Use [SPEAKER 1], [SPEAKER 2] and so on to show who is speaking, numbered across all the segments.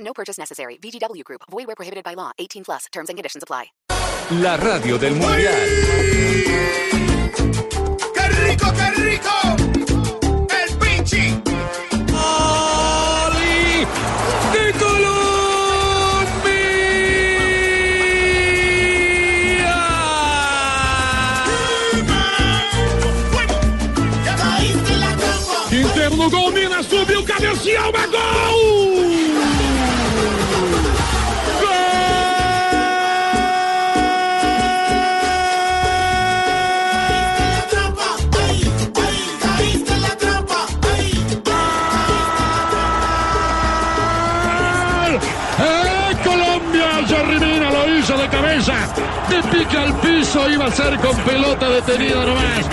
[SPEAKER 1] No purchase necessary. VGW Group. Void where prohibited by law. 18 plus. Terms and conditions apply.
[SPEAKER 2] La radio del mundial.
[SPEAKER 3] ¡Qué rico, qué rico! ¡El pinchi!
[SPEAKER 2] ¡Ali de
[SPEAKER 3] ¡Ya caíste en la trampa!
[SPEAKER 2] Interno gol, Minas subiu, cabeceou, é gol!
[SPEAKER 3] ¡La trampa! ¡Ay, ay! ¡Caíste en la trampa! ¡Ay!
[SPEAKER 2] ¡Eh, Colombia! Jarrimina lo hizo de cabeza, de pique al piso, iba a ser con pelota detenida nomás.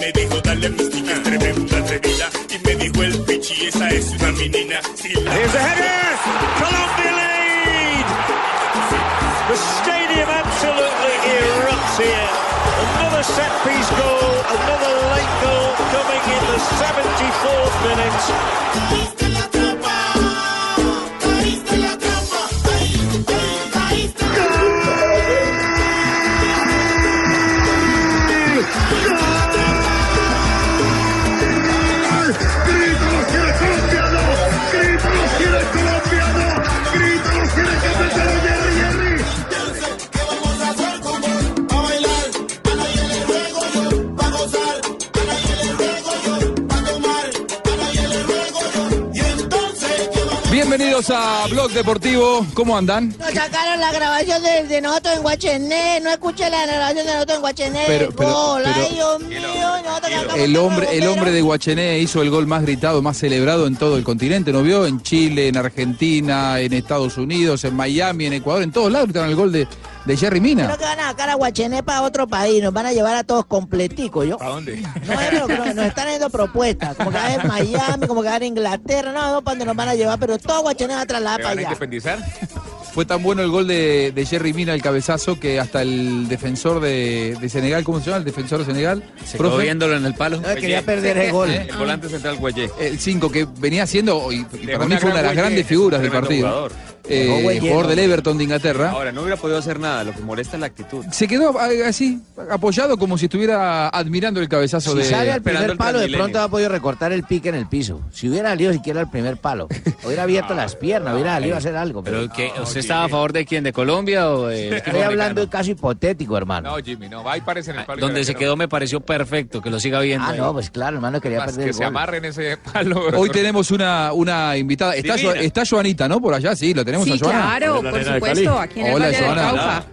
[SPEAKER 4] Me dijo dale mística, tremenda atrevida Y me dijo el pichi, esa es una menina Si la
[SPEAKER 5] Here's a header! Colombia lead! The stadium absolutely erupts here. Another set piece goal, another late goal coming in the 74th minute.
[SPEAKER 3] ¡Caíste en la trampa! ¡Caíste en la trampa! ¡Ay, ay! ¡Caíste en la trampa! que vamos a hacer como a bailar, a nadie le ruego yo, pa' gozar, a nadie le ruego yo, pa' tomar, a nadie le ruego yo, y entonces que vamos
[SPEAKER 2] Bienvenidos a Blog Deportivo, ¿cómo andan?
[SPEAKER 6] Nos sacaron la grabación de, de nosotros en Guachené, no escuché la grabación de nosotros en Guachené.
[SPEAKER 2] Pero- pero-
[SPEAKER 6] Gol,
[SPEAKER 2] pero-
[SPEAKER 6] ay Dios mío, nosotros cantamos
[SPEAKER 2] El
[SPEAKER 6] tanto
[SPEAKER 2] hombre, el
[SPEAKER 6] bombero.
[SPEAKER 2] hombre de Guachené hizo el gol más gritado, más celebrado en todo el continente, ¿no vio? En Chile, en Argentina, en Estados Unidos, en Miami, en Ecuador, en todos lados gritaron el gol de, de Jerry Mina.
[SPEAKER 6] Creo que van a sacar a Guachené para otro país, nos van a llevar a todos completicos, yo.
[SPEAKER 2] ¿A dónde?
[SPEAKER 6] No, pero, pero nos están haciendo propuestas, como que va en Miami, como que va en Inglaterra, no, no, para donde nos van a llevar, pero todo Guachené va a trasladar para
[SPEAKER 7] Pues,
[SPEAKER 6] allá.
[SPEAKER 2] Ah, Fue tan bueno el gol de, de Jerry Mina, el cabezazo, que hasta el defensor de, de Senegal, ¿cómo se llama? El defensor de Senegal,
[SPEAKER 8] Se
[SPEAKER 2] profe,
[SPEAKER 8] quedó viéndolo en el palo.
[SPEAKER 2] Ah,
[SPEAKER 6] No, quería perder el gol.
[SPEAKER 8] Pues El volante central Guayé.
[SPEAKER 2] el 5 que venía siendo, y, y
[SPEAKER 8] Es
[SPEAKER 2] para mí
[SPEAKER 8] una
[SPEAKER 2] fue una de las
[SPEAKER 8] gran Guayé,
[SPEAKER 2] grandes
[SPEAKER 8] es un
[SPEAKER 2] figuras del
[SPEAKER 8] tremendo
[SPEAKER 2] partido.
[SPEAKER 8] jugador.
[SPEAKER 2] Eh,
[SPEAKER 6] Jugó Guayé,
[SPEAKER 2] jugador
[SPEAKER 6] ¿no?
[SPEAKER 2] del Everton de Inglaterra.
[SPEAKER 8] Ahora, no hubiera podido hacer nada. Lo que molesta es la actitud.
[SPEAKER 2] Se quedó ah, así, apoyado como si estuviera admirando el cabezazo de.
[SPEAKER 9] sale al
[SPEAKER 8] Esperando
[SPEAKER 9] primer
[SPEAKER 8] el
[SPEAKER 9] palo, de
[SPEAKER 8] Transmilenio.
[SPEAKER 9] pronto ha podido recortar el pique en el piso. Si hubiera salido siquiera al primer palo, hubiera abierto
[SPEAKER 2] Ah.
[SPEAKER 9] las piernas, hubiera salido a hacer algo. Pero,
[SPEAKER 8] Pero que, ¿usted estaba a favor de quién? ¿De Colombia o de.?
[SPEAKER 9] estoy hablando de caso hipotético, hermano.
[SPEAKER 5] Jimmy, no, va y parece en
[SPEAKER 8] Donde se quedó me pareció perfecto, que lo siga viendo.
[SPEAKER 9] ah,
[SPEAKER 8] ahí.
[SPEAKER 9] no, pues claro, hermano, quería perder el gol.
[SPEAKER 5] ese palo.
[SPEAKER 2] Ah, Hoy tenemos una, una invitada. Está,
[SPEAKER 8] Divina.
[SPEAKER 2] Jo- está Joanita, ¿no? Por allá, sí, lo tenemos a
[SPEAKER 7] Sí,
[SPEAKER 2] Joana.
[SPEAKER 7] claro, por supuesto, aquí en el
[SPEAKER 2] Hola,
[SPEAKER 7] Valle del
[SPEAKER 2] Joana.
[SPEAKER 7] Cauca.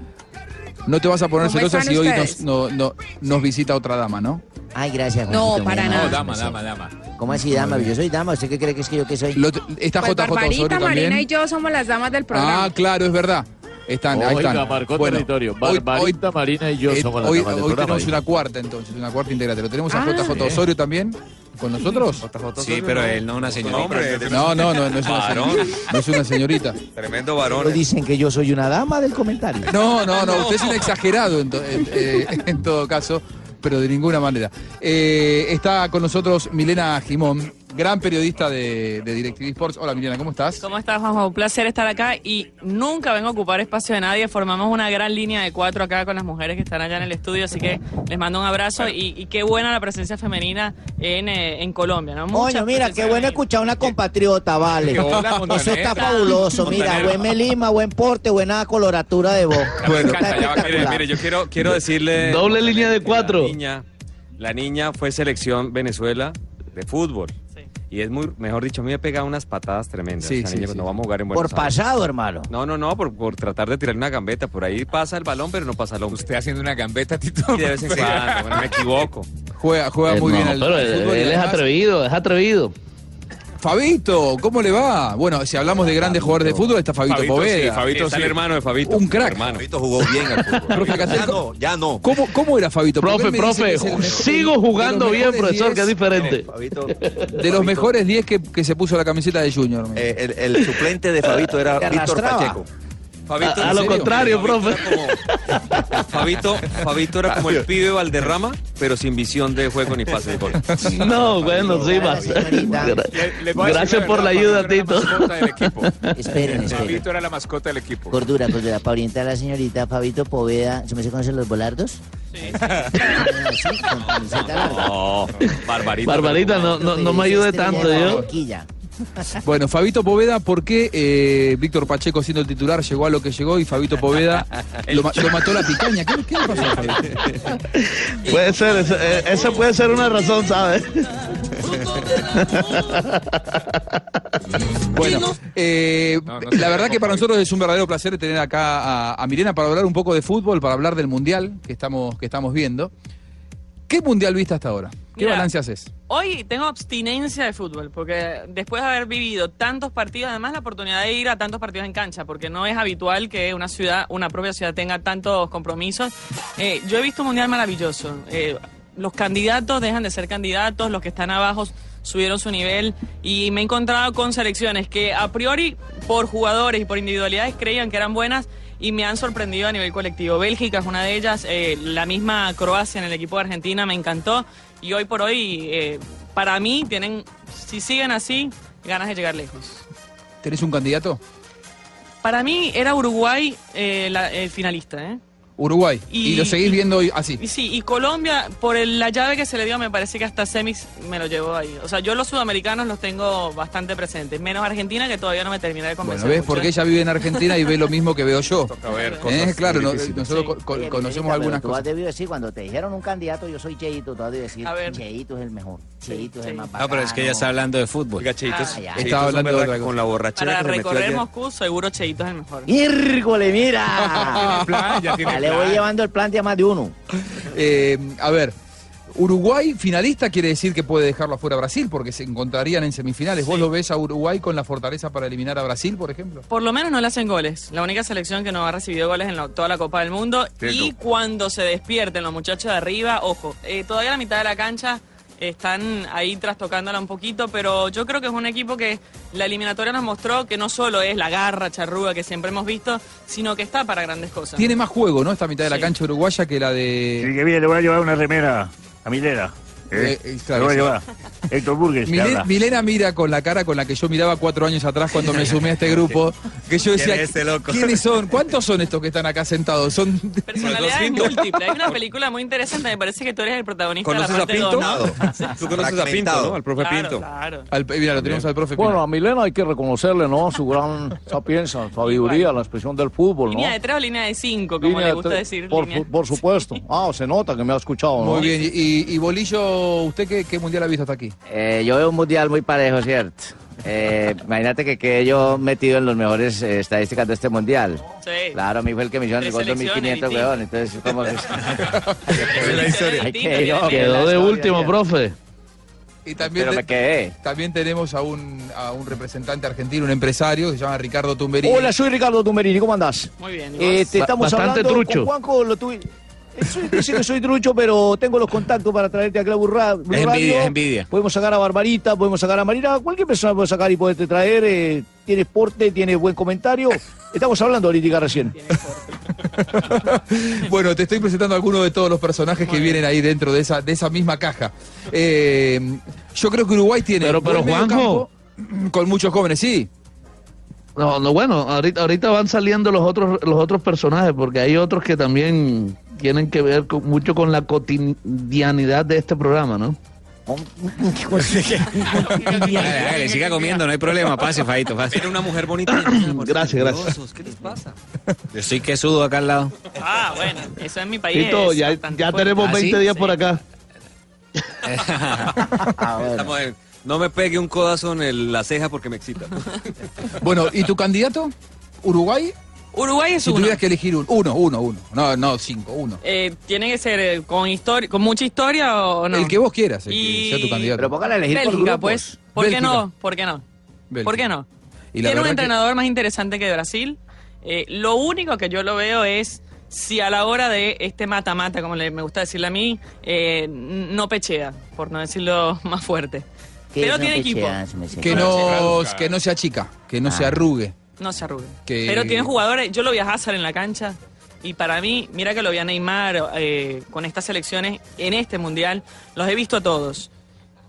[SPEAKER 2] No te vas a poner
[SPEAKER 7] ¿Cómo
[SPEAKER 2] celosa
[SPEAKER 7] están
[SPEAKER 2] si hoy nos,
[SPEAKER 7] ustedes?
[SPEAKER 2] no- no- nos visita otra dama, ¿no?
[SPEAKER 9] Ay, gracias,
[SPEAKER 7] No,
[SPEAKER 9] Juanjito,
[SPEAKER 7] para
[SPEAKER 9] muy amable,
[SPEAKER 7] nada.
[SPEAKER 9] me siento.
[SPEAKER 5] dama.
[SPEAKER 9] ¿Cómo así, dama? Yo soy dama, ¿usted qué cree que es que yo qué soy?
[SPEAKER 2] Lo- está
[SPEAKER 7] Pues
[SPEAKER 2] JJ Osorio
[SPEAKER 7] Barbarita,
[SPEAKER 2] también.
[SPEAKER 7] Marina y yo somos las damas del programa.
[SPEAKER 2] Ah, claro, es verdad. Están, ahí están. Bueno, hoy- hoy-
[SPEAKER 5] Marina y yo
[SPEAKER 2] eh, hoy, hoy tenemos una cuarta
[SPEAKER 10] ¿eh?
[SPEAKER 2] entonces, una cuarta integrante. Lo tenemos a
[SPEAKER 7] Ah.
[SPEAKER 2] JJ Osorio también con nosotros.
[SPEAKER 8] Sí, pero él no una señorita.
[SPEAKER 2] No, no, no, no es una
[SPEAKER 8] Varón.
[SPEAKER 2] señorita. No es una señorita.
[SPEAKER 8] Tremendo
[SPEAKER 9] Pero
[SPEAKER 8] varón.
[SPEAKER 9] dicen que yo soy una dama del comentario.
[SPEAKER 2] No, no, no, usted es un exagerado en, to- en- eh, en todo caso, pero de ninguna manera. Eh, está con nosotros Milena Jimón, gran periodista de, de DirecTV Sports. Hola Milena, ¿cómo estás?
[SPEAKER 7] ¿Cómo estás, Juanjo? Un placer estar acá y nunca vengo a ocupar espacio de nadie. Formamos una gran línea de cuatro acá con las mujeres que están allá en el estudio, así que les mando un abrazo y, y qué buena la presencia femenina en, eh, en Colombia, ¿no? Mucha
[SPEAKER 6] Coño, mira,
[SPEAKER 7] presencia
[SPEAKER 6] qué bueno
[SPEAKER 7] femenina.
[SPEAKER 6] escuchar a una compatriota, vale. Eso está fabuloso, mira, buen melima, buen porte, buena coloratura de voz. Eso está
[SPEAKER 8] Mire,
[SPEAKER 6] espectacular.
[SPEAKER 8] mire, yo quiero, quiero decirle.
[SPEAKER 5] Doble línea de cuatro.
[SPEAKER 8] La niña, la niña fue selección Venezuela de fútbol.
[SPEAKER 7] Sí.
[SPEAKER 8] Y es muy, mejor dicho, a mí me pega unas patadas tremendas.
[SPEAKER 2] Sí,
[SPEAKER 8] esa
[SPEAKER 2] sí, sí.
[SPEAKER 8] niña cuando vamos a jugar en
[SPEAKER 9] Por
[SPEAKER 8] Buenos Aires.
[SPEAKER 9] pasado, hermano.
[SPEAKER 8] No, no, no, por, por tratar de tirar una gambeta. Por ahí pasa el balón, pero no pasa el hombre.
[SPEAKER 5] Usted haciendo una gambeta, Tito.
[SPEAKER 8] Sí, de vez en cuando, bueno, me equivoco.
[SPEAKER 2] Juega, juega muy bien al al fútbol. y además,
[SPEAKER 9] atrevido, es atrevido.
[SPEAKER 2] Fabito, ¿cómo le va? Bueno, si hablamos de grandes jugadores de fútbol, está Fabito,
[SPEAKER 8] Fabito,
[SPEAKER 2] Poveda.
[SPEAKER 8] sí, Fabito, sí. Está el hermano de Fabito.
[SPEAKER 2] Un crack.
[SPEAKER 8] Hermano.
[SPEAKER 2] Fabito jugó bien al fútbol. Profe ya no, ya no. ¿Cómo, cómo era Fabito? Porque
[SPEAKER 11] Profe,
[SPEAKER 2] él me dice que
[SPEAKER 11] profe,
[SPEAKER 2] es el mejor-
[SPEAKER 11] sigo jugando
[SPEAKER 2] de los
[SPEAKER 11] bien,
[SPEAKER 2] mejores
[SPEAKER 11] profesor, que es
[SPEAKER 2] 10,
[SPEAKER 11] diferente.
[SPEAKER 2] De los mejores 10 que, que se puso la camiseta de Junior.
[SPEAKER 12] Eh, el, suplente de Fabito era Te Víctor arrastraba. Pacheco.
[SPEAKER 8] Fabito, ¿en serio?
[SPEAKER 2] profe.
[SPEAKER 8] Fabito, Fabito era como el pibe Valderrama, pero sin visión de juego ni pase de gol.
[SPEAKER 11] No, bueno, sí, más.
[SPEAKER 13] le voy a decir
[SPEAKER 11] Gracias
[SPEAKER 13] la
[SPEAKER 11] por la ayuda, Tito.
[SPEAKER 13] verdad,
[SPEAKER 9] Esperen, esperen.
[SPEAKER 13] Fabito era la mascota del equipo.
[SPEAKER 9] Cordura, cordura. Para orientar a la señorita Fabito Poveda, ¿se me hace conocer los volardos?
[SPEAKER 8] No, Barbarita.
[SPEAKER 11] Barbarita, no, no, no me
[SPEAKER 12] Este
[SPEAKER 11] ayude tanto, ¿eh? yo.
[SPEAKER 2] Bueno, Fabito Poveda, ¿por qué eh, Víctor Pacheco siendo el titular llegó a lo que llegó y Fabito Poveda lo, ma- lo mató la picaña? ¿Qué, qué le pasó a Fabito?
[SPEAKER 11] Puede ser, eso- eh, esa puede ser una razón, ¿sabes?
[SPEAKER 2] Bueno, eh,
[SPEAKER 11] no se
[SPEAKER 2] la verdad
[SPEAKER 11] ve
[SPEAKER 2] que para nosotros es un verdadero placer tener acá a, a Milena para hablar un poco de fútbol, para hablar del mundial que estamos, que estamos viendo. ¿Qué mundial viste hasta ahora? ¿Qué
[SPEAKER 7] Mira.
[SPEAKER 2] balance haces?
[SPEAKER 7] Hoy tengo abstinencia de fútbol, porque después de haber vivido tantos partidos, además la oportunidad de ir a tantos partidos en cancha, porque no es habitual que una ciudad, una propia ciudad tenga tantos compromisos. Eh, yo he visto un mundial maravilloso. Eh, los candidatos dejan de ser candidatos, los que están abajo subieron su nivel y me he encontrado con selecciones que a priori por jugadores y por individualidades creían que eran buenas y me han sorprendido a nivel colectivo. Bélgica es una de ellas, eh, la misma Croacia en el equipo de Argentina me encantó y hoy por hoy eh, para mí tienen, si siguen así, ganas de llegar lejos.
[SPEAKER 2] ¿Tenés un candidato?
[SPEAKER 7] Para mí era Uruguay eh, la- el finalista, ¿eh?
[SPEAKER 2] Uruguay. Y, ah,
[SPEAKER 7] Y-
[SPEAKER 2] lo seguís viendo hoy así.
[SPEAKER 7] Y sí, y Colombia, por el- la llave que se le dio, me parece que hasta semis me lo llevó ahí. O sea, yo los sudamericanos los tengo bastante presentes, menos Argentina, que todavía no me termina de convencer.
[SPEAKER 2] Bueno, ves,
[SPEAKER 7] mucho.
[SPEAKER 2] porque ella vive en Argentina y ve lo mismo que veo yo.
[SPEAKER 8] ver
[SPEAKER 2] Eh,
[SPEAKER 8] cosas
[SPEAKER 2] claro, no-
[SPEAKER 8] difíciles.
[SPEAKER 2] nosotros co- co- conocemos algunas
[SPEAKER 9] tú has
[SPEAKER 2] cosas.
[SPEAKER 9] debido decir, cuando te dijeron un candidato, yo soy Cheito, tú has debido decir, Cheito es el mejor, Cheito es el más bacano.
[SPEAKER 14] No, pero es que ya está hablando de fútbol.
[SPEAKER 8] Oiga, Cheitos,
[SPEAKER 9] Ah, ya.
[SPEAKER 8] Cheitos,
[SPEAKER 9] Estaba hablando de
[SPEAKER 8] ¿verdad?
[SPEAKER 9] otra cosa.
[SPEAKER 8] Con la borrachera
[SPEAKER 7] Para
[SPEAKER 8] que se metió
[SPEAKER 7] recorrer
[SPEAKER 8] ayer.
[SPEAKER 7] Moscú, seguro Cheito es el mejor.
[SPEAKER 9] ¡Hírgole, mira!
[SPEAKER 7] Tiene plan, ya tiene
[SPEAKER 9] le voy
[SPEAKER 7] plan.
[SPEAKER 9] llevando el plan de a más de uno.
[SPEAKER 2] Eh, a ver, Uruguay finalista quiere decir que puede dejarlo afuera a Brasil porque se encontrarían en semifinales. ¿Vos lo ves a Uruguay con la fortaleza para eliminar a Brasil, por ejemplo?
[SPEAKER 7] Por lo menos no le hacen goles. La única selección que no ha recibido goles en la- toda la Copa del Mundo.
[SPEAKER 2] Cierto.
[SPEAKER 7] Y cuando se despierten los muchachos de arriba, ojo, eh, todavía la mitad de la cancha están ahí trastocándola un poquito, pero yo creo que es un equipo que la eliminatoria nos mostró que no solo es la garra charrúa que siempre hemos visto, sino que está para grandes cosas.
[SPEAKER 2] Tiene más juego, ¿no? Esta mitad de la cancha uruguaya que la de.
[SPEAKER 15] Sí, que mire, le voy a llevar una remera a Milera. ¿eh?
[SPEAKER 2] Eh, eh, claro,
[SPEAKER 15] le voy
[SPEAKER 2] sí.
[SPEAKER 15] a llevar. Héctor Burgues. le
[SPEAKER 2] Mile-
[SPEAKER 15] habla.
[SPEAKER 2] Milena mira con la cara con la que yo miraba cuatro años atrás cuando me sumé a este grupo, que yo decía,
[SPEAKER 14] ¿Quién es este loco?
[SPEAKER 2] ¿quiénes son? ¿Cuántos son estos que están acá sentados? Son
[SPEAKER 7] Personalidades múltiples. Hay una película muy interesante, me parece que tú eres el protagonista de la parte dos, ¿no? Sí.
[SPEAKER 8] Tú conoces a Pinto, ¿no? Al profe
[SPEAKER 7] Claro,
[SPEAKER 8] Pinto.
[SPEAKER 7] claro.
[SPEAKER 2] Al- mira, lo tenemos al profe. Pino.
[SPEAKER 16] Bueno, a Milena hay que reconocerle, ¿no? Su gran sapienza, sabiduría, la expresión del fútbol, ¿no?
[SPEAKER 7] Línea de tres o línea de cinco, como
[SPEAKER 16] Línea
[SPEAKER 7] le
[SPEAKER 16] de
[SPEAKER 7] gusta
[SPEAKER 16] tres,
[SPEAKER 7] decir.
[SPEAKER 16] Por,
[SPEAKER 7] línea.
[SPEAKER 16] su- por supuesto. Ah, se nota que me ha escuchado, ¿no?
[SPEAKER 2] Muy bien, y, y Bolillo, ¿usted qué, qué mundial ha visto hasta aquí?
[SPEAKER 14] Eh, yo veo un mundial muy parejo, ¿cierto? Eh, imagínate que quedé yo metido en los mejores eh, estadísticas de este mundial. Claro, a mí fue el que me hicieron el
[SPEAKER 9] Tres
[SPEAKER 14] gol
[SPEAKER 9] selecciones
[SPEAKER 14] 2500,
[SPEAKER 9] y
[SPEAKER 14] weón. Entonces, ¿cómo es? Ay, que yo, que la
[SPEAKER 11] Quedó de
[SPEAKER 14] historia,
[SPEAKER 11] último, profe.
[SPEAKER 2] Y también,
[SPEAKER 14] Pero
[SPEAKER 2] te-
[SPEAKER 14] me quedé.
[SPEAKER 2] también tenemos a un, a un representante argentino, un empresario que se llama Ricardo Tumberini.
[SPEAKER 16] Hola, soy Ricardo Tumberini, ¿cómo andás?
[SPEAKER 7] Muy bien.
[SPEAKER 16] Eh, te estamos hablando con Juanjo, lo tuve... Soy, sí que soy trucho, pero tengo los contactos para traerte acá a Blue Ra- Blue
[SPEAKER 14] Es
[SPEAKER 16] Radio.
[SPEAKER 14] envidia, es envidia.
[SPEAKER 16] Podemos sacar a Barbarita, podemos sacar a Marina, cualquier persona puede sacar y poderte traer. eh, tiene porte, tiene buen comentario. Estamos hablando ahorita recién.
[SPEAKER 2] Bueno, te estoy presentando algunos de todos los personajes que vienen ahí dentro de esa, de esa misma caja. Eh, yo creo que Uruguay tiene.
[SPEAKER 11] Pero- pero,
[SPEAKER 2] buen
[SPEAKER 11] Juanjo.
[SPEAKER 2] mediocampo Con muchos jóvenes, sí.
[SPEAKER 11] No, no, bueno, ahorita, ahorita van saliendo los otros, los otros personajes, porque hay otros que también tienen que ver con- mucho con la cotidianidad de este programa, ¿no?
[SPEAKER 14] Hágale, hágale, siga comiendo, no hay problema. Pase, Fadito, pase. Era una mujer bonita.
[SPEAKER 11] Gracias, gracias.
[SPEAKER 14] ¿Qué les pasa? Yo estoy que sudo acá al lado.
[SPEAKER 7] Ah, bueno, eso en mi país.
[SPEAKER 11] Tito,
[SPEAKER 7] es
[SPEAKER 11] ya,
[SPEAKER 7] bastante
[SPEAKER 11] ya
[SPEAKER 7] fuerte.
[SPEAKER 2] ¿Ah,
[SPEAKER 5] ¿Ah,
[SPEAKER 11] tenemos 20 días por acá.
[SPEAKER 8] Estamos en- No me pegue un codazo en el- la ceja porque me excita.
[SPEAKER 2] Bueno, ¿y tu candidato? ¿Uruguay
[SPEAKER 7] Uruguay es
[SPEAKER 2] Si
[SPEAKER 7] uno.
[SPEAKER 2] tuvieras que elegir un- uno, uno, uno. No, no, cinco, uno.
[SPEAKER 7] Eh, tiene que ser eh, con historia, con mucha historia o no.
[SPEAKER 2] El que vos quieras, el
[SPEAKER 7] Y-
[SPEAKER 2] que sea tu candidato.
[SPEAKER 7] Pero
[SPEAKER 2] póngala
[SPEAKER 7] Bélgica, pues. ¿Por qué no? ¿Por qué no? ¿Por
[SPEAKER 2] Bélgica.
[SPEAKER 7] qué no?
[SPEAKER 2] Y la
[SPEAKER 7] Tiene un
[SPEAKER 2] verdad que-
[SPEAKER 7] entrenador más interesante que Brasil. Eh, lo único que yo lo veo es si a la hora de este mata-mata, como le, me gusta decirle a mí, eh, no pechea, por no decirlo más fuerte.
[SPEAKER 2] ¿Qué
[SPEAKER 7] Pero
[SPEAKER 2] es no
[SPEAKER 7] tiene
[SPEAKER 2] pechea,
[SPEAKER 7] equipo.
[SPEAKER 2] Que no, que no se achica, que no se arrugue.
[SPEAKER 7] No se arruga.
[SPEAKER 2] Que-
[SPEAKER 7] Pero tiene jugadores, yo lo vi a Hazard en la cancha y para mí, mira que lo vi a Neymar eh, con estas selecciones en este mundial, los he visto a todos.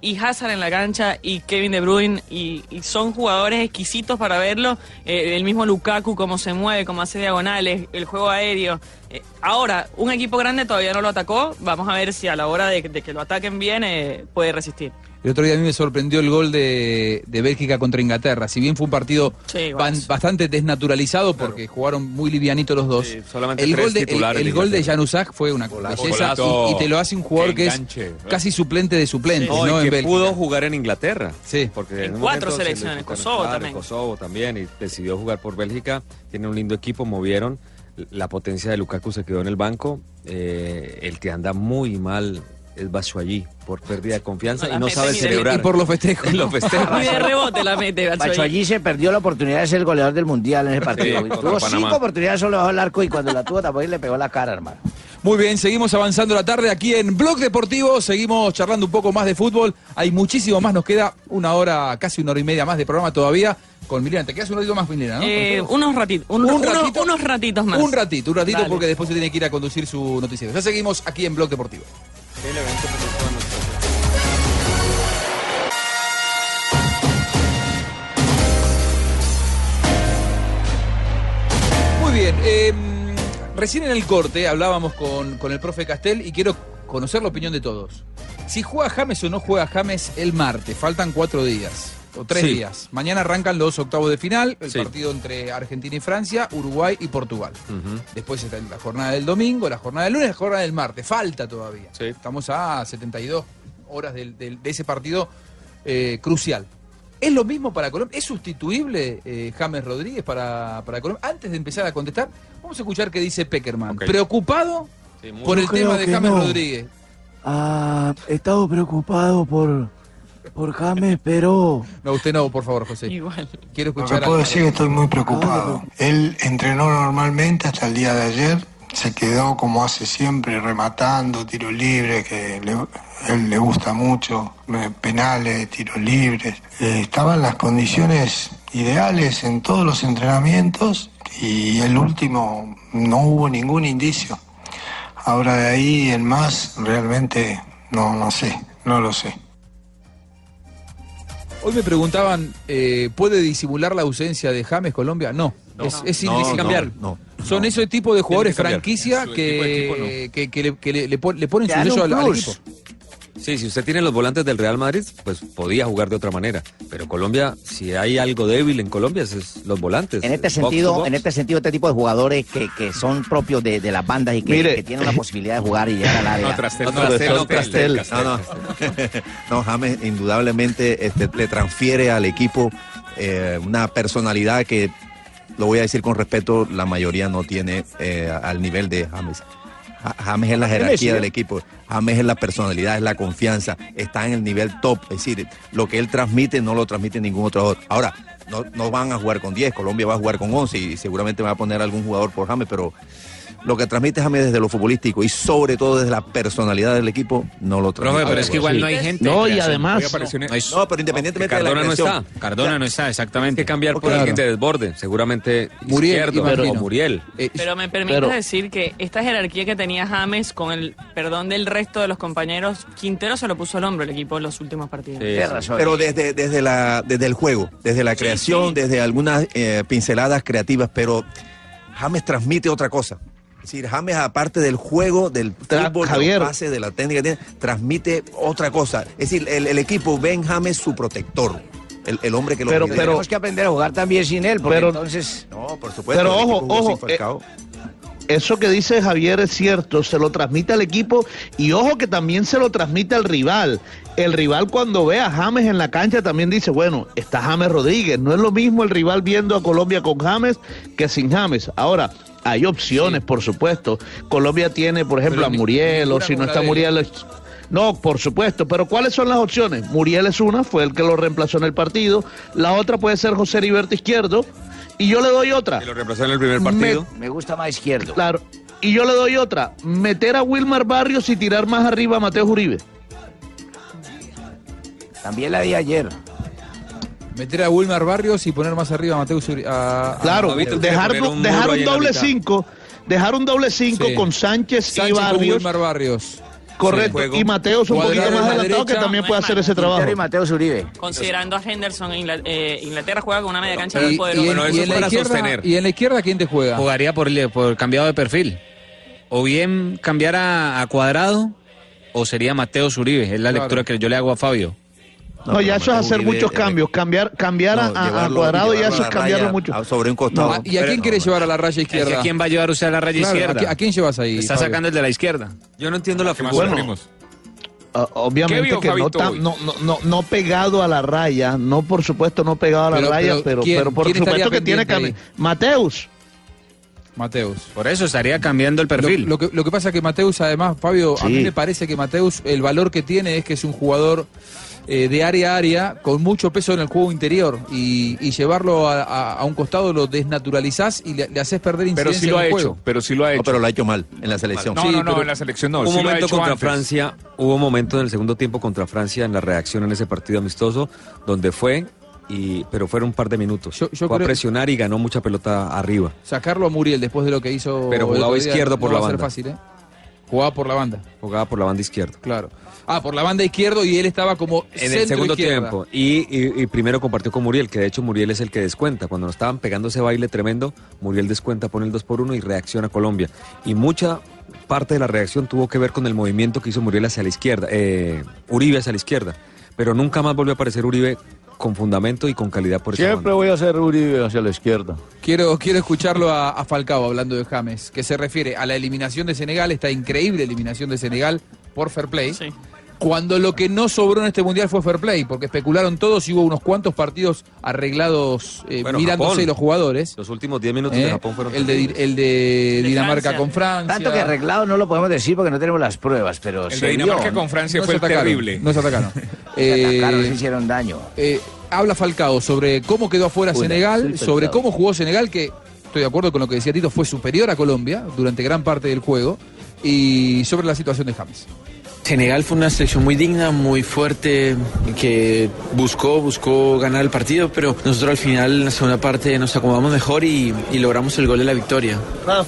[SPEAKER 7] Y Hazard en la cancha y Kevin De Bruyne y, y son jugadores exquisitos para verlo. Eh, el mismo Lukaku, cómo se mueve, cómo hace diagonales, el juego aéreo. Eh, ahora, un equipo grande todavía no lo atacó. Vamos a ver si a la hora de, de que lo ataquen bien eh, puede resistir.
[SPEAKER 2] El otro día a mí me sorprendió el gol de, de Bélgica contra Inglaterra. Si bien fue un partido
[SPEAKER 7] Sí,
[SPEAKER 2] ban- bastante desnaturalizado porque jugaron muy livianito los dos.
[SPEAKER 8] solamente
[SPEAKER 2] el
[SPEAKER 8] tres
[SPEAKER 2] gol de, el,
[SPEAKER 8] titulares
[SPEAKER 2] el
[SPEAKER 8] de
[SPEAKER 2] gol de Januzak fue una belleza
[SPEAKER 8] Golazo.
[SPEAKER 2] y, y te lo hace un jugador
[SPEAKER 8] Qué
[SPEAKER 2] que es
[SPEAKER 8] enganche. ¿eh?
[SPEAKER 2] casi suplente de suplente,
[SPEAKER 8] No, y
[SPEAKER 2] ¿no? En
[SPEAKER 8] que
[SPEAKER 2] Bélgica.
[SPEAKER 8] pudo jugar en Inglaterra.
[SPEAKER 2] Sí.
[SPEAKER 8] Porque
[SPEAKER 7] En
[SPEAKER 8] un momento
[SPEAKER 7] cuatro
[SPEAKER 8] se le
[SPEAKER 7] selecciones,
[SPEAKER 8] quitaron,
[SPEAKER 7] Kosovo
[SPEAKER 8] claro,
[SPEAKER 7] también.
[SPEAKER 8] Kosovo también, y decidió jugar por Bélgica. Tiene un lindo equipo, movieron. La potencia de Lukaku se quedó en el banco. Eh, el que anda muy mal es Batshuayi por pérdida de confianza
[SPEAKER 7] No la
[SPEAKER 8] y no
[SPEAKER 7] mete
[SPEAKER 8] sabe
[SPEAKER 7] ni de
[SPEAKER 8] celebrar.
[SPEAKER 7] Y
[SPEAKER 2] por los festejos.
[SPEAKER 8] los festejos.
[SPEAKER 7] Y de rebote la mete. Batshuayi.
[SPEAKER 9] Pacho allí se perdió la oportunidad de ser el goleador del mundial en ese partido.
[SPEAKER 2] Sí,
[SPEAKER 9] Y
[SPEAKER 2] contra
[SPEAKER 9] tuvo
[SPEAKER 2] Panamá.
[SPEAKER 9] cinco oportunidades solo bajo el arco y cuando la tuvo tampoco le pegó la cara, hermano.
[SPEAKER 2] Muy bien, seguimos avanzando la tarde aquí en Blog Deportivo, seguimos charlando un poco más de fútbol, hay muchísimo más, nos queda una hora, casi una hora y media más de programa todavía con Milena. ¿Te quedas un ratito más, Milena? ¿no?
[SPEAKER 7] Eh,
[SPEAKER 2] ¿Con todos?
[SPEAKER 7] unos ratitos, un-
[SPEAKER 2] Un
[SPEAKER 7] uno-
[SPEAKER 2] ratito.
[SPEAKER 7] unos ratitos más.
[SPEAKER 2] Un ratito, un ratito
[SPEAKER 7] Dale.
[SPEAKER 2] porque después se tiene que ir a conducir su noticiero. Ya seguimos aquí en Blog Deportivo. Muy bien, eh, recién en el corte hablábamos con, con el profe Castel y quiero conocer la opinión de todos. Si juega James o no juega James el martes, faltan cuatro días o tres
[SPEAKER 8] Sí.
[SPEAKER 2] días. Mañana arrancan los octavos de final, el
[SPEAKER 8] Sí.
[SPEAKER 2] partido entre Argentina y Francia, Uruguay y Portugal. Después está la jornada del domingo, la jornada del lunes, la jornada del martes. Falta todavía. Estamos a 72 horas del- del- de ese partido eh, crucial. ¿Es lo mismo para Colombia? ¿Es sustituible eh, James Rodríguez para, para Colombia? Antes de empezar a contestar, vamos a escuchar qué dice Peckerman. Preocupado por
[SPEAKER 17] Yo
[SPEAKER 2] el
[SPEAKER 17] creo
[SPEAKER 2] tema de
[SPEAKER 17] que
[SPEAKER 2] James
[SPEAKER 17] no.
[SPEAKER 2] Rodríguez.
[SPEAKER 17] Ah, he estado preocupado por, por James, pero
[SPEAKER 2] No, usted no, por favor, José. Igual. Quiero
[SPEAKER 17] Lo que
[SPEAKER 2] escuchar
[SPEAKER 17] puedo
[SPEAKER 2] a...
[SPEAKER 17] decir es que estoy muy preocupado. Él entrenó normalmente hasta el día de ayer, se quedó como hace siempre, rematando, tiro libre, que le, él le gusta mucho, eh, penales, tiros libres. Eh, estaban las condiciones ideales en todos los entrenamientos y el último no hubo ningún indicio. Ahora de ahí en más, realmente no, no sé, no lo sé.
[SPEAKER 2] Hoy me preguntaban, eh, ¿puede disimular la ausencia de James Colombia? No,
[SPEAKER 8] No.
[SPEAKER 2] es, es
[SPEAKER 8] No,
[SPEAKER 2] indiscutible.
[SPEAKER 8] no, cambiar.
[SPEAKER 2] No, Son ese tipo de jugadores
[SPEAKER 8] Tiene que cambiar.
[SPEAKER 2] franquicia
[SPEAKER 8] Su
[SPEAKER 2] que,
[SPEAKER 8] equipo de equipo no.
[SPEAKER 2] que- que le, que le- le pon- le ponen
[SPEAKER 8] Te
[SPEAKER 2] su
[SPEAKER 8] dan
[SPEAKER 2] sello
[SPEAKER 8] un
[SPEAKER 2] al, al
[SPEAKER 8] plus.
[SPEAKER 2] equipo.
[SPEAKER 8] Sí, si usted tiene los volantes del Real Madrid, pues podía jugar de otra manera. Pero Colombia, si hay algo débil en Colombia, es los volantes.
[SPEAKER 9] En este
[SPEAKER 8] Box to
[SPEAKER 9] sentido,
[SPEAKER 8] box.
[SPEAKER 9] en este sentido, este tipo de jugadores que, que son propios de, de las bandas y que,
[SPEAKER 8] Mire.
[SPEAKER 9] que tienen la posibilidad de jugar y llegar al área.
[SPEAKER 18] No, Trastel, no, Trastel, no, Trastel. No, no. No, James indudablemente este, le transfiere al equipo eh, una personalidad que, lo voy a decir con respeto, la mayoría no tiene eh, al nivel de James. Ja- James es la jerarquía del equipo, James es la personalidad, es la confianza, está en el nivel top, es decir, lo que él transmite no lo transmite ningún otro jugador. Ahora, no, no van a jugar con 10, Colombia va a jugar con 11 y seguramente va a poner algún jugador por James, pero lo que transmite James desde lo futbolístico y sobre todo desde la personalidad del equipo, no lo transmite.
[SPEAKER 5] Profe, pero es que igual no hay gente.
[SPEAKER 11] No, y
[SPEAKER 5] Creación.
[SPEAKER 11] además-
[SPEAKER 5] Hoy apareció en-
[SPEAKER 11] No, es-
[SPEAKER 18] pero independientemente
[SPEAKER 5] Cardona
[SPEAKER 8] de la
[SPEAKER 5] no
[SPEAKER 8] creación.
[SPEAKER 5] está. Cardona no está, exactamente.
[SPEAKER 8] que cambiar por alguien de desborde, seguramente
[SPEAKER 5] Muriel,
[SPEAKER 8] izquierdo
[SPEAKER 5] imagino.
[SPEAKER 8] o Muriel.
[SPEAKER 7] Pero me permite decir que esta jerarquía que tenía James con el perdón del resto de los compañeros, Quintero se lo puso al hombro el equipo en los últimos partidos.
[SPEAKER 18] Pero desde, desde, la, desde el juego, desde la creación, desde algunas eh, pinceladas creativas, pero James transmite otra cosa. Es decir, James, aparte del juego, del fútbol, de los pases, de la técnica, que tiene, transmite otra cosa. Es decir, el, el equipo ve en James su protector, el, el hombre que lo
[SPEAKER 9] Pero,
[SPEAKER 18] lidera.
[SPEAKER 9] pero tenemos que aprender a jugar también sin él, porque
[SPEAKER 18] Pero-
[SPEAKER 9] entonces.
[SPEAKER 18] No, por supuesto,
[SPEAKER 9] Pero ojo,
[SPEAKER 18] el
[SPEAKER 9] eh,
[SPEAKER 18] equipo jugó
[SPEAKER 9] ojo,
[SPEAKER 18] sin Falcao.
[SPEAKER 11] eso que dice Javier es cierto, se lo transmite al equipo y ojo que también se lo transmite al rival. El rival cuando ve a James en la cancha también dice, bueno, está James Rodríguez. No es lo mismo el rival viendo a Colombia con James que sin James. Ahora, hay opciones, por supuesto. Colombia tiene, por ejemplo, a Muriel, o si no está Muriel... es- No, por supuesto, pero ¿cuáles son las opciones? Muriel es una, fue el que lo reemplazó en el partido. La otra puede ser José Heriberto Izquierdo. Y yo le doy otra.
[SPEAKER 8] Lo reemplazó en el primer partido.
[SPEAKER 11] Me, gusta más izquierdo. Claro. Y yo le doy otra. Meter a Wilmar Barrios y tirar más arriba a Mateo Uribe.
[SPEAKER 9] También la di ayer.
[SPEAKER 2] Meter a Wilmar Barrios y poner más arriba a Mateus Uri- a- a-
[SPEAKER 11] Claro,
[SPEAKER 2] a Víctor.
[SPEAKER 11] dejar, un dejar un doble 5. Dejar un doble 5
[SPEAKER 2] Sí.
[SPEAKER 11] con Sánchez, y
[SPEAKER 2] Sánchez con
[SPEAKER 11] Barrios.
[SPEAKER 2] Wilmar Barrios.
[SPEAKER 11] Correcto.
[SPEAKER 2] Sí.
[SPEAKER 11] y Mateos un
[SPEAKER 2] Cuadrado
[SPEAKER 11] poquito
[SPEAKER 2] en
[SPEAKER 11] más
[SPEAKER 2] la
[SPEAKER 11] adelantado que
[SPEAKER 2] derecha.
[SPEAKER 11] también puede hacer ese trabajo.
[SPEAKER 9] Quintero y Mateo Uribe.
[SPEAKER 7] Considerando a Henderson, Ingla- eh, Inglaterra juega con una media cancha
[SPEAKER 2] Y,
[SPEAKER 7] muy
[SPEAKER 2] y en,
[SPEAKER 7] poderosa.
[SPEAKER 2] y en la izquierda, y en la izquierda, ¿quién te juega?
[SPEAKER 5] Jugaría por, li- por cambiado de perfil. O bien cambiar a, a cuadrado, o sería Mateo Zuribe. Es la
[SPEAKER 11] Claro.
[SPEAKER 5] lectura que yo le hago a Fabio.
[SPEAKER 11] No, ya eso es hacer muchos
[SPEAKER 2] eh,
[SPEAKER 11] cambios. Cambiar, cambiar a- a- a, cuadrado ya eso es cambiarlo
[SPEAKER 2] Ah,
[SPEAKER 11] mucho.
[SPEAKER 18] sobre un
[SPEAKER 11] costado.
[SPEAKER 2] ¿Y a quién quiere llevar a la raya izquierda?
[SPEAKER 5] ¿A quién va a llevar usted a la raya
[SPEAKER 2] Claro,
[SPEAKER 5] izquierda?
[SPEAKER 2] ¿a qui- a quién llevas ahí,
[SPEAKER 5] Está
[SPEAKER 2] Fabio?
[SPEAKER 5] sacando el de la izquierda. Yo no entiendo la
[SPEAKER 11] más sufrimos? Ah, obviamente
[SPEAKER 5] ¿Qué vio
[SPEAKER 11] que no,
[SPEAKER 5] Fabito
[SPEAKER 11] tan-
[SPEAKER 5] hoy?
[SPEAKER 11] no, no, no, no pegado a la raya, no por supuesto no pegado a la
[SPEAKER 5] Pero-
[SPEAKER 11] raya, pero,
[SPEAKER 5] pero
[SPEAKER 11] pero,
[SPEAKER 5] ¿quién-
[SPEAKER 11] por
[SPEAKER 5] quién estaría
[SPEAKER 11] supuesto que tiene
[SPEAKER 5] pendiente
[SPEAKER 11] que... Mateus.
[SPEAKER 2] Mateus.
[SPEAKER 5] Por eso estaría cambiando el perfil.
[SPEAKER 2] Lo, lo que, lo que pasa es que Mateus, además, Fabio, a
[SPEAKER 5] Sí.
[SPEAKER 2] mí me parece que Mateus, el valor que tiene es que es un jugador eh, de área a área con mucho peso en el juego interior y, y llevarlo a, a- a un costado lo desnaturalizás y le, le haces perder incidencia
[SPEAKER 13] Pero sí lo
[SPEAKER 2] en
[SPEAKER 13] ha
[SPEAKER 2] el
[SPEAKER 13] hecho,
[SPEAKER 2] juego.
[SPEAKER 13] pero sí lo ha hecho.
[SPEAKER 18] pero lo ha hecho mal en la selección.
[SPEAKER 13] No, no, no, en la selección no.
[SPEAKER 18] Un
[SPEAKER 13] sí lo ha
[SPEAKER 18] momento
[SPEAKER 13] hecho
[SPEAKER 18] contra
[SPEAKER 13] antes.
[SPEAKER 18] Francia.
[SPEAKER 8] Hubo un momento en el segundo tiempo contra Francia en la reacción en ese partido amistoso donde fue, y, pero fueron un par de minutos. fue
[SPEAKER 2] creo-
[SPEAKER 8] a presionar y ganó mucha pelota arriba.
[SPEAKER 2] Sacarlo a Muriel después de lo que hizo. el
[SPEAKER 8] Pero
[SPEAKER 2] otro
[SPEAKER 8] jugaba
[SPEAKER 2] día
[SPEAKER 8] izquierdo
[SPEAKER 2] no
[SPEAKER 8] por
[SPEAKER 2] va
[SPEAKER 8] la
[SPEAKER 2] a ser
[SPEAKER 8] banda.
[SPEAKER 2] fácil, ¿eh? Jugaba por la banda.
[SPEAKER 8] Jugaba por la banda izquierda.
[SPEAKER 2] Claro. Ah, por la banda izquierdo y él estaba como
[SPEAKER 8] En el segundo
[SPEAKER 2] centroizquierda.
[SPEAKER 8] tiempo. Y, y- y primero compartió con Muriel, que de hecho Muriel es el que descuenta. Cuando nos estaban pegando ese baile tremendo, Muriel descuenta, pone el 2 por 1 y reacciona Colombia. Y mucha parte de la reacción tuvo que ver con el movimiento que hizo Muriel hacia la izquierda, eh, Uribe hacia la izquierda. Pero nunca más volvió a aparecer Uribe con fundamento y con calidad por esa banda.
[SPEAKER 16] Siempre voy a hacer Uribe hacia la izquierda.
[SPEAKER 2] Quiero, quiero escucharlo a, a Falcao hablando de James, que se refiere a la eliminación de Senegal, esta increíble eliminación de Senegal por fair play. Cuando lo que no sobró en este mundial fue fair play, porque especularon todos y hubo unos cuantos partidos arreglados eh,
[SPEAKER 8] Bueno,
[SPEAKER 2] mirándose
[SPEAKER 8] Japón.
[SPEAKER 2] los jugadores.
[SPEAKER 8] Los últimos 10 minutos
[SPEAKER 2] Eh,
[SPEAKER 8] de Japón fueron
[SPEAKER 2] el, de, Di- el de Dinamarca
[SPEAKER 8] Francia.
[SPEAKER 2] con Francia.
[SPEAKER 9] Tanto que arreglado no lo podemos decir porque no tenemos las pruebas, pero
[SPEAKER 2] El
[SPEAKER 9] se
[SPEAKER 2] de Dinamarca
[SPEAKER 9] vio.
[SPEAKER 2] con Francia No fue se atacaron, terrible. no se atacaron.
[SPEAKER 9] Se atacaron,
[SPEAKER 2] Eh,
[SPEAKER 9] se hicieron daño.
[SPEAKER 2] Eh, habla Falcao sobre cómo quedó afuera
[SPEAKER 9] Hola,
[SPEAKER 2] Senegal,
[SPEAKER 9] soy
[SPEAKER 2] sobre
[SPEAKER 9] Falcao.
[SPEAKER 2] cómo jugó Senegal, que estoy de acuerdo con lo que decía Tito, fue superior a Colombia durante gran parte del juego, y sobre la situación de James.
[SPEAKER 19] Senegal fue una selección muy digna, muy fuerte, que buscó, buscó ganar el partido, pero nosotros al final, en la segunda parte, nos acomodamos mejor y, y logramos el gol de la victoria.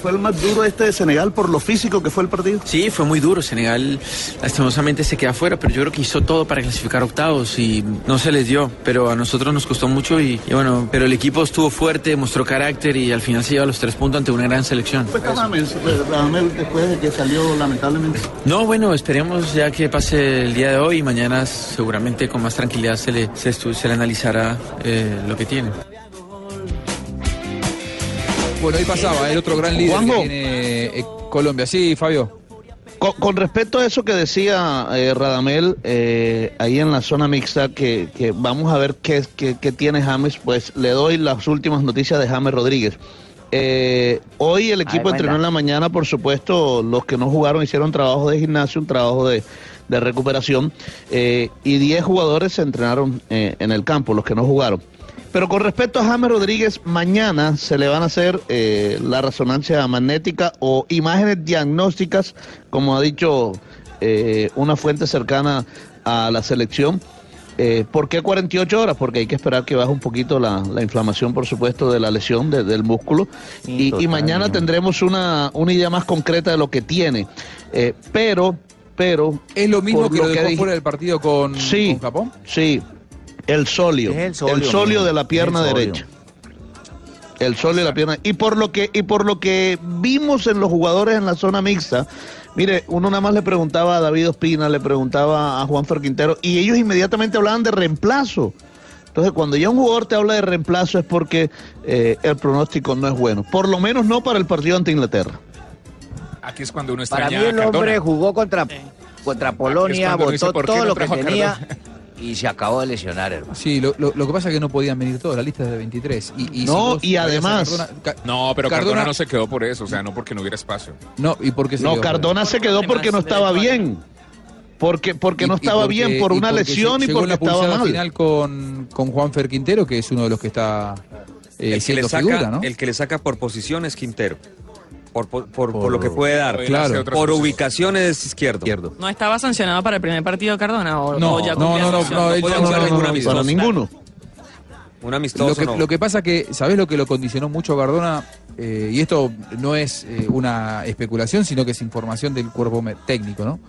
[SPEAKER 20] ¿Fue el más duro este de Senegal por lo físico que fue el partido?
[SPEAKER 19] Sí, fue muy duro. Senegal lastimosamente se queda fuera, pero yo creo que hizo todo para clasificar octavos y no se les dio. Pero a nosotros nos costó mucho y, y bueno, pero el equipo estuvo fuerte, mostró carácter y al final se lleva los tres puntos ante una gran selección.
[SPEAKER 20] Pues James, James después de que salió lamentablemente.
[SPEAKER 19] No, bueno, esperemos ya que pase el día de hoy y mañana seguramente con más tranquilidad se le, se estu- se le analizará eh, lo que tiene.
[SPEAKER 2] Bueno, ahí pasaba, el otro gran líder que
[SPEAKER 11] Juanjo.
[SPEAKER 2] tiene eh, Colombia. Sí, Fabio.
[SPEAKER 11] Con, con respecto a eso que decía eh, Radamel eh, ahí en la zona mixta, que, que vamos a ver qué, qué- qué tiene James, pues le doy las últimas noticias de James Rodríguez. Eh, hoy el equipo
[SPEAKER 9] buena.
[SPEAKER 11] entrenó en la mañana, por supuesto, los que no jugaron hicieron trabajo de gimnasio, un trabajo de, de recuperación, eh, y 10 jugadores se entrenaron eh, en el campo, los que no jugaron. Pero con respecto a James Rodríguez, mañana se le van a hacer eh, la resonancia magnética o imágenes diagnósticas, como ha dicho eh, una fuente cercana a la selección. Eh, ¿Por qué 48 horas? Porque hay que esperar que baje un poquito la, la inflamación, por supuesto, de la lesión de- del músculo. Y- y,
[SPEAKER 21] total,
[SPEAKER 11] mañana
[SPEAKER 21] ¿no?
[SPEAKER 11] tendremos una, una idea más concreta de lo que tiene. Eh, pero, pero...
[SPEAKER 2] ¿Es lo mismo
[SPEAKER 11] por
[SPEAKER 2] que lo dejó
[SPEAKER 11] dije-
[SPEAKER 2] fuera del partido con,
[SPEAKER 11] Sí.
[SPEAKER 2] con Japón?
[SPEAKER 11] Sí, el solio.
[SPEAKER 2] Es el
[SPEAKER 11] El
[SPEAKER 2] solio,
[SPEAKER 11] solio,
[SPEAKER 2] mijo,
[SPEAKER 11] de la pierna
[SPEAKER 2] es el solio.
[SPEAKER 11] derecha. El solio de la pierna. Y por lo que, y por lo que vimos en los jugadores en la zona mixta, mire, uno nada más le preguntaba a David Ospina, le preguntaba a Juan Quintero, y ellos inmediatamente hablaban de reemplazo. Entonces, cuando ya un jugador te habla de reemplazo es porque eh, el pronóstico no es bueno. Por lo menos no para el partido ante Inglaterra.
[SPEAKER 13] Aquí es cuando uno
[SPEAKER 9] Para
[SPEAKER 13] extraña
[SPEAKER 9] mí el
[SPEAKER 13] a Cardona.
[SPEAKER 9] hombre jugó contra, contra Polonia,
[SPEAKER 13] cuando uno dice,
[SPEAKER 9] votó
[SPEAKER 13] ¿por qué
[SPEAKER 9] todo
[SPEAKER 13] no
[SPEAKER 9] lo que
[SPEAKER 13] trajo a
[SPEAKER 9] tenía
[SPEAKER 13] Cardona?
[SPEAKER 9] y se acabó de lesionar, hermano.
[SPEAKER 2] Sí, lo, lo- lo que pasa es que no podían venir todos, la lista es de 23. Y, y si
[SPEAKER 13] No,
[SPEAKER 2] vos
[SPEAKER 13] y
[SPEAKER 2] traías a
[SPEAKER 13] además-
[SPEAKER 2] Cardona- Ca-
[SPEAKER 13] No, pero Cardona,
[SPEAKER 2] Cardona-
[SPEAKER 13] no se quedó por eso, o sea, no porque no hubiera espacio.
[SPEAKER 2] no, y porque se
[SPEAKER 11] No,
[SPEAKER 2] quedó fuera.
[SPEAKER 11] Cardona se quedó porque no estaba bien. Porque, porque no
[SPEAKER 2] Y- y
[SPEAKER 11] estaba
[SPEAKER 2] porque-
[SPEAKER 11] bien por
[SPEAKER 2] y
[SPEAKER 11] una
[SPEAKER 2] porque
[SPEAKER 11] lesión
[SPEAKER 2] se-
[SPEAKER 11] y
[SPEAKER 2] llegó
[SPEAKER 11] porque
[SPEAKER 2] la
[SPEAKER 11] estaba
[SPEAKER 2] pulsada
[SPEAKER 11] mal.
[SPEAKER 2] final con, con Juan Fer Quintero, que es uno de los que está eh,
[SPEAKER 8] el, que le
[SPEAKER 2] siendo
[SPEAKER 8] saca,
[SPEAKER 2] figura, ¿no?
[SPEAKER 8] el que le saca por posición es Quintero. Por, por, por- por lo que puede dar.
[SPEAKER 2] Claro.
[SPEAKER 8] Por ubicación es izquierdo.
[SPEAKER 7] ¿No estaba sancionado para el primer partido Cardona? ¿O,
[SPEAKER 8] No,
[SPEAKER 7] o ya
[SPEAKER 8] no,
[SPEAKER 7] cumplía
[SPEAKER 8] no, no,
[SPEAKER 7] sanción?
[SPEAKER 8] no, él
[SPEAKER 7] podía
[SPEAKER 8] no, no,
[SPEAKER 7] jugar
[SPEAKER 8] no,
[SPEAKER 7] ningún
[SPEAKER 8] no, no,
[SPEAKER 7] amistoso.
[SPEAKER 8] para ninguno. Un amistoso
[SPEAKER 2] Lo que,
[SPEAKER 8] no.
[SPEAKER 2] lo que pasa que, ¿sabés lo que lo condicionó mucho Cardona? Eh, y esto no es eh, una especulación, sino que es información del cuerpo me- técnico, ¿no?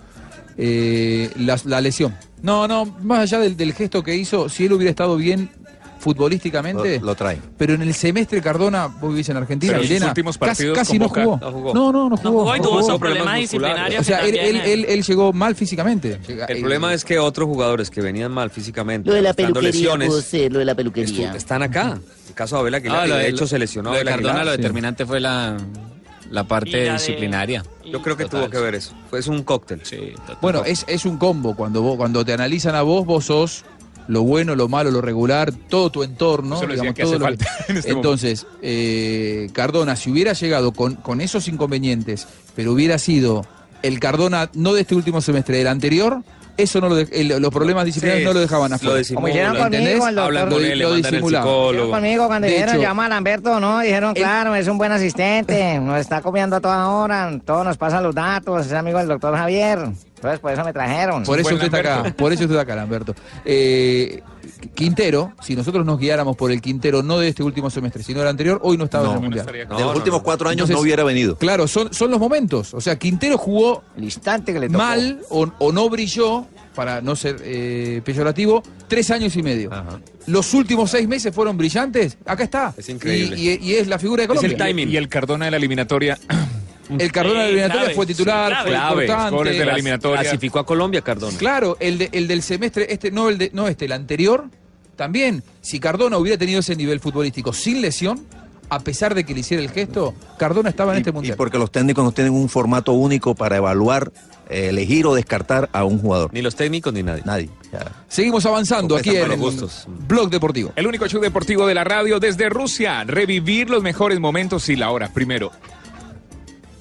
[SPEAKER 2] Eh, la, la lesión. No, no, más allá del, del gesto que hizo, si él hubiera estado bien futbolísticamente,
[SPEAKER 18] Lo, lo trae.
[SPEAKER 2] pero en el semestre Cardona, vos vivís en Argentina,
[SPEAKER 18] Pero en sus
[SPEAKER 2] Milena,
[SPEAKER 18] últimos
[SPEAKER 2] cas- casi,
[SPEAKER 18] partidos
[SPEAKER 2] no
[SPEAKER 18] con
[SPEAKER 2] jugó.
[SPEAKER 18] Boca
[SPEAKER 2] no
[SPEAKER 18] no jugó.
[SPEAKER 2] No, no, no jugó.
[SPEAKER 7] jugó y tuvo esos problemas disciplinarios
[SPEAKER 2] O sea,
[SPEAKER 7] que
[SPEAKER 2] él, él,
[SPEAKER 7] también, eh.
[SPEAKER 2] él, él llegó mal físicamente.
[SPEAKER 8] El problema es que otros jugadores que venían mal físicamente,
[SPEAKER 22] Lo de la
[SPEAKER 8] arrastrando
[SPEAKER 22] peluquería,
[SPEAKER 8] lesiones,
[SPEAKER 22] José, lo de la peluquería.
[SPEAKER 8] estu- están acá. El caso de Abel Aguilar,
[SPEAKER 5] Ah,
[SPEAKER 8] que
[SPEAKER 5] lo
[SPEAKER 8] de
[SPEAKER 5] de-
[SPEAKER 8] hecho se lesionó
[SPEAKER 5] lo de
[SPEAKER 8] Abel Aguilar.
[SPEAKER 5] Cardona, lo
[SPEAKER 8] Sí.
[SPEAKER 5] determinante fue la, la
[SPEAKER 8] Y
[SPEAKER 5] parte
[SPEAKER 8] la de-
[SPEAKER 5] disciplinaria.
[SPEAKER 8] Yo creo que tuvo que ver eso. Fue es un cóctel.
[SPEAKER 2] Bueno, es, es un combo. Cuando, vos, cuando te analizan a vos, vos sos lo bueno, lo malo, lo regular, todo tu entorno.
[SPEAKER 13] Eso lo decía
[SPEAKER 2] digamos,
[SPEAKER 13] que
[SPEAKER 2] todo
[SPEAKER 13] hace
[SPEAKER 2] lo que-
[SPEAKER 13] falta en este
[SPEAKER 2] Entonces, eh, Cardona, si hubiera llegado con, con esos inconvenientes, pero hubiera sido el Cardona no de este último semestre, del anterior, eso no lo de- el- los problemas disciplinarios
[SPEAKER 8] Sí,
[SPEAKER 2] no lo dejaban afuera.
[SPEAKER 8] lo disimula, Como
[SPEAKER 6] hicieron conmigo,
[SPEAKER 2] ¿entendés?
[SPEAKER 6] al doctor. Hablan con
[SPEAKER 2] Lo di-
[SPEAKER 6] él,
[SPEAKER 2] lo
[SPEAKER 6] le mandan el
[SPEAKER 2] disimulaban.
[SPEAKER 6] Yo Conmigo, cuando
[SPEAKER 2] De
[SPEAKER 6] dijeron,
[SPEAKER 2] hecho,
[SPEAKER 6] llama a Lamberto, no, dijeron, claro, es un buen asistente, nos está copiando a toda hora, todos nos pasan los datos, es amigo del doctor Javier. Entonces, por eso me trajeron.
[SPEAKER 2] Por eso usted está acá, por eso usted está acá, Lamberto. Eh, Quintero, si nosotros nos guiáramos por el Quintero, no de este último semestre, sino del anterior, hoy no estaba
[SPEAKER 18] No,
[SPEAKER 2] en el
[SPEAKER 18] no
[SPEAKER 2] Mundial.
[SPEAKER 18] acá. De los últimos cuatro años no hubiera venido.
[SPEAKER 2] Claro, son, son los momentos. O sea, Quintero jugó mal o, o no brilló, para no ser eh, peyorativo, tres años y medio. Los últimos seis meses fueron brillantes. Acá está. Es
[SPEAKER 13] increíble.
[SPEAKER 2] Y, y- y es la figura de Colombia.
[SPEAKER 13] Y el Cardona de la eliminatoria.
[SPEAKER 2] El Cardona de la eliminatoria fue titular, fue importante.
[SPEAKER 13] goles de la eliminatoria.
[SPEAKER 8] Clasificó a Colombia Cardona.
[SPEAKER 2] Claro, el, de- el del semestre, este, no el de, no este, el anterior, también, si Cardona hubiera tenido ese nivel futbolístico sin lesión, a pesar de que le hiciera el gesto, Cardona estaba en este
[SPEAKER 18] Y
[SPEAKER 2] mundial.
[SPEAKER 18] porque los técnicos no tienen un formato único para evaluar, eh, elegir o descartar a un jugador.
[SPEAKER 8] Ni los técnicos ni nadie.
[SPEAKER 18] Nadie.
[SPEAKER 2] Seguimos avanzando
[SPEAKER 18] aquí en
[SPEAKER 2] Blog Deportivo.
[SPEAKER 13] El único show deportivo de la radio desde Rusia. Revivir los mejores momentos y la hora. Primero.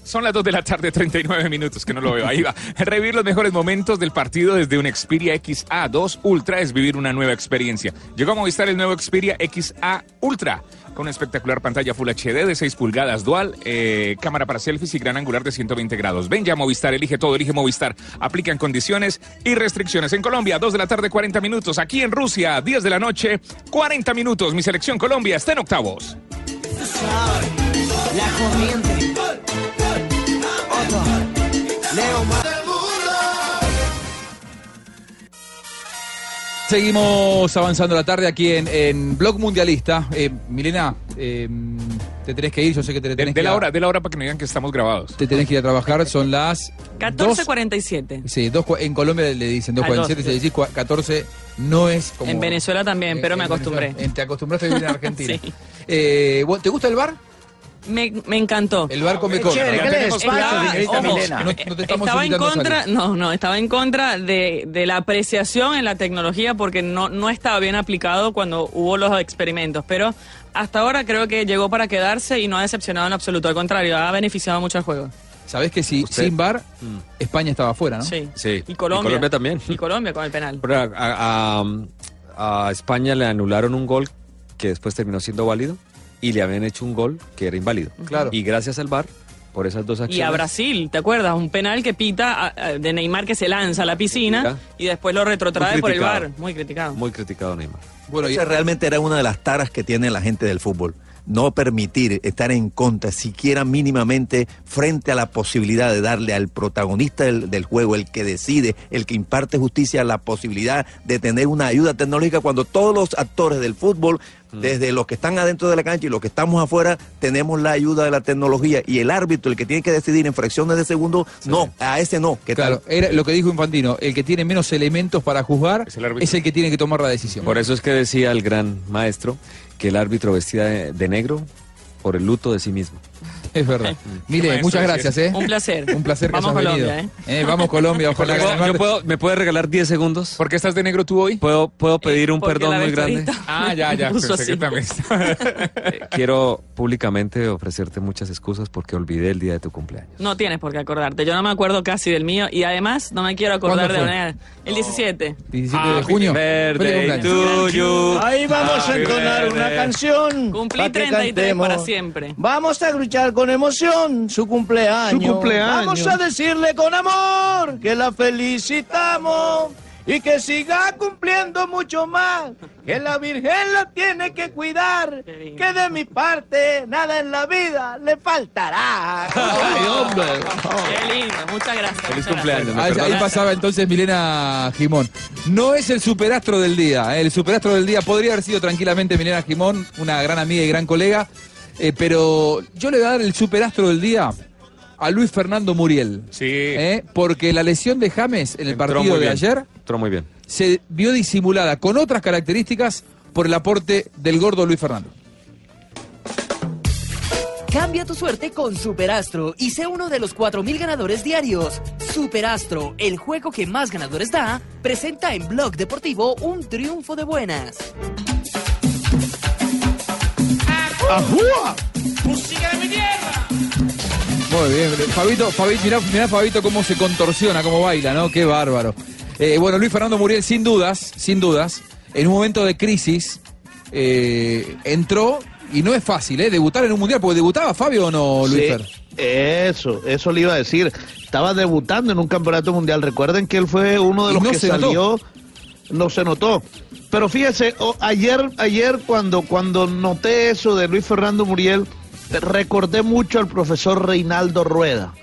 [SPEAKER 13] Son las 2 de la tarde, 39 minutos, que no lo veo. Ahí va. Revivir los mejores momentos del partido desde un Xperia XA2 Ultra es vivir una nueva experiencia. Llegó a Movistar el nuevo Xperia XA Ultra. Con una espectacular pantalla Full HD de 6 pulgadas dual, eh, cámara para selfies y gran angular de 120 grados. Ven ya a Movistar, elige todo, elige Movistar. Aplican condiciones y restricciones. En Colombia, 2 de la tarde, 40 minutos. Aquí en Rusia, 10 de la noche, 40 minutos. Mi selección Colombia está en octavos.
[SPEAKER 3] La corriente. Otto. Leo
[SPEAKER 2] Seguimos avanzando la tarde aquí en, en Blog Mundialista. Eh, Milena, eh, te tenés que ir, yo sé que te tenés que
[SPEAKER 13] De la
[SPEAKER 2] ir a-
[SPEAKER 13] hora, de la hora para que no digan que estamos grabados.
[SPEAKER 2] Te tenés que ir a trabajar, son las...
[SPEAKER 7] 14.47.
[SPEAKER 2] dos- sí, dos cua- en Colombia le dicen
[SPEAKER 7] A
[SPEAKER 2] 2.47,
[SPEAKER 7] dos.
[SPEAKER 2] se dice cua- 14, no es como...
[SPEAKER 7] En Venezuela también, pero me acostumbré.
[SPEAKER 2] Te acostumbraste a vivir en Argentina. Eh, ¿vos- ¿Te gusta el bar?
[SPEAKER 7] Me, me encantó.
[SPEAKER 2] El bar come coca.
[SPEAKER 7] Chévere,
[SPEAKER 2] Ya
[SPEAKER 7] ¿qué le
[SPEAKER 2] tenemos-
[SPEAKER 7] despasa,
[SPEAKER 2] Estaba-
[SPEAKER 7] señorita
[SPEAKER 2] ojo,
[SPEAKER 7] Milena?
[SPEAKER 2] no- no te estamos
[SPEAKER 7] estaba en
[SPEAKER 2] invitando a
[SPEAKER 7] contra,
[SPEAKER 2] salir.
[SPEAKER 7] no, no, estaba en contra de, de la apreciación en la tecnología porque no, no estaba bien aplicado cuando hubo los experimentos, pero hasta ahora creo que llegó para quedarse y no ha decepcionado en absoluto, al contrario, ha beneficiado mucho al juego.
[SPEAKER 2] Sabés que si, sin bar, España estaba afuera, ¿no?
[SPEAKER 7] Mm. Sí.
[SPEAKER 8] Sí.
[SPEAKER 7] Y
[SPEAKER 8] Y
[SPEAKER 7] Colombia.
[SPEAKER 8] Colombia también.
[SPEAKER 7] Y Colombia con el penal.
[SPEAKER 8] Pero a, a- a- a España le anularon un gol que después terminó siendo válido y le habían hecho un gol que era inválido.
[SPEAKER 7] Claro.
[SPEAKER 8] Y gracias al VAR, por esas dos acciones.
[SPEAKER 7] Y a Brasil, ¿te acuerdas? Un penal que pita a- a- de Neymar que se lanza a la piscina y después lo retrotrae
[SPEAKER 18] Muy
[SPEAKER 7] por el
[SPEAKER 18] criticado.
[SPEAKER 7] bar. Muy criticado.
[SPEAKER 8] Muy criticado Neymar.
[SPEAKER 2] Bueno,
[SPEAKER 18] Esa realmente era una de las taras que tiene la gente del fútbol. No permitir estar en contra, siquiera mínimamente, frente a la posibilidad de darle al protagonista del, del juego, el que decide, el que imparte justicia, la posibilidad de tener una ayuda tecnológica cuando todos los actores del fútbol,
[SPEAKER 2] Mm.
[SPEAKER 18] desde los que están adentro de la cancha y los que estamos afuera, tenemos la ayuda de la tecnología y el árbitro, el que tiene que decidir en fracciones de segundo, no, a ese no. ¿Qué tal?
[SPEAKER 2] Claro, era lo que dijo Infantino, el que tiene menos elementos para juzgar es el, que tiene que tomar la decisión.
[SPEAKER 8] Por eso es que decía el gran maestro que el árbitro vestía de, de negro por el luto de sí mismo.
[SPEAKER 2] Es verdad.
[SPEAKER 7] Mm.
[SPEAKER 2] Mire, muchas gracias, ¿eh?
[SPEAKER 7] Un placer.
[SPEAKER 2] Un placer que
[SPEAKER 7] Vamos
[SPEAKER 2] hayas
[SPEAKER 7] Colombia,
[SPEAKER 2] venido.
[SPEAKER 7] ¿eh?
[SPEAKER 2] Vamos Colombia, ojalá
[SPEAKER 8] Yo
[SPEAKER 2] ganemos.
[SPEAKER 8] puedo- ¿Me puedes regalar 10 segundos? Eh,
[SPEAKER 13] ¿Por qué estás de negro tú hoy?
[SPEAKER 8] ¿Puedo, puedo pedir un perdón muy grande?
[SPEAKER 13] Ah, ya, ya.
[SPEAKER 8] puso
[SPEAKER 13] pensé que
[SPEAKER 8] así.
[SPEAKER 13] también estaba-
[SPEAKER 8] Quiero públicamente ofrecerte muchas excusas porque olvidé el día de tu cumpleaños.
[SPEAKER 7] No tienes por qué acordarte. Yo no me acuerdo casi del mío y además no me quiero acordar
[SPEAKER 8] ¿Cuándo
[SPEAKER 7] de
[SPEAKER 8] fue?
[SPEAKER 7] una. El 17.
[SPEAKER 2] 17 de junio.
[SPEAKER 8] Verde,
[SPEAKER 16] Ahí vamos a entonar una canción.
[SPEAKER 7] Cumplí
[SPEAKER 16] pa' que
[SPEAKER 7] 33 para
[SPEAKER 16] cantemos.
[SPEAKER 7] siempre.
[SPEAKER 16] Vamos a escuchar con emoción su cumpleaños.
[SPEAKER 7] Su cumpleaños.
[SPEAKER 16] Vamos a decirle con amor que la felicitamos y que siga cumpliendo mucho más. Que la Virgen la tiene que cuidar. Que de mi parte nada en la vida le faltará.
[SPEAKER 7] Qué lindo. Muchas gracias. muchas gracias.
[SPEAKER 2] Ahí, Ah, ahí pasaba entonces Milena Jimón. No es el superastro del día. ¿eh? El superastro del día podría haber sido tranquilamente Milena Jimón, una gran amiga y gran colega. eh, pero yo le voy a dar el superastro del día a Luis Fernando Muriel. ¿eh?
[SPEAKER 13] Sí.
[SPEAKER 2] Porque la lesión de James en el
[SPEAKER 8] Entró
[SPEAKER 2] partido
[SPEAKER 8] muy
[SPEAKER 2] de
[SPEAKER 8] bien.
[SPEAKER 2] ayer
[SPEAKER 8] Entró muy bien.
[SPEAKER 2] se vio disimulada con otras características por el aporte del gordo Luis Fernando.
[SPEAKER 22] Cambia tu suerte con Superastro y sé uno de los 4.000 ganadores diarios. Superastro, el juego que más ganadores da, presenta en Blog Deportivo un triunfo de buenas.
[SPEAKER 3] ¡Ajúa! ¡Música de mi tierra!
[SPEAKER 2] Muy bien, Fabito, Fabito, mirá, mirá Fabito cómo se contorsiona, cómo baila, ¿no? Qué bárbaro. Eh, bueno, Luis Fernando Muriel, sin dudas, sin dudas, en un momento de crisis, eh, entró, y no es fácil, ¿eh? Debutar en un mundial, porque debutaba Fabio o no, Luis
[SPEAKER 11] Sí,
[SPEAKER 2] Fer?
[SPEAKER 11] Eso, eso le iba a decir. Estaba debutando en un campeonato mundial. Recuerden que él fue uno de
[SPEAKER 2] Y
[SPEAKER 11] los
[SPEAKER 2] no
[SPEAKER 11] que
[SPEAKER 2] se notó.
[SPEAKER 11] salió. No se notó. Pero fíjese, o- ayer, ayer cuando, cuando noté eso de Luis Fernando Muriel, recordé mucho al profesor Reinaldo Rueda.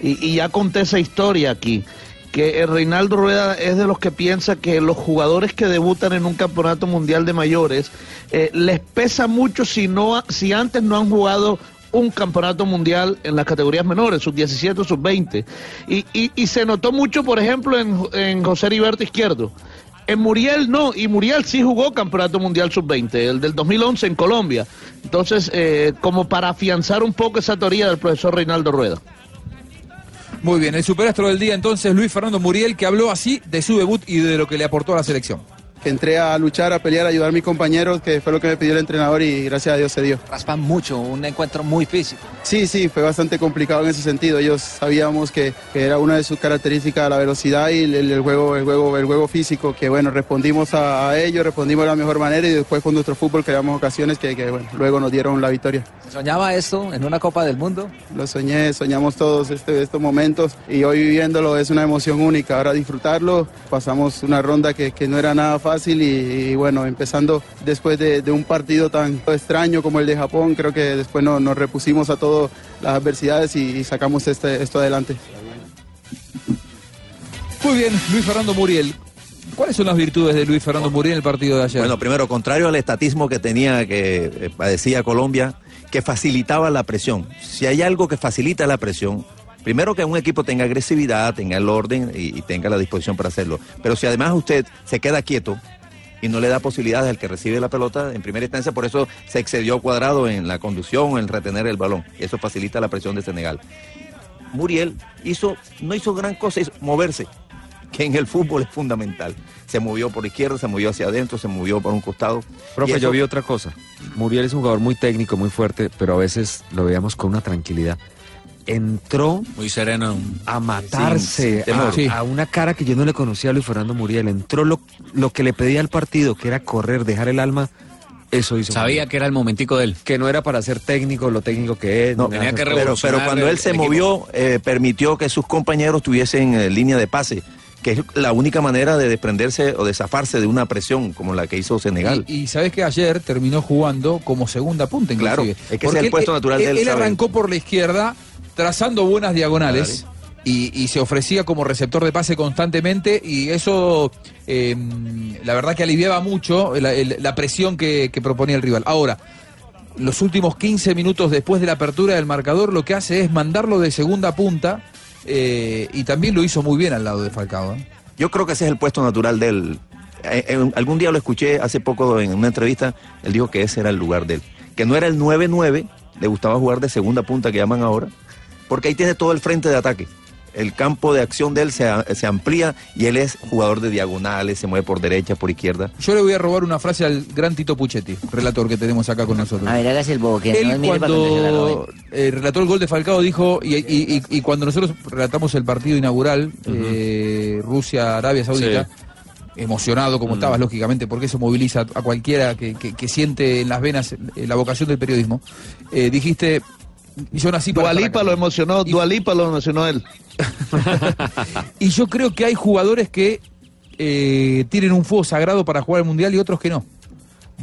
[SPEAKER 11] Y, y ya conté esa historia aquí. Que el Reinaldo Rueda es de los que piensa que los jugadores que debutan en un campeonato mundial de mayores eh, les pesa mucho si, no, ha- si antes no han jugado un campeonato mundial en las categorías menores, sub 17, sub 20. Y, y- y se notó mucho, por ejemplo, en, en José Heriberto Izquierdo. En Muriel no, y Muriel sí jugó Campeonato Mundial Sub-20, el del 2011 en Colombia. Entonces, eh, como para afianzar un poco esa teoría del profesor Reinaldo Rueda.
[SPEAKER 2] Muy bien, el superastro del día entonces, Luis Fernando Muriel, que habló así de su debut y de lo que le aportó a la selección.
[SPEAKER 23] entré a luchar, a pelear, a ayudar a mis compañeros, que fue lo que me pidió el entrenador y gracias a Dios se dio. Raspan mucho, un encuentro muy físico. Sí, sí, fue bastante complicado en ese sentido. Ellos sabíamos que, que era una de sus características la velocidad y el, el juego, el juego, el juego físico, que bueno, respondimos a, a ello, respondimos de la mejor manera y después con nuestro fútbol creamos ocasiones que, que, bueno, luego nos dieron la victoria.
[SPEAKER 21] ¿Soñaba esto en una Copa del Mundo?
[SPEAKER 23] Lo soñé, soñamos todos este- estos momentos y hoy viviéndolo es una emoción única. Ahora disfrutarlo, pasamos una ronda que, que no era nada fácil y, y bueno, empezando después de, de un partido tan extraño como el de Japón, creo que después no- nos repusimos a todas las adversidades y, y sacamos este, esto adelante.
[SPEAKER 2] Muy bien, Luis Fernando Muriel. ¿Cuáles son las virtudes de Luis Fernando Muriel en el partido de ayer?
[SPEAKER 18] Bueno, primero, contrario al estatismo que tenía, que eh, padecía Colombia, que facilitaba la presión. Si hay algo que facilita la presión, primero que un equipo tenga agresividad, tenga el orden y, y tenga la disposición para hacerlo. Pero si además usted se queda quieto y no le da posibilidades al que recibe la pelota en primera instancia, por eso se excedió cuadrado en la conducción, en retener el balón. Eso facilita la presión de Senegal. Muriel hizo, no hizo gran cosa, es moverse, que en el fútbol es fundamental. Se movió por la izquierda, se movió hacia adentro, se movió por un costado.
[SPEAKER 8] Profe,
[SPEAKER 18] Y eso-
[SPEAKER 8] yo vi otra cosa. Muriel es un jugador muy técnico, muy fuerte, pero a veces lo veíamos con una tranquilidad. Entró
[SPEAKER 5] Muy sereno.
[SPEAKER 8] a
[SPEAKER 5] Sin
[SPEAKER 8] matarse
[SPEAKER 2] Ah,
[SPEAKER 5] temor.
[SPEAKER 8] a,
[SPEAKER 5] Sí.
[SPEAKER 8] a una cara que yo no le conocía a Luis Fernando Muriel. Entró lo, lo que le pedía al partido, que era correr, dejar el alma. Eso hizo.
[SPEAKER 5] Sabía que era el momentico de él.
[SPEAKER 8] Que no era para ser técnico, lo técnico que es.
[SPEAKER 18] No,
[SPEAKER 8] ni nada
[SPEAKER 5] tenía
[SPEAKER 8] de
[SPEAKER 5] que
[SPEAKER 8] eso.
[SPEAKER 18] pero, pero cuando él se movió, eh, permitió que sus compañeros tuviesen eh, línea de pase, que es la única manera de desprenderse o de zafarse de una presión como la que hizo Senegal.
[SPEAKER 2] Y, y sabes que ayer terminó jugando como segunda punta,
[SPEAKER 18] Claro,
[SPEAKER 2] inclusive.
[SPEAKER 18] es que ese
[SPEAKER 2] Porque
[SPEAKER 18] es el puesto
[SPEAKER 2] él- eh,
[SPEAKER 18] natural de
[SPEAKER 2] él.
[SPEAKER 18] él,
[SPEAKER 2] Él
[SPEAKER 18] sabe.
[SPEAKER 2] arrancó por la izquierda, trazando buenas diagonales. Y, y se ofrecía como receptor de pase constantemente y eso eh, la verdad que aliviaba mucho la, el- la presión que, que proponía el rival. Ahora, los últimos 15 minutos después de la apertura del marcador lo que hace es mandarlo de segunda punta eh, y también lo hizo muy bien al lado de Falcao. ¿eh?
[SPEAKER 18] Yo creo que ese es el puesto natural de él. Eh, eh, algún día lo escuché hace poco en una entrevista, él dijo que ese era el lugar de él. Que no era el 9-9, le gustaba jugar de segunda punta que llaman ahora, porque ahí tiene todo el frente de ataque. El campo de acción de él se, a- se amplía y él es jugador de diagonales, se mueve por derecha, por izquierda.
[SPEAKER 2] Yo le voy a robar una frase al gran Tito Puchetti, relator que tenemos acá con nosotros.
[SPEAKER 14] A ver, hagas el bobo, que
[SPEAKER 2] Él
[SPEAKER 14] no mire para donde yo la
[SPEAKER 2] cuando
[SPEAKER 14] doy.
[SPEAKER 2] eh, relató el gol de Falcao dijo, y, y- y- y cuando nosotros relatamos el partido inaugural, eh, Rusia-Arabia Saudita, emocionado
[SPEAKER 11] Mm.
[SPEAKER 2] como estabas, lógicamente, porque eso moviliza a cualquiera que, que- que siente en las venas eh, la vocación del periodismo, eh, dijiste, yo nací para... estar acá".
[SPEAKER 11] Dualipa lo emocionó, Dualipa lo emocionó él.
[SPEAKER 2] Y yo creo que hay jugadores que eh, tienen un fuego sagrado para jugar el Mundial y otros que no.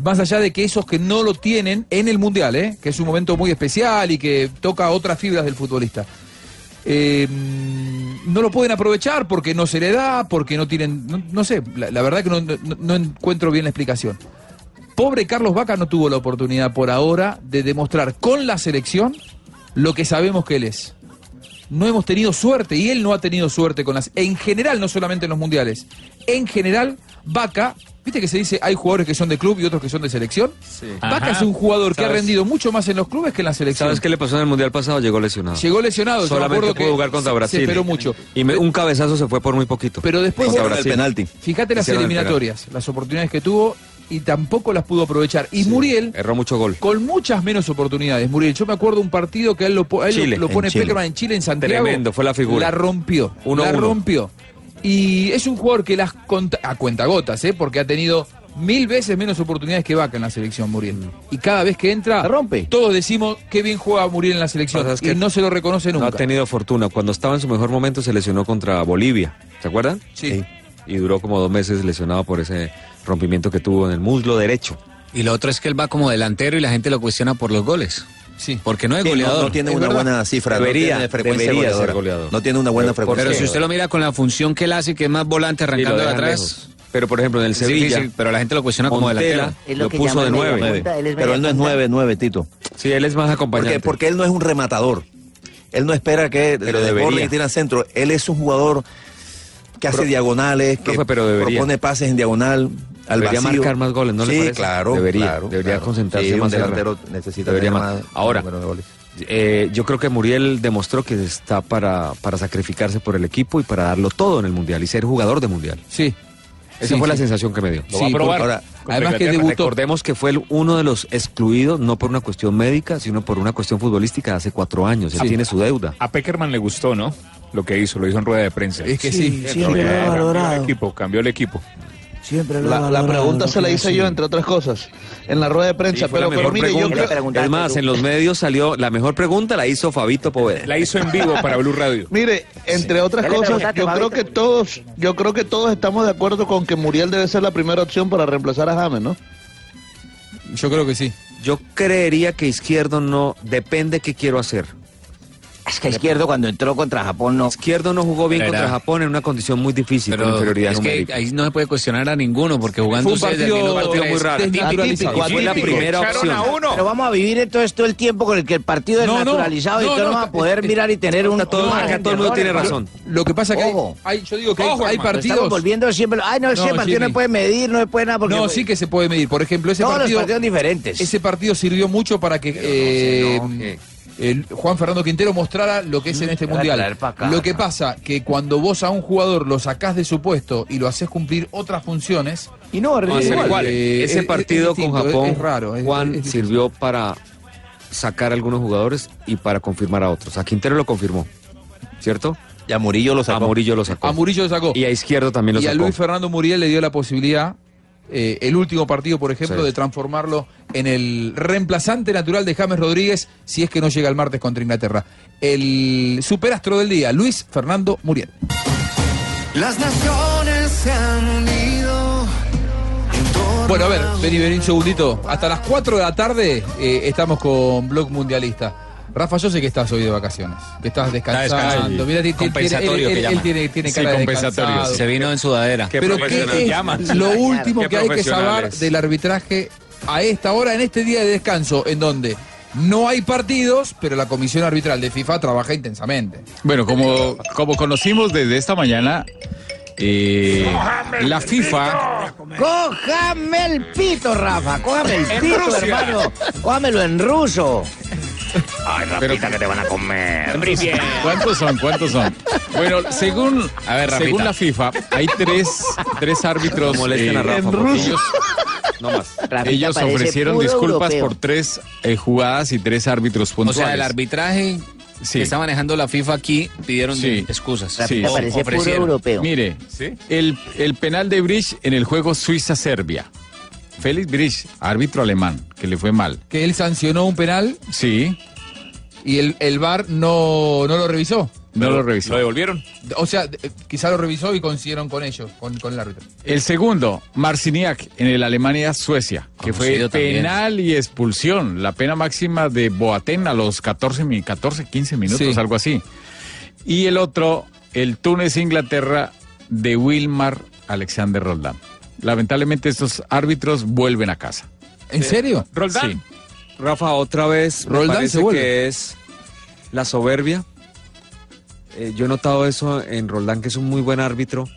[SPEAKER 2] Más allá de que esos que no lo tienen en el Mundial, ¿eh? que es un momento muy especial y que toca otras fibras del futbolista. Eh, no lo pueden aprovechar porque no se le da, porque no tienen... No, no sé, la, la verdad que no- no- no encuentro bien la explicación. Pobre Carlos Vaca no tuvo la oportunidad por ahora de demostrar con la selección lo que sabemos que él es no hemos tenido suerte y él no ha tenido suerte con las. En general, no solamente en los mundiales. En general, Vaca, viste que se dice hay jugadores que son de club y otros que son de selección. Vaca
[SPEAKER 8] Ajá.
[SPEAKER 2] es un jugador que ha
[SPEAKER 8] ¿Sabes?
[SPEAKER 2] rendido mucho más en los clubes que en la selección.
[SPEAKER 8] ¿Sabes qué le pasó en el Mundial pasado? Llegó lesionado.
[SPEAKER 2] Llegó lesionado, yo me
[SPEAKER 8] Solamente
[SPEAKER 2] acuerdo
[SPEAKER 8] pudo
[SPEAKER 2] que
[SPEAKER 8] jugar contra
[SPEAKER 2] se- se
[SPEAKER 8] Brasil.
[SPEAKER 2] esperó mucho.
[SPEAKER 8] Y me- un cabezazo se fue por muy poquito.
[SPEAKER 2] Pero después
[SPEAKER 8] Contra
[SPEAKER 2] vos-
[SPEAKER 8] Brasil.
[SPEAKER 2] Fíjate las
[SPEAKER 8] Hicieron el
[SPEAKER 2] eliminatorias, las oportunidades que tuvo y tampoco las pudo aprovechar. Y Muriel
[SPEAKER 8] penal. Erró mucho gol.
[SPEAKER 2] con muchas menos oportunidades. Muriel, yo me acuerdo un partido que a él lo, po- a él lo-
[SPEAKER 8] Chile,
[SPEAKER 2] lo
[SPEAKER 8] en
[SPEAKER 2] pone
[SPEAKER 8] Chile.
[SPEAKER 2] Peckerman en Chile, en Santiago.
[SPEAKER 8] Tremendo, fue la figura.
[SPEAKER 2] La rompió.
[SPEAKER 8] Uno,
[SPEAKER 2] la
[SPEAKER 8] uno.
[SPEAKER 2] rompió. Y es un jugador que las conta, a cuentagotas, ¿eh? porque ha tenido mil veces menos oportunidades que Vaca en la selección, Muriel.
[SPEAKER 8] Mm.
[SPEAKER 2] Y cada vez que entra, rompe. todos decimos qué bien juega Muriel en la selección.
[SPEAKER 8] Pasa es
[SPEAKER 2] y
[SPEAKER 8] que
[SPEAKER 2] no se lo reconoce
[SPEAKER 8] No
[SPEAKER 2] nunca.
[SPEAKER 8] ha tenido fortuna. Cuando estaba en su mejor momento se lesionó contra Bolivia. ¿Se acuerdan?
[SPEAKER 2] Sí.
[SPEAKER 8] Y duró como dos meses lesionado por ese rompimiento que tuvo en el muslo derecho.
[SPEAKER 5] Y lo otro es que él va como delantero y la gente lo cuestiona por los goles.
[SPEAKER 2] Sí.
[SPEAKER 5] Porque no es
[SPEAKER 18] Sí, no-
[SPEAKER 5] goleador.
[SPEAKER 18] no tiene una buena cifra, no
[SPEAKER 5] Debería,
[SPEAKER 18] tiene frecuencia goleadora. No tiene una buena frecuencia
[SPEAKER 5] Pero si
[SPEAKER 18] goleadora.
[SPEAKER 5] usted lo mira con la función que él hace, que es más volante arrancando de
[SPEAKER 8] dejan
[SPEAKER 5] atrás.
[SPEAKER 8] lejos. Pero por ejemplo en el
[SPEAKER 5] es
[SPEAKER 8] Sevilla,
[SPEAKER 5] difícil, pero la gente lo cuestiona como
[SPEAKER 8] Montela
[SPEAKER 5] delantero.
[SPEAKER 8] Es lo lo que puso llaman de media nueve. punta, él es
[SPEAKER 18] Pero él no es nueve, nueve, Tito.
[SPEAKER 8] Sí, él es más
[SPEAKER 18] acompañante. Porque, porque él no es un rematador. Él no espera que
[SPEAKER 8] Pero
[SPEAKER 18] le desborde
[SPEAKER 8] debería.
[SPEAKER 18] y tira al centro. Él es un jugador que hace diagonales, que propone pases en diagonal. Al
[SPEAKER 8] debería
[SPEAKER 18] vacío.
[SPEAKER 8] marcar más goles, ¿no
[SPEAKER 18] sí,
[SPEAKER 8] le parece?
[SPEAKER 18] claro.
[SPEAKER 8] Debería,
[SPEAKER 18] claro,
[SPEAKER 8] debería
[SPEAKER 18] claro.
[SPEAKER 8] concentrarse
[SPEAKER 18] Sí,
[SPEAKER 8] más.
[SPEAKER 18] Un
[SPEAKER 8] en la-
[SPEAKER 18] delantero necesita
[SPEAKER 8] debería
[SPEAKER 18] tener
[SPEAKER 8] más.
[SPEAKER 18] más
[SPEAKER 8] Ahora,
[SPEAKER 18] número de goles.
[SPEAKER 8] eh, yo creo que Muriel demostró que está para, para sacrificarse por el equipo y para darlo todo en el Mundial y ser jugador de Mundial.
[SPEAKER 2] Sí.
[SPEAKER 8] Esa
[SPEAKER 2] Sí,
[SPEAKER 8] fue la
[SPEAKER 2] sí.
[SPEAKER 8] sensación que me dio.
[SPEAKER 2] Lo va a Sí, probar. porque-
[SPEAKER 8] Ahora,
[SPEAKER 2] Contra además que Inglaterra. debutó.
[SPEAKER 8] Recordemos que fue el- uno de los excluidos, no por una cuestión médica, sino por una cuestión futbolística de hace cuatro años. Él
[SPEAKER 13] Sí.
[SPEAKER 8] tiene su deuda.
[SPEAKER 13] A Peckerman le gustó, ¿no? Lo que hizo, lo hizo en rueda de prensa.
[SPEAKER 8] Es que sí. Sí,
[SPEAKER 11] siempre lo ha
[SPEAKER 13] Cambió el
[SPEAKER 11] valorado.
[SPEAKER 13] equipo, cambió el equipo.
[SPEAKER 11] Siempre
[SPEAKER 13] lo he
[SPEAKER 11] la, la
[SPEAKER 13] valorado,
[SPEAKER 11] pregunta
[SPEAKER 13] lo
[SPEAKER 11] se la
[SPEAKER 13] que
[SPEAKER 11] hice
[SPEAKER 13] decía.
[SPEAKER 11] yo, entre otras cosas, en la rueda de prensa.
[SPEAKER 8] Sí, fue
[SPEAKER 11] pero,
[SPEAKER 8] la
[SPEAKER 11] pero
[SPEAKER 8] mejor
[SPEAKER 11] mire, yo
[SPEAKER 8] pregunta.
[SPEAKER 11] creo-
[SPEAKER 8] Es más, en los medios salió la mejor pregunta, la hizo Fabito Poveda.
[SPEAKER 13] La hizo en vivo para Blue Radio.
[SPEAKER 11] Mire, entre otras
[SPEAKER 8] Ya le
[SPEAKER 11] cosas,
[SPEAKER 8] preguntaste,
[SPEAKER 11] yo
[SPEAKER 8] Fabito.
[SPEAKER 11] creo que todos, yo creo que todos estamos de acuerdo con que Muriel debe ser la primera opción para reemplazar a James, ¿no?
[SPEAKER 2] Yo creo que sí.
[SPEAKER 8] Yo creería que Izquierdo no depende qué quiero hacer.
[SPEAKER 14] Es que Izquierdo cuando entró contra Japón no.
[SPEAKER 8] Izquierdo no jugó bien
[SPEAKER 5] Era-
[SPEAKER 8] contra Japón en una condición muy difícil
[SPEAKER 5] Pero
[SPEAKER 8] con inferioridad
[SPEAKER 5] es que
[SPEAKER 8] numérica.
[SPEAKER 5] ahí no se puede cuestionar a ninguno porque jugando
[SPEAKER 8] Fue un
[SPEAKER 5] ustedes del
[SPEAKER 8] partido-
[SPEAKER 5] minuto
[SPEAKER 8] partido
[SPEAKER 5] tres,
[SPEAKER 8] muy raro.
[SPEAKER 5] atípico,
[SPEAKER 8] Atípico,
[SPEAKER 5] atípico,
[SPEAKER 8] fue la
[SPEAKER 5] atípico.
[SPEAKER 8] primera opción.
[SPEAKER 14] Pero vamos a vivir entonces todo el tiempo con el que el partido es
[SPEAKER 2] No, no,
[SPEAKER 14] naturalizado
[SPEAKER 2] no,
[SPEAKER 14] y que
[SPEAKER 2] no, eh,
[SPEAKER 14] no, vamos a
[SPEAKER 2] está-
[SPEAKER 14] poder mirar y tener un.
[SPEAKER 2] No,
[SPEAKER 14] margen de errores, hermano.
[SPEAKER 2] Lo que pasa que hay,
[SPEAKER 14] Ojo.
[SPEAKER 2] hay- yo digo que hay-
[SPEAKER 14] Ojo,
[SPEAKER 2] hay,
[SPEAKER 14] hermano, Estamos
[SPEAKER 2] partidos.
[SPEAKER 14] volviendo siempre. Ay, no, ese
[SPEAKER 2] No,
[SPEAKER 14] partido no
[SPEAKER 2] Jimmy.
[SPEAKER 14] se puede medir, no se puede nada. Porque
[SPEAKER 2] No, sí que se puede medir. Por ejemplo, ese
[SPEAKER 14] Todos los
[SPEAKER 2] partido.
[SPEAKER 14] partidos diferentes.
[SPEAKER 2] Ese partido sirvió mucho para que eh, el Juan Fernando Quintero mostrara lo que es en este
[SPEAKER 14] Mm, te va a
[SPEAKER 2] mundial.
[SPEAKER 14] traer pa' acá,
[SPEAKER 2] Lo que pasa que cuando vos a un jugador lo sacás de su puesto y lo haces cumplir otras funciones.
[SPEAKER 14] Y no,
[SPEAKER 8] Va a ser igual. Ese partido con Japón,
[SPEAKER 2] Eh, Es raro. es-
[SPEAKER 8] Juan
[SPEAKER 2] es- es-
[SPEAKER 8] sirvió para sacar a algunos jugadores y para confirmar a otros. A Quintero lo confirmó, ¿cierto?
[SPEAKER 18] Y a Murillo lo
[SPEAKER 8] sacó. A Murillo lo sacó.
[SPEAKER 2] A Murillo lo sacó.
[SPEAKER 8] Y a Izquierdo también lo
[SPEAKER 2] y a
[SPEAKER 8] sacó.
[SPEAKER 2] Luis Fernando Muriel le dio la posibilidad, eh, el último partido, por ejemplo,
[SPEAKER 8] Sí.
[SPEAKER 2] de transformarlo en el reemplazante natural de James Rodríguez si es que no llega el martes contra Inglaterra. El superastro del día, Luis Fernando Muriel.
[SPEAKER 3] Las naciones se han unido.
[SPEAKER 2] Bueno, a ver, vení, vení un segundito. Hasta las 4 de la tarde eh, estamos con Blog Mundialista. Rafa, yo sé que estás hoy de vacaciones, que estás descansando. Mira, ti- ti-
[SPEAKER 5] Compensatorio
[SPEAKER 2] tiene-
[SPEAKER 5] que
[SPEAKER 2] él-
[SPEAKER 5] llaman.
[SPEAKER 2] él tiene, tiene cara de descansado.
[SPEAKER 5] Se vino en sudadera.
[SPEAKER 2] Pero ¿qué es lo último que hay que saber del arbitraje a esta hora, en este día de descanso, en donde no hay partidos, pero la comisión arbitral de FIFA trabaja intensamente?
[SPEAKER 10] Bueno, como, como conocimos desde esta mañana, eh, la FIFA,
[SPEAKER 14] Cójame el pito, Rafa. Cójame el
[SPEAKER 3] En
[SPEAKER 14] pito,
[SPEAKER 3] Rusia.
[SPEAKER 14] hermano. Cójamelo en ruso.
[SPEAKER 10] Ay,
[SPEAKER 15] Rapita, que te van a comer. Muy bien.
[SPEAKER 10] ¿Cuántos son? ¿Cuántos son? Bueno, según,
[SPEAKER 15] A ver, Rafita.
[SPEAKER 10] según la FIFA, hay tres, tres árbitros eh,
[SPEAKER 8] No molesten a Rafa,
[SPEAKER 10] en
[SPEAKER 8] por favor.
[SPEAKER 10] Rusia.
[SPEAKER 8] No más.
[SPEAKER 10] Ellos ofrecieron disculpas por tres eh, jugadas y tres árbitros
[SPEAKER 5] O
[SPEAKER 10] puntuales.
[SPEAKER 5] sea, el arbitraje que está manejando la FIFA aquí pidieron
[SPEAKER 10] Sí.
[SPEAKER 5] excusas.
[SPEAKER 10] Sí.
[SPEAKER 5] O ofrecieron.
[SPEAKER 10] Mire, el, el penal de Brich en el juego Suiza-Serbia. Félix Brich, árbitro alemán, que le fue mal.
[SPEAKER 2] Que él sancionó un penal
[SPEAKER 10] Sí,
[SPEAKER 2] y el, el VAR no, no lo revisó.
[SPEAKER 10] no lo revisó.
[SPEAKER 13] devolvieron?
[SPEAKER 2] O sea, eh, quizá lo revisó y coincidieron con ellos, con, con el árbitro.
[SPEAKER 10] El segundo, Marciniak, en el Alemania-Suecia, que fue
[SPEAKER 2] Conocido también.
[SPEAKER 10] penal y expulsión. La pena máxima de Boateng a los 14, mi- 14 15 minutos,
[SPEAKER 2] Sí.
[SPEAKER 10] algo así. Y el otro, el Túnez-Inglaterra de Wilmar Alexander Roldán. Lamentablemente estos árbitros vuelven a casa.
[SPEAKER 2] ¿En serio?
[SPEAKER 10] Roldán.
[SPEAKER 8] Rafa, otra vez me
[SPEAKER 10] Roldán
[SPEAKER 8] parece
[SPEAKER 10] se vuelve.
[SPEAKER 8] que es la soberbia. Eh, yo he notado eso en Roldán, que es un muy buen árbitro,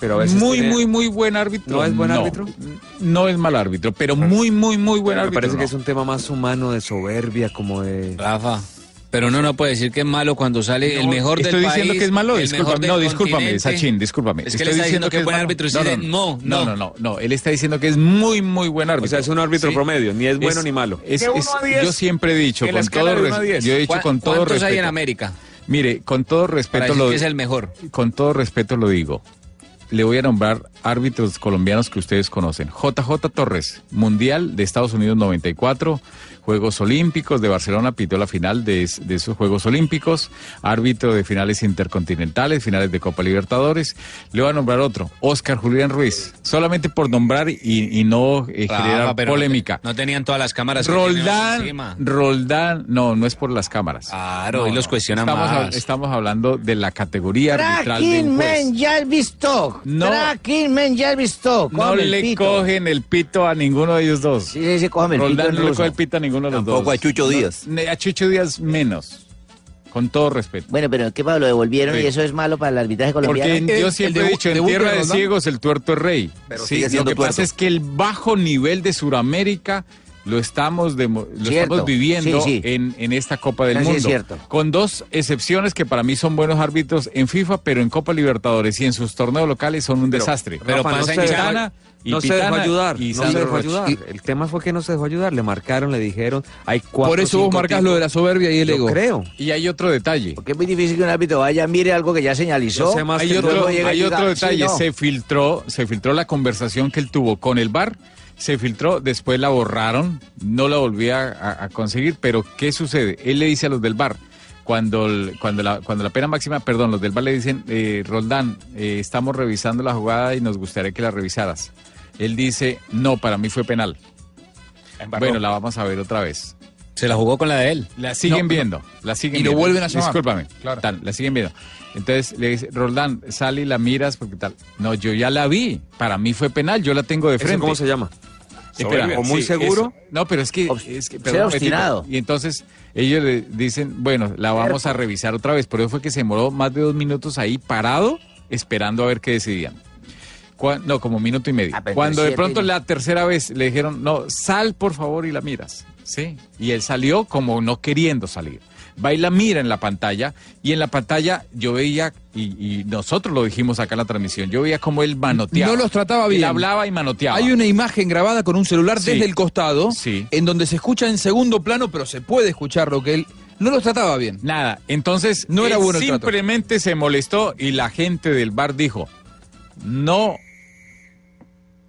[SPEAKER 8] pero a veces
[SPEAKER 10] muy,
[SPEAKER 8] tiene-
[SPEAKER 10] muy, muy buen árbitro.
[SPEAKER 8] ¿No es buen árbitro?
[SPEAKER 10] No es mal árbitro, pero muy, muy, muy buen
[SPEAKER 8] me
[SPEAKER 10] árbitro.
[SPEAKER 8] parece
[SPEAKER 10] no.
[SPEAKER 8] que es un tema más humano de soberbia, como de...
[SPEAKER 5] Rafa, pero no, no puede decir que es malo cuando sale el
[SPEAKER 10] No,
[SPEAKER 5] mejor del
[SPEAKER 10] Estoy diciendo
[SPEAKER 5] país,
[SPEAKER 10] que es malo,
[SPEAKER 5] el
[SPEAKER 10] discúlpame.
[SPEAKER 5] mejor del
[SPEAKER 10] No, discúlpame,
[SPEAKER 5] continente.
[SPEAKER 10] Sachin, discúlpame.
[SPEAKER 5] Es que
[SPEAKER 10] Estoy
[SPEAKER 5] le está diciendo que es buen
[SPEAKER 10] malo.
[SPEAKER 5] árbitro, y dice, no,
[SPEAKER 10] no, no, no, no, él está diciendo que es muy, muy buen árbitro. O sea, es
[SPEAKER 8] un árbitro promedio, ni es bueno ni malo.
[SPEAKER 10] es-
[SPEAKER 8] De uno
[SPEAKER 10] es-
[SPEAKER 8] a diez,
[SPEAKER 10] yo siempre he dicho,
[SPEAKER 8] en la
[SPEAKER 10] con
[SPEAKER 8] escala
[SPEAKER 10] todo
[SPEAKER 8] de uno a
[SPEAKER 10] respeto,
[SPEAKER 8] diez,
[SPEAKER 10] yo he dicho
[SPEAKER 8] ¿cuá-
[SPEAKER 10] con todo
[SPEAKER 5] ¿Cuántos
[SPEAKER 10] respeto.
[SPEAKER 5] hay en América?
[SPEAKER 10] Mire, con todo
[SPEAKER 5] Para
[SPEAKER 10] respeto
[SPEAKER 5] decir
[SPEAKER 10] lo
[SPEAKER 5] que es el mejor.
[SPEAKER 10] con todo respeto lo digo. Le voy a nombrar árbitros colombianos que ustedes conocen. JJ Torres, Mundial de Estados Unidos 94, Juegos Olímpicos de Barcelona, pitó la final de, es- de esos Juegos Olímpicos, árbitro de finales intercontinentales, finales de Copa Libertadores. Le voy a nombrar otro, Oscar Julián Ruiz, solamente por nombrar y, y no eh,
[SPEAKER 5] Rafa,
[SPEAKER 10] generar
[SPEAKER 5] Ah, pero no te-
[SPEAKER 10] polémica.
[SPEAKER 5] No, tenían todas las cámaras. que tenemos encima.
[SPEAKER 10] Roldán, Roldán, no, no es por las cámaras.
[SPEAKER 5] Claro,
[SPEAKER 10] No,
[SPEAKER 5] y los
[SPEAKER 10] no.
[SPEAKER 5] cuestionan
[SPEAKER 10] estamos, hab-
[SPEAKER 5] más.
[SPEAKER 10] Estamos hablando de la categoría arbitral del
[SPEAKER 6] Tracking
[SPEAKER 10] juez.
[SPEAKER 6] Man Jarvis Talk.
[SPEAKER 10] No.
[SPEAKER 6] Tracking Man Jarvis Talk.
[SPEAKER 10] No
[SPEAKER 6] Come el
[SPEAKER 10] le
[SPEAKER 6] pito.
[SPEAKER 10] cogen el pito a ninguno de ellos dos.
[SPEAKER 6] Sí, sí, sí, cójame el pito
[SPEAKER 10] Roldán
[SPEAKER 6] en
[SPEAKER 10] no le
[SPEAKER 6] ruso.
[SPEAKER 10] coge el pito a ninguno de los dos.
[SPEAKER 6] Tampoco a Chucho
[SPEAKER 10] No,
[SPEAKER 6] Díaz.
[SPEAKER 10] ne- a Chucho Díaz menos. Con todo respeto.
[SPEAKER 6] Bueno, pero ¿qué Pablo? Devolvieron
[SPEAKER 10] Sí.
[SPEAKER 6] y eso es malo para el arbitraje colombiano.
[SPEAKER 10] Porque yo siempre he dicho, en tierra de ciegos el tuerto es rey.
[SPEAKER 6] Pero
[SPEAKER 10] Sí,
[SPEAKER 6] sigue
[SPEAKER 10] lo
[SPEAKER 6] siendo
[SPEAKER 10] que pasa
[SPEAKER 6] tuerto.
[SPEAKER 10] es que el bajo nivel de Sudamérica lo estamos, demo- lo
[SPEAKER 6] Cierto.
[SPEAKER 10] estamos viviendo
[SPEAKER 6] Sí, sí.
[SPEAKER 10] En, en esta Copa del
[SPEAKER 6] Eso sí
[SPEAKER 10] Mundo.
[SPEAKER 6] es cierto.
[SPEAKER 10] Con dos excepciones que para mí son buenos árbitros en FIFA, pero en Copa Libertadores y en sus torneos locales son un desastre.
[SPEAKER 8] Rafa, no se dejó- no se dejó ayudar. no se dejó ayudar. el tema fue que no se dejó ayudar. Le marcaron, le dijeron. Hay cuatro.
[SPEAKER 2] Por eso vos
[SPEAKER 8] cinco
[SPEAKER 2] marcas
[SPEAKER 8] tipos.
[SPEAKER 2] lo de la soberbia y el
[SPEAKER 8] Yo
[SPEAKER 2] ego.
[SPEAKER 8] creo.
[SPEAKER 10] Y hay otro detalle.
[SPEAKER 6] Porque es muy difícil que un árbitro vaya, mire algo que ya señalizó.
[SPEAKER 10] hay
[SPEAKER 6] y
[SPEAKER 10] otro,
[SPEAKER 6] luego llega y
[SPEAKER 10] hay
[SPEAKER 6] diga,
[SPEAKER 10] otro
[SPEAKER 6] sí,
[SPEAKER 10] detalle,
[SPEAKER 6] no.
[SPEAKER 10] se filtró, se filtró la conversación que él tuvo con el bar, se filtró, después la borraron, no la volví a, a- a conseguir, pero ¿qué sucede? Él le dice a los del bar, cuando, el- cuando, la, cuando la pena máxima, perdón, los del bar le dicen, eh, Roldán, eh, estamos revisando la jugada y nos gustaría que la revisaras. Él dice, no, para mí fue penal. Bueno, la vamos a ver otra vez.
[SPEAKER 5] Se la jugó con la de él.
[SPEAKER 10] La siguen
[SPEAKER 5] No,
[SPEAKER 10] viendo. La siguen
[SPEAKER 5] Y lo
[SPEAKER 10] viendo.
[SPEAKER 5] vuelven a llamar.
[SPEAKER 10] Discúlpame.
[SPEAKER 5] Claro.
[SPEAKER 10] Tal, la siguen viendo. Entonces le dice, Roldán, sale y la miras porque tal. No, yo ya la vi. Para mí fue penal. Yo la tengo de
[SPEAKER 8] ¿Eso
[SPEAKER 10] frente.
[SPEAKER 8] cómo se llama?
[SPEAKER 10] Espera,
[SPEAKER 8] Soberbia, ¿o muy
[SPEAKER 10] sí,
[SPEAKER 8] seguro?
[SPEAKER 10] eso. No, pero es que. es que
[SPEAKER 8] ser
[SPEAKER 10] un momentito.
[SPEAKER 8] obstinado.
[SPEAKER 10] Y entonces ellos le dicen, bueno, la vamos a revisar otra vez. Por eso fue que se demoró más de dos minutos ahí parado, esperando a ver qué decidían. Cua- no, como minuto y medio. Cuando de
[SPEAKER 2] Ah, siete
[SPEAKER 10] pronto
[SPEAKER 2] y-
[SPEAKER 10] la tercera vez le dijeron, no, sal por favor y la miras. Sí. Y él salió como no queriendo salir. Va y la mira en la pantalla. Y en la pantalla yo veía, y, y nosotros lo dijimos acá en la transmisión, yo veía como él manoteaba.
[SPEAKER 2] No los trataba
[SPEAKER 10] Él
[SPEAKER 2] bien.
[SPEAKER 10] hablaba y manoteaba.
[SPEAKER 2] Hay una imagen grabada con un celular
[SPEAKER 10] Sí.
[SPEAKER 2] desde el costado,
[SPEAKER 10] Sí.
[SPEAKER 2] en donde se escucha en segundo plano, pero se puede escuchar lo que él. No los trataba bien.
[SPEAKER 10] Nada. Entonces,
[SPEAKER 2] No era
[SPEAKER 10] él
[SPEAKER 2] bueno el trato.
[SPEAKER 10] Simplemente se molestó y la gente del bar dijo, no,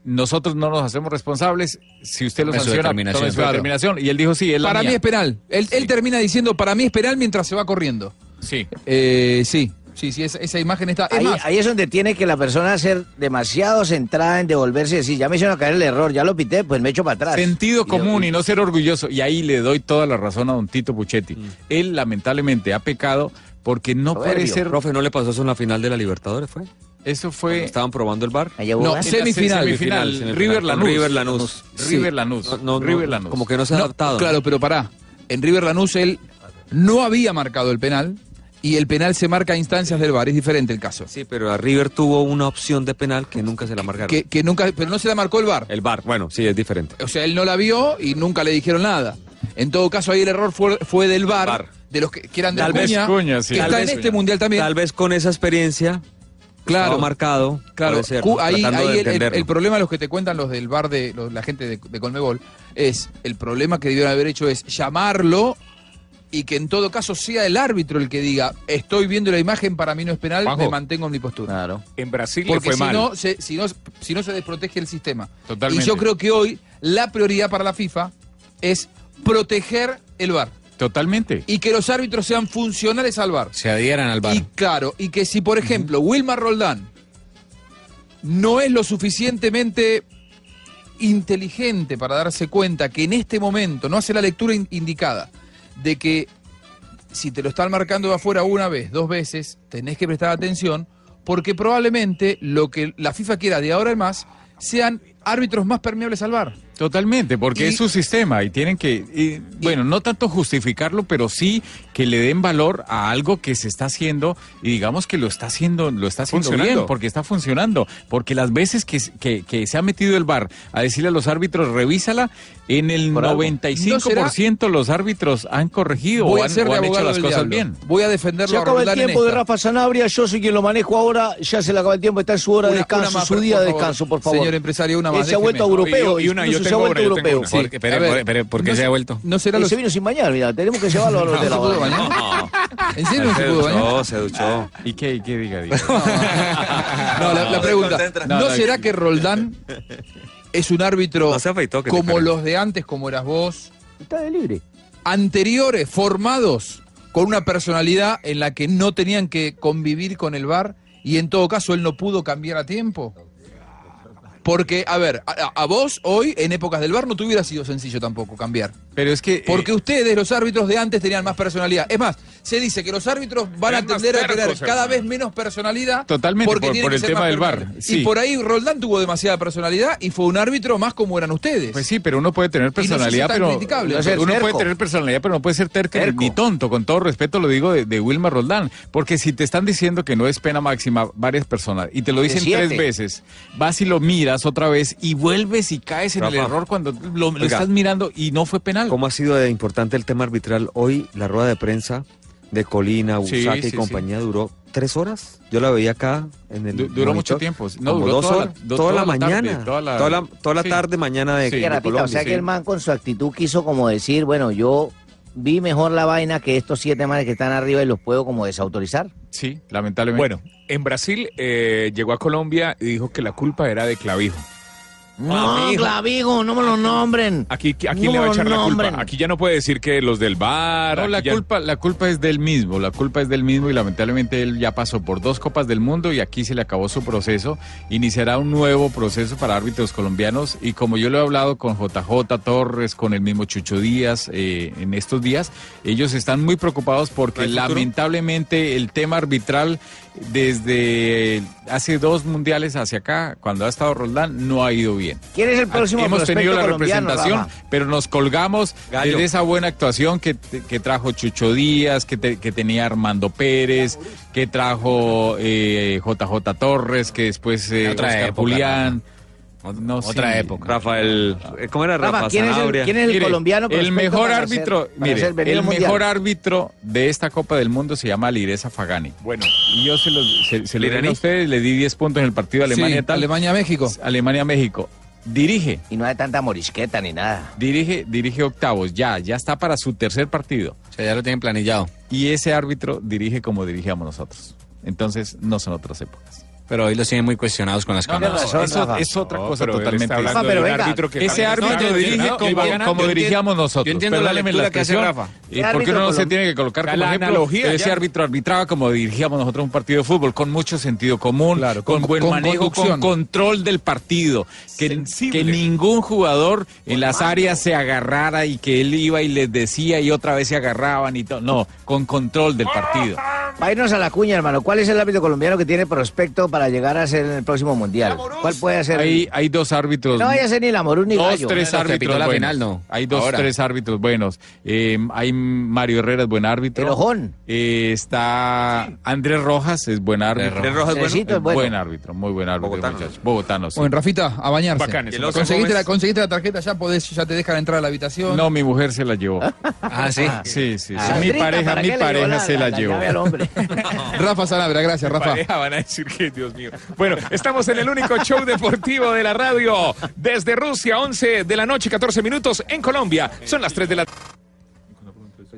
[SPEAKER 10] nosotros no nos hacemos responsables si usted lo
[SPEAKER 2] Tome su
[SPEAKER 10] sanciona,
[SPEAKER 2] determinación,
[SPEAKER 10] tome su
[SPEAKER 2] claro.
[SPEAKER 10] determinación. Y él dijo, sí, es la
[SPEAKER 2] para
[SPEAKER 10] mía".
[SPEAKER 2] mí es penal. Él, él termina diciendo, para mí es penal mientras se va corriendo.
[SPEAKER 10] Sí.
[SPEAKER 2] Eh, sí, sí, sí, esa, esa imagen está. Es
[SPEAKER 6] Ahí,
[SPEAKER 2] más,
[SPEAKER 6] ahí es donde tiene que la persona ser demasiado centrada en devolverse y decir, ya me hicieron caer el error, ya lo pité, pues me echo para atrás.
[SPEAKER 10] Sentido común y no ser orgulloso. Y ahí le doy toda la razón a don Tito Puchetti.
[SPEAKER 8] Mm.
[SPEAKER 10] Él lamentablemente ha pecado porque no puede ser...
[SPEAKER 8] Profe, ¿no le pasó eso en la final de la Libertadores? ¿Fue?
[SPEAKER 10] Eso fue.
[SPEAKER 8] estaban probando el bar.
[SPEAKER 10] hubo No, bar.
[SPEAKER 8] en la
[SPEAKER 10] semifinal. Semifinal, River
[SPEAKER 8] con
[SPEAKER 10] Lanús.
[SPEAKER 8] River Lanús.
[SPEAKER 2] Sí.
[SPEAKER 10] River Lanús.
[SPEAKER 8] No, no,
[SPEAKER 10] River
[SPEAKER 8] no,
[SPEAKER 10] Lanús.
[SPEAKER 8] Como que no se ha adaptado.
[SPEAKER 2] Claro, pero pará. En River Lanús él no había marcado el penal y el penal se marca a instancias del VAR. Es diferente el caso.
[SPEAKER 8] Sí, pero a River tuvo una opción de penal que nunca se la marcaron.
[SPEAKER 2] Que, que nunca, pero no se la marcó el VAR.
[SPEAKER 8] El VAR, bueno, sí, es diferente.
[SPEAKER 2] O sea, él no la vio y nunca le dijeron nada. En todo caso, ahí el error fue, fue del VAR, de los que, que eran de
[SPEAKER 8] Tal vez
[SPEAKER 2] Acuña,
[SPEAKER 8] Cuña, sí.
[SPEAKER 2] que
[SPEAKER 8] Tal
[SPEAKER 2] está en
[SPEAKER 8] vez
[SPEAKER 2] este
[SPEAKER 8] Cuña.
[SPEAKER 2] mundial también.
[SPEAKER 8] Tal vez con esa experiencia.
[SPEAKER 2] Claro.
[SPEAKER 8] estaba marcado.
[SPEAKER 2] Claro,
[SPEAKER 8] puede ser,
[SPEAKER 2] Cu- ahí,
[SPEAKER 8] tratando de
[SPEAKER 2] ahí el- el,
[SPEAKER 8] entenderlo.
[SPEAKER 2] el problema, los que te cuentan los del bar de los- la gente de, de Colmebol, es el problema que debieron haber hecho es llamarlo y que en todo caso sea el árbitro el que diga, estoy viendo la imagen, para mí no es penal,
[SPEAKER 13] Juanjo.
[SPEAKER 2] me mantengo en mi postura.
[SPEAKER 13] En Brasil le
[SPEAKER 2] Porque
[SPEAKER 13] fue
[SPEAKER 2] si,
[SPEAKER 13] mal.
[SPEAKER 2] No, se, si, no, si no se desprotege el sistema.
[SPEAKER 13] Totalmente.
[SPEAKER 2] Y yo creo que hoy la prioridad para la FIFA es proteger el bar
[SPEAKER 10] Totalmente.
[SPEAKER 2] y que los árbitros sean funcionales al bar.
[SPEAKER 5] Se adhieran al bar.
[SPEAKER 2] Y claro, y que si por ejemplo Wilmar Roldán no es lo suficientemente inteligente para darse cuenta que en este momento no hace la lectura in- indicada de que si te lo están marcando de afuera una vez, dos veces, tenés que prestar atención porque probablemente lo que la FIFA quiera de ahora en más sean árbitros más permeables al bar.
[SPEAKER 10] Totalmente, porque es su sistema y tienen que, y, bueno, no tanto justificarlo, pero sí que le den valor a algo que se está haciendo y digamos que lo está haciendo, lo está haciendo
[SPEAKER 13] Funcionando.
[SPEAKER 10] bien, porque está funcionando, porque las veces que, s- que, que se ha metido el VAR a decirle a los árbitros, revísala, en el
[SPEAKER 2] Por algo.
[SPEAKER 10] 95% los árbitros han corregido
[SPEAKER 2] Voy
[SPEAKER 10] o
[SPEAKER 2] a
[SPEAKER 10] han,
[SPEAKER 2] ser
[SPEAKER 10] o
[SPEAKER 2] de
[SPEAKER 10] han hecho
[SPEAKER 2] abogado
[SPEAKER 10] las
[SPEAKER 2] del diablo.
[SPEAKER 10] cosas bien.
[SPEAKER 2] Voy a defenderlo
[SPEAKER 9] Se
[SPEAKER 2] a
[SPEAKER 9] acaba el
[SPEAKER 2] Roldán en
[SPEAKER 9] tiempo de
[SPEAKER 2] esta.
[SPEAKER 9] Rafa Sanabria, yo soy quien lo manejo ahora, ya se le acaba el tiempo, está en su hora de
[SPEAKER 2] Una-
[SPEAKER 9] descanso,
[SPEAKER 2] una más,
[SPEAKER 9] su
[SPEAKER 2] por
[SPEAKER 9] día de
[SPEAKER 2] favor.
[SPEAKER 9] descanso, por favor.
[SPEAKER 2] Señor empresario, una más.
[SPEAKER 9] Él se ha
[SPEAKER 2] déjeme.
[SPEAKER 9] vuelto europeo, incluso se ha vuelto europeo.
[SPEAKER 5] Sí, espere,
[SPEAKER 2] A ver,
[SPEAKER 5] espere, espere, porque
[SPEAKER 2] no
[SPEAKER 5] se ha vuelto.
[SPEAKER 2] No será
[SPEAKER 9] Él
[SPEAKER 2] los...
[SPEAKER 9] se vino sin bañar, mira, tenemos que llevarlo a los
[SPEAKER 2] No,
[SPEAKER 9] de la
[SPEAKER 2] ¿se pudo
[SPEAKER 9] hora.
[SPEAKER 2] bañar? ¿En serio no
[SPEAKER 8] Se eh?
[SPEAKER 2] se pudo bañar?
[SPEAKER 8] duchó, se duchó.
[SPEAKER 10] ¿Y qué, y qué diga? diga?
[SPEAKER 2] No, la, la
[SPEAKER 10] No,
[SPEAKER 2] pregunta.
[SPEAKER 10] desconcentra.
[SPEAKER 2] ¿No,
[SPEAKER 10] No, no,
[SPEAKER 2] será que Roldán es un árbitro
[SPEAKER 8] afeitó, que te
[SPEAKER 2] como
[SPEAKER 8] parece.
[SPEAKER 2] los de antes, como eras vos? Está de libre. Anteriores, formados, con una personalidad en la que no tenían que convivir con el VAR y en todo caso él no pudo cambiar a tiempo. Porque, a ver, a, a vos hoy, en épocas del VAR, no te hubiera sido sencillo tampoco cambiar.
[SPEAKER 10] Pero es que... eh,
[SPEAKER 2] Porque ustedes, los árbitros de antes, tenían más personalidad. Es más, se dice que los árbitros van a
[SPEAKER 10] Eran más
[SPEAKER 2] tender a
[SPEAKER 10] tercos,
[SPEAKER 2] tener cada
[SPEAKER 10] hermano.
[SPEAKER 2] vez menos personalidad.
[SPEAKER 10] Totalmente, por-
[SPEAKER 2] tienen
[SPEAKER 10] por
[SPEAKER 2] que
[SPEAKER 10] el
[SPEAKER 2] ser
[SPEAKER 10] tema
[SPEAKER 2] más
[SPEAKER 10] del VAR,
[SPEAKER 2] personales.
[SPEAKER 10] sí.
[SPEAKER 2] Y por ahí Roldán tuvo demasiada personalidad y fue un árbitro más como eran ustedes.
[SPEAKER 10] Pues sí, pero uno puede tener
[SPEAKER 2] sé si
[SPEAKER 10] personalidad,
[SPEAKER 2] tan
[SPEAKER 10] pero
[SPEAKER 2] criticable. No ser
[SPEAKER 10] uno puede
[SPEAKER 2] terco.
[SPEAKER 10] tener personalidad, pero no puede ser terco, ni- ni tonto. Con todo respeto lo digo de, de Wilma Roldán, porque si te están diciendo que no es pena máxima varias personas y te lo
[SPEAKER 18] De
[SPEAKER 10] dicen
[SPEAKER 18] siete.
[SPEAKER 10] tres veces, vas y lo miras otra vez y vuelves y caes en el
[SPEAKER 8] Rafa.
[SPEAKER 10] error cuando lo, lo
[SPEAKER 8] Oiga.
[SPEAKER 10] estás mirando y no fue penal.
[SPEAKER 8] ¿Cómo ha sido de importante el tema arbitral hoy? La rueda de prensa de Colina,
[SPEAKER 10] Sí,
[SPEAKER 8] Busaque
[SPEAKER 10] sí,
[SPEAKER 8] y
[SPEAKER 10] sí.
[SPEAKER 8] compañía duró tres horas. Yo la veía acá en el.
[SPEAKER 10] Du- duró
[SPEAKER 8] monitor,
[SPEAKER 10] mucho tiempo. No,
[SPEAKER 8] como
[SPEAKER 10] duró
[SPEAKER 8] dos
[SPEAKER 10] toda la-
[SPEAKER 8] horas.
[SPEAKER 10] do-
[SPEAKER 8] toda,
[SPEAKER 10] toda
[SPEAKER 8] la
[SPEAKER 10] la tarde,
[SPEAKER 8] mañana.
[SPEAKER 10] toda
[SPEAKER 8] toda
[SPEAKER 10] la-
[SPEAKER 8] la, toda la,
[SPEAKER 10] sí.
[SPEAKER 8] tarde mañana de,
[SPEAKER 9] Y
[SPEAKER 8] de
[SPEAKER 9] Arapita,
[SPEAKER 8] Colombia.
[SPEAKER 9] o sea Eh, que el man con su actitud quiso como decir, bueno, yo vi mejor la vaina que estos siete manes que están arriba y los puedo como desautorizar.
[SPEAKER 10] Sí, lamentablemente.
[SPEAKER 13] Bueno, en Brasil eh, llegó a Colombia y dijo que la culpa era de Clavijo.
[SPEAKER 9] No, clavijo, no me lo nombren.
[SPEAKER 13] Aquí, ¿A quién
[SPEAKER 9] No
[SPEAKER 13] le va a
[SPEAKER 9] lo
[SPEAKER 13] echar la culpa?
[SPEAKER 9] nombren.
[SPEAKER 13] Aquí ya no puede decir que los del bar.
[SPEAKER 10] Ah, No, la
[SPEAKER 13] aquí ya-
[SPEAKER 10] culpa, la culpa es del mismo, la culpa es del mismo y lamentablemente él ya pasó por dos copas del mundo y aquí se le acabó su proceso. Iniciará un nuevo proceso para árbitros colombianos y como yo lo he hablado con JJ Torres, con el mismo Chucho Díaz eh, en estos días, ellos están muy preocupados porque
[SPEAKER 8] ¿No hay futuro?
[SPEAKER 10] lamentablemente el tema arbitral desde hace dos mundiales hacia acá, cuando ha estado Roldán, no ha ido bien.
[SPEAKER 9] ¿Quién es el próximo
[SPEAKER 10] Hemos
[SPEAKER 9] prospecto
[SPEAKER 10] tenido la
[SPEAKER 9] colombiano,
[SPEAKER 10] representación,
[SPEAKER 9] Rafa?
[SPEAKER 10] pero nos colgamos
[SPEAKER 8] Gallo.
[SPEAKER 10] de esa buena actuación que, te- que trajo Chucho Díaz, que, te- que tenía Armando Pérez, que trajo eh, JJ Torres, que después eh,
[SPEAKER 5] Otra
[SPEAKER 10] Oscar
[SPEAKER 5] época,
[SPEAKER 10] Julián. No,
[SPEAKER 5] otra época.
[SPEAKER 8] Rafael, ¿cómo era
[SPEAKER 10] eh, Rafa,
[SPEAKER 8] Rafa?
[SPEAKER 10] ¿quién es el-
[SPEAKER 8] Sanabria.
[SPEAKER 10] quién es el
[SPEAKER 8] Mire,
[SPEAKER 10] colombiano El mejor
[SPEAKER 8] para
[SPEAKER 10] árbitro,
[SPEAKER 8] ser- para
[SPEAKER 10] mire,
[SPEAKER 8] ser venido
[SPEAKER 10] el
[SPEAKER 8] mundial.
[SPEAKER 10] mejor árbitro de esta Copa del Mundo se llama Lireza Fagani. Bueno, y yo se lo, se, se lo
[SPEAKER 8] ¿Liraní?
[SPEAKER 10] digo a ustedes, le di 10 puntos en el partido de Alemania.
[SPEAKER 2] Sí, Alemania-México.
[SPEAKER 10] Alemania-México. Dirige.
[SPEAKER 9] Y no hay tanta morisqueta ni nada.
[SPEAKER 10] Dirige, dirige octavos, ya, ya está para su tercer partido. O sea, ya lo tienen planillado. Y ese árbitro dirige como dirigíamos nosotros. Entonces, no son otras épocas.
[SPEAKER 5] Pero hoy los tienen muy cuestionados con las
[SPEAKER 10] No,
[SPEAKER 5] cámaras.
[SPEAKER 10] no, no, eso- es otra cosa totalmente
[SPEAKER 5] Rafa,
[SPEAKER 10] distinta.
[SPEAKER 5] Ah, venga.
[SPEAKER 10] ese árbitro dirige como, como dirigíamos nosotros.
[SPEAKER 5] Yo entiendo la
[SPEAKER 10] Perdóneme
[SPEAKER 5] lectura que hace
[SPEAKER 10] expresión.
[SPEAKER 5] Rafa.
[SPEAKER 10] ¿Y por qué uno no se tiene que colocar como
[SPEAKER 5] la
[SPEAKER 10] ejemplo?
[SPEAKER 5] analogía?
[SPEAKER 10] Pero ese árbitro arbitraba como dirigíamos nosotros un partido de fútbol, con mucho sentido común, con,
[SPEAKER 2] con-
[SPEAKER 10] buen
[SPEAKER 2] con
[SPEAKER 10] manejo,
[SPEAKER 2] conducción.
[SPEAKER 10] con control del partido, que, que ningún jugador en las áreas se agarrara y que él iba y les decía y otra vez se agarraban y todo. No, con control del partido.
[SPEAKER 9] Para irnos a la cuña, hermano, ¿cuál es el árbitro colombiano que tiene prospecto para llegar a ser en el próximo mundial? ¿Cuál puede ser?
[SPEAKER 10] Hay, hay dos árbitros.
[SPEAKER 9] No vaya a ser ni la Morún ni
[SPEAKER 10] Dos,
[SPEAKER 9] Gallo.
[SPEAKER 10] tres
[SPEAKER 9] Bueno,
[SPEAKER 10] árbitros.
[SPEAKER 9] la
[SPEAKER 10] buenos.
[SPEAKER 9] final, no.
[SPEAKER 10] Hay dos,
[SPEAKER 9] Ahora.
[SPEAKER 10] tres árbitros buenos. Eh, hay Mario Herrera, es buen árbitro.
[SPEAKER 9] El Ojón.
[SPEAKER 10] Eh, está Andrés Rojas, es buen árbitro.
[SPEAKER 2] Andrés Rojas, bueno. Cecito es bueno.
[SPEAKER 10] Buen árbitro, muy buen árbitro. Bogotano. Bogotano, sí.
[SPEAKER 2] Bueno, Rafita, a bañarse.
[SPEAKER 10] Bacán ese.
[SPEAKER 2] conseguiste,
[SPEAKER 10] Gómez.
[SPEAKER 2] la, conseguiste la tarjeta, ya podés, ya te dejan entrar a la habitación.
[SPEAKER 10] No, mi mujer se la llevó.
[SPEAKER 2] Ah, ¿sí?
[SPEAKER 10] Sí, sí, sí.
[SPEAKER 2] Ah,
[SPEAKER 10] mi
[SPEAKER 2] Sandrita,
[SPEAKER 10] pareja,
[SPEAKER 2] ¿para
[SPEAKER 10] mi
[SPEAKER 2] qué le dio
[SPEAKER 10] pareja
[SPEAKER 2] la-
[SPEAKER 10] se la,
[SPEAKER 2] la
[SPEAKER 10] llevó.
[SPEAKER 2] llave al Rafa Sanabria, gracias, Rafa.
[SPEAKER 13] Pareja, van a decir que, Dios mío. Bueno, estamos en el único show deportivo de la radio. Desde Rusia, 11 de la noche, 14 minutos. En Colombia, son las 3 de la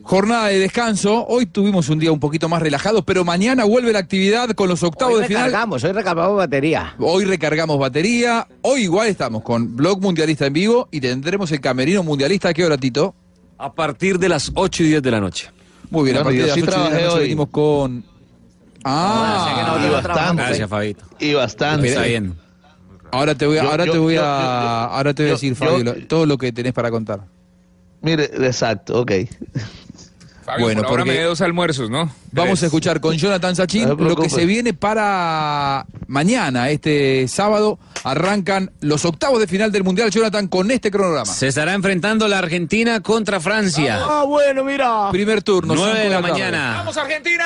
[SPEAKER 2] Jornada de descanso. Hoy tuvimos un día un poquito más relajado, pero mañana vuelve la actividad con los octavos de final.
[SPEAKER 9] Recargamos, hoy recargamos batería.
[SPEAKER 2] Hoy recargamos batería. Hoy igual estamos con Blog Mundialista en vivo y tendremos el camerino mundialista. ¿A qué hora, Tito?
[SPEAKER 8] A partir de las 8 y 10 de la noche.
[SPEAKER 2] Muy bien,
[SPEAKER 8] Bueno,
[SPEAKER 2] a partir de las
[SPEAKER 8] yo sí
[SPEAKER 2] 8 de la
[SPEAKER 8] trabajé
[SPEAKER 2] noche
[SPEAKER 8] hoy.
[SPEAKER 2] venimos con. Ah,
[SPEAKER 8] no,
[SPEAKER 2] y
[SPEAKER 8] yo
[SPEAKER 2] bastante.
[SPEAKER 8] Gracias, Fabito.
[SPEAKER 11] Y bastante.
[SPEAKER 2] Está bien. Ahora te voy a,
[SPEAKER 11] Yo-
[SPEAKER 2] ahora
[SPEAKER 11] yo-
[SPEAKER 2] te voy
[SPEAKER 11] yo-
[SPEAKER 2] a,
[SPEAKER 11] yo- yo-
[SPEAKER 2] ahora te voy a
[SPEAKER 11] yo-
[SPEAKER 2] decir,
[SPEAKER 11] yo-
[SPEAKER 2] Fabio, lo- todo lo que tenés para contar.
[SPEAKER 11] Mire, exacto, ok.
[SPEAKER 13] Fabio,
[SPEAKER 2] Bueno,
[SPEAKER 13] por ahora
[SPEAKER 2] porque-
[SPEAKER 13] me dé dos almuerzos, ¿no?
[SPEAKER 2] Vamos
[SPEAKER 13] Tres.
[SPEAKER 2] a escuchar con Jonathan Sachin
[SPEAKER 13] No te
[SPEAKER 2] lo que
[SPEAKER 13] preocupes.
[SPEAKER 2] se viene para mañana, este sábado. Arrancan los octavos de final del Mundial, Jonathan, con este cronograma.
[SPEAKER 5] Se estará enfrentando la Argentina contra Francia.
[SPEAKER 16] Ah, bueno, mira.
[SPEAKER 2] Primer turno,
[SPEAKER 5] 9
[SPEAKER 2] cinco
[SPEAKER 5] de la
[SPEAKER 2] tarde. Oh.
[SPEAKER 5] mañana.
[SPEAKER 13] ¡Vamos, Argentina!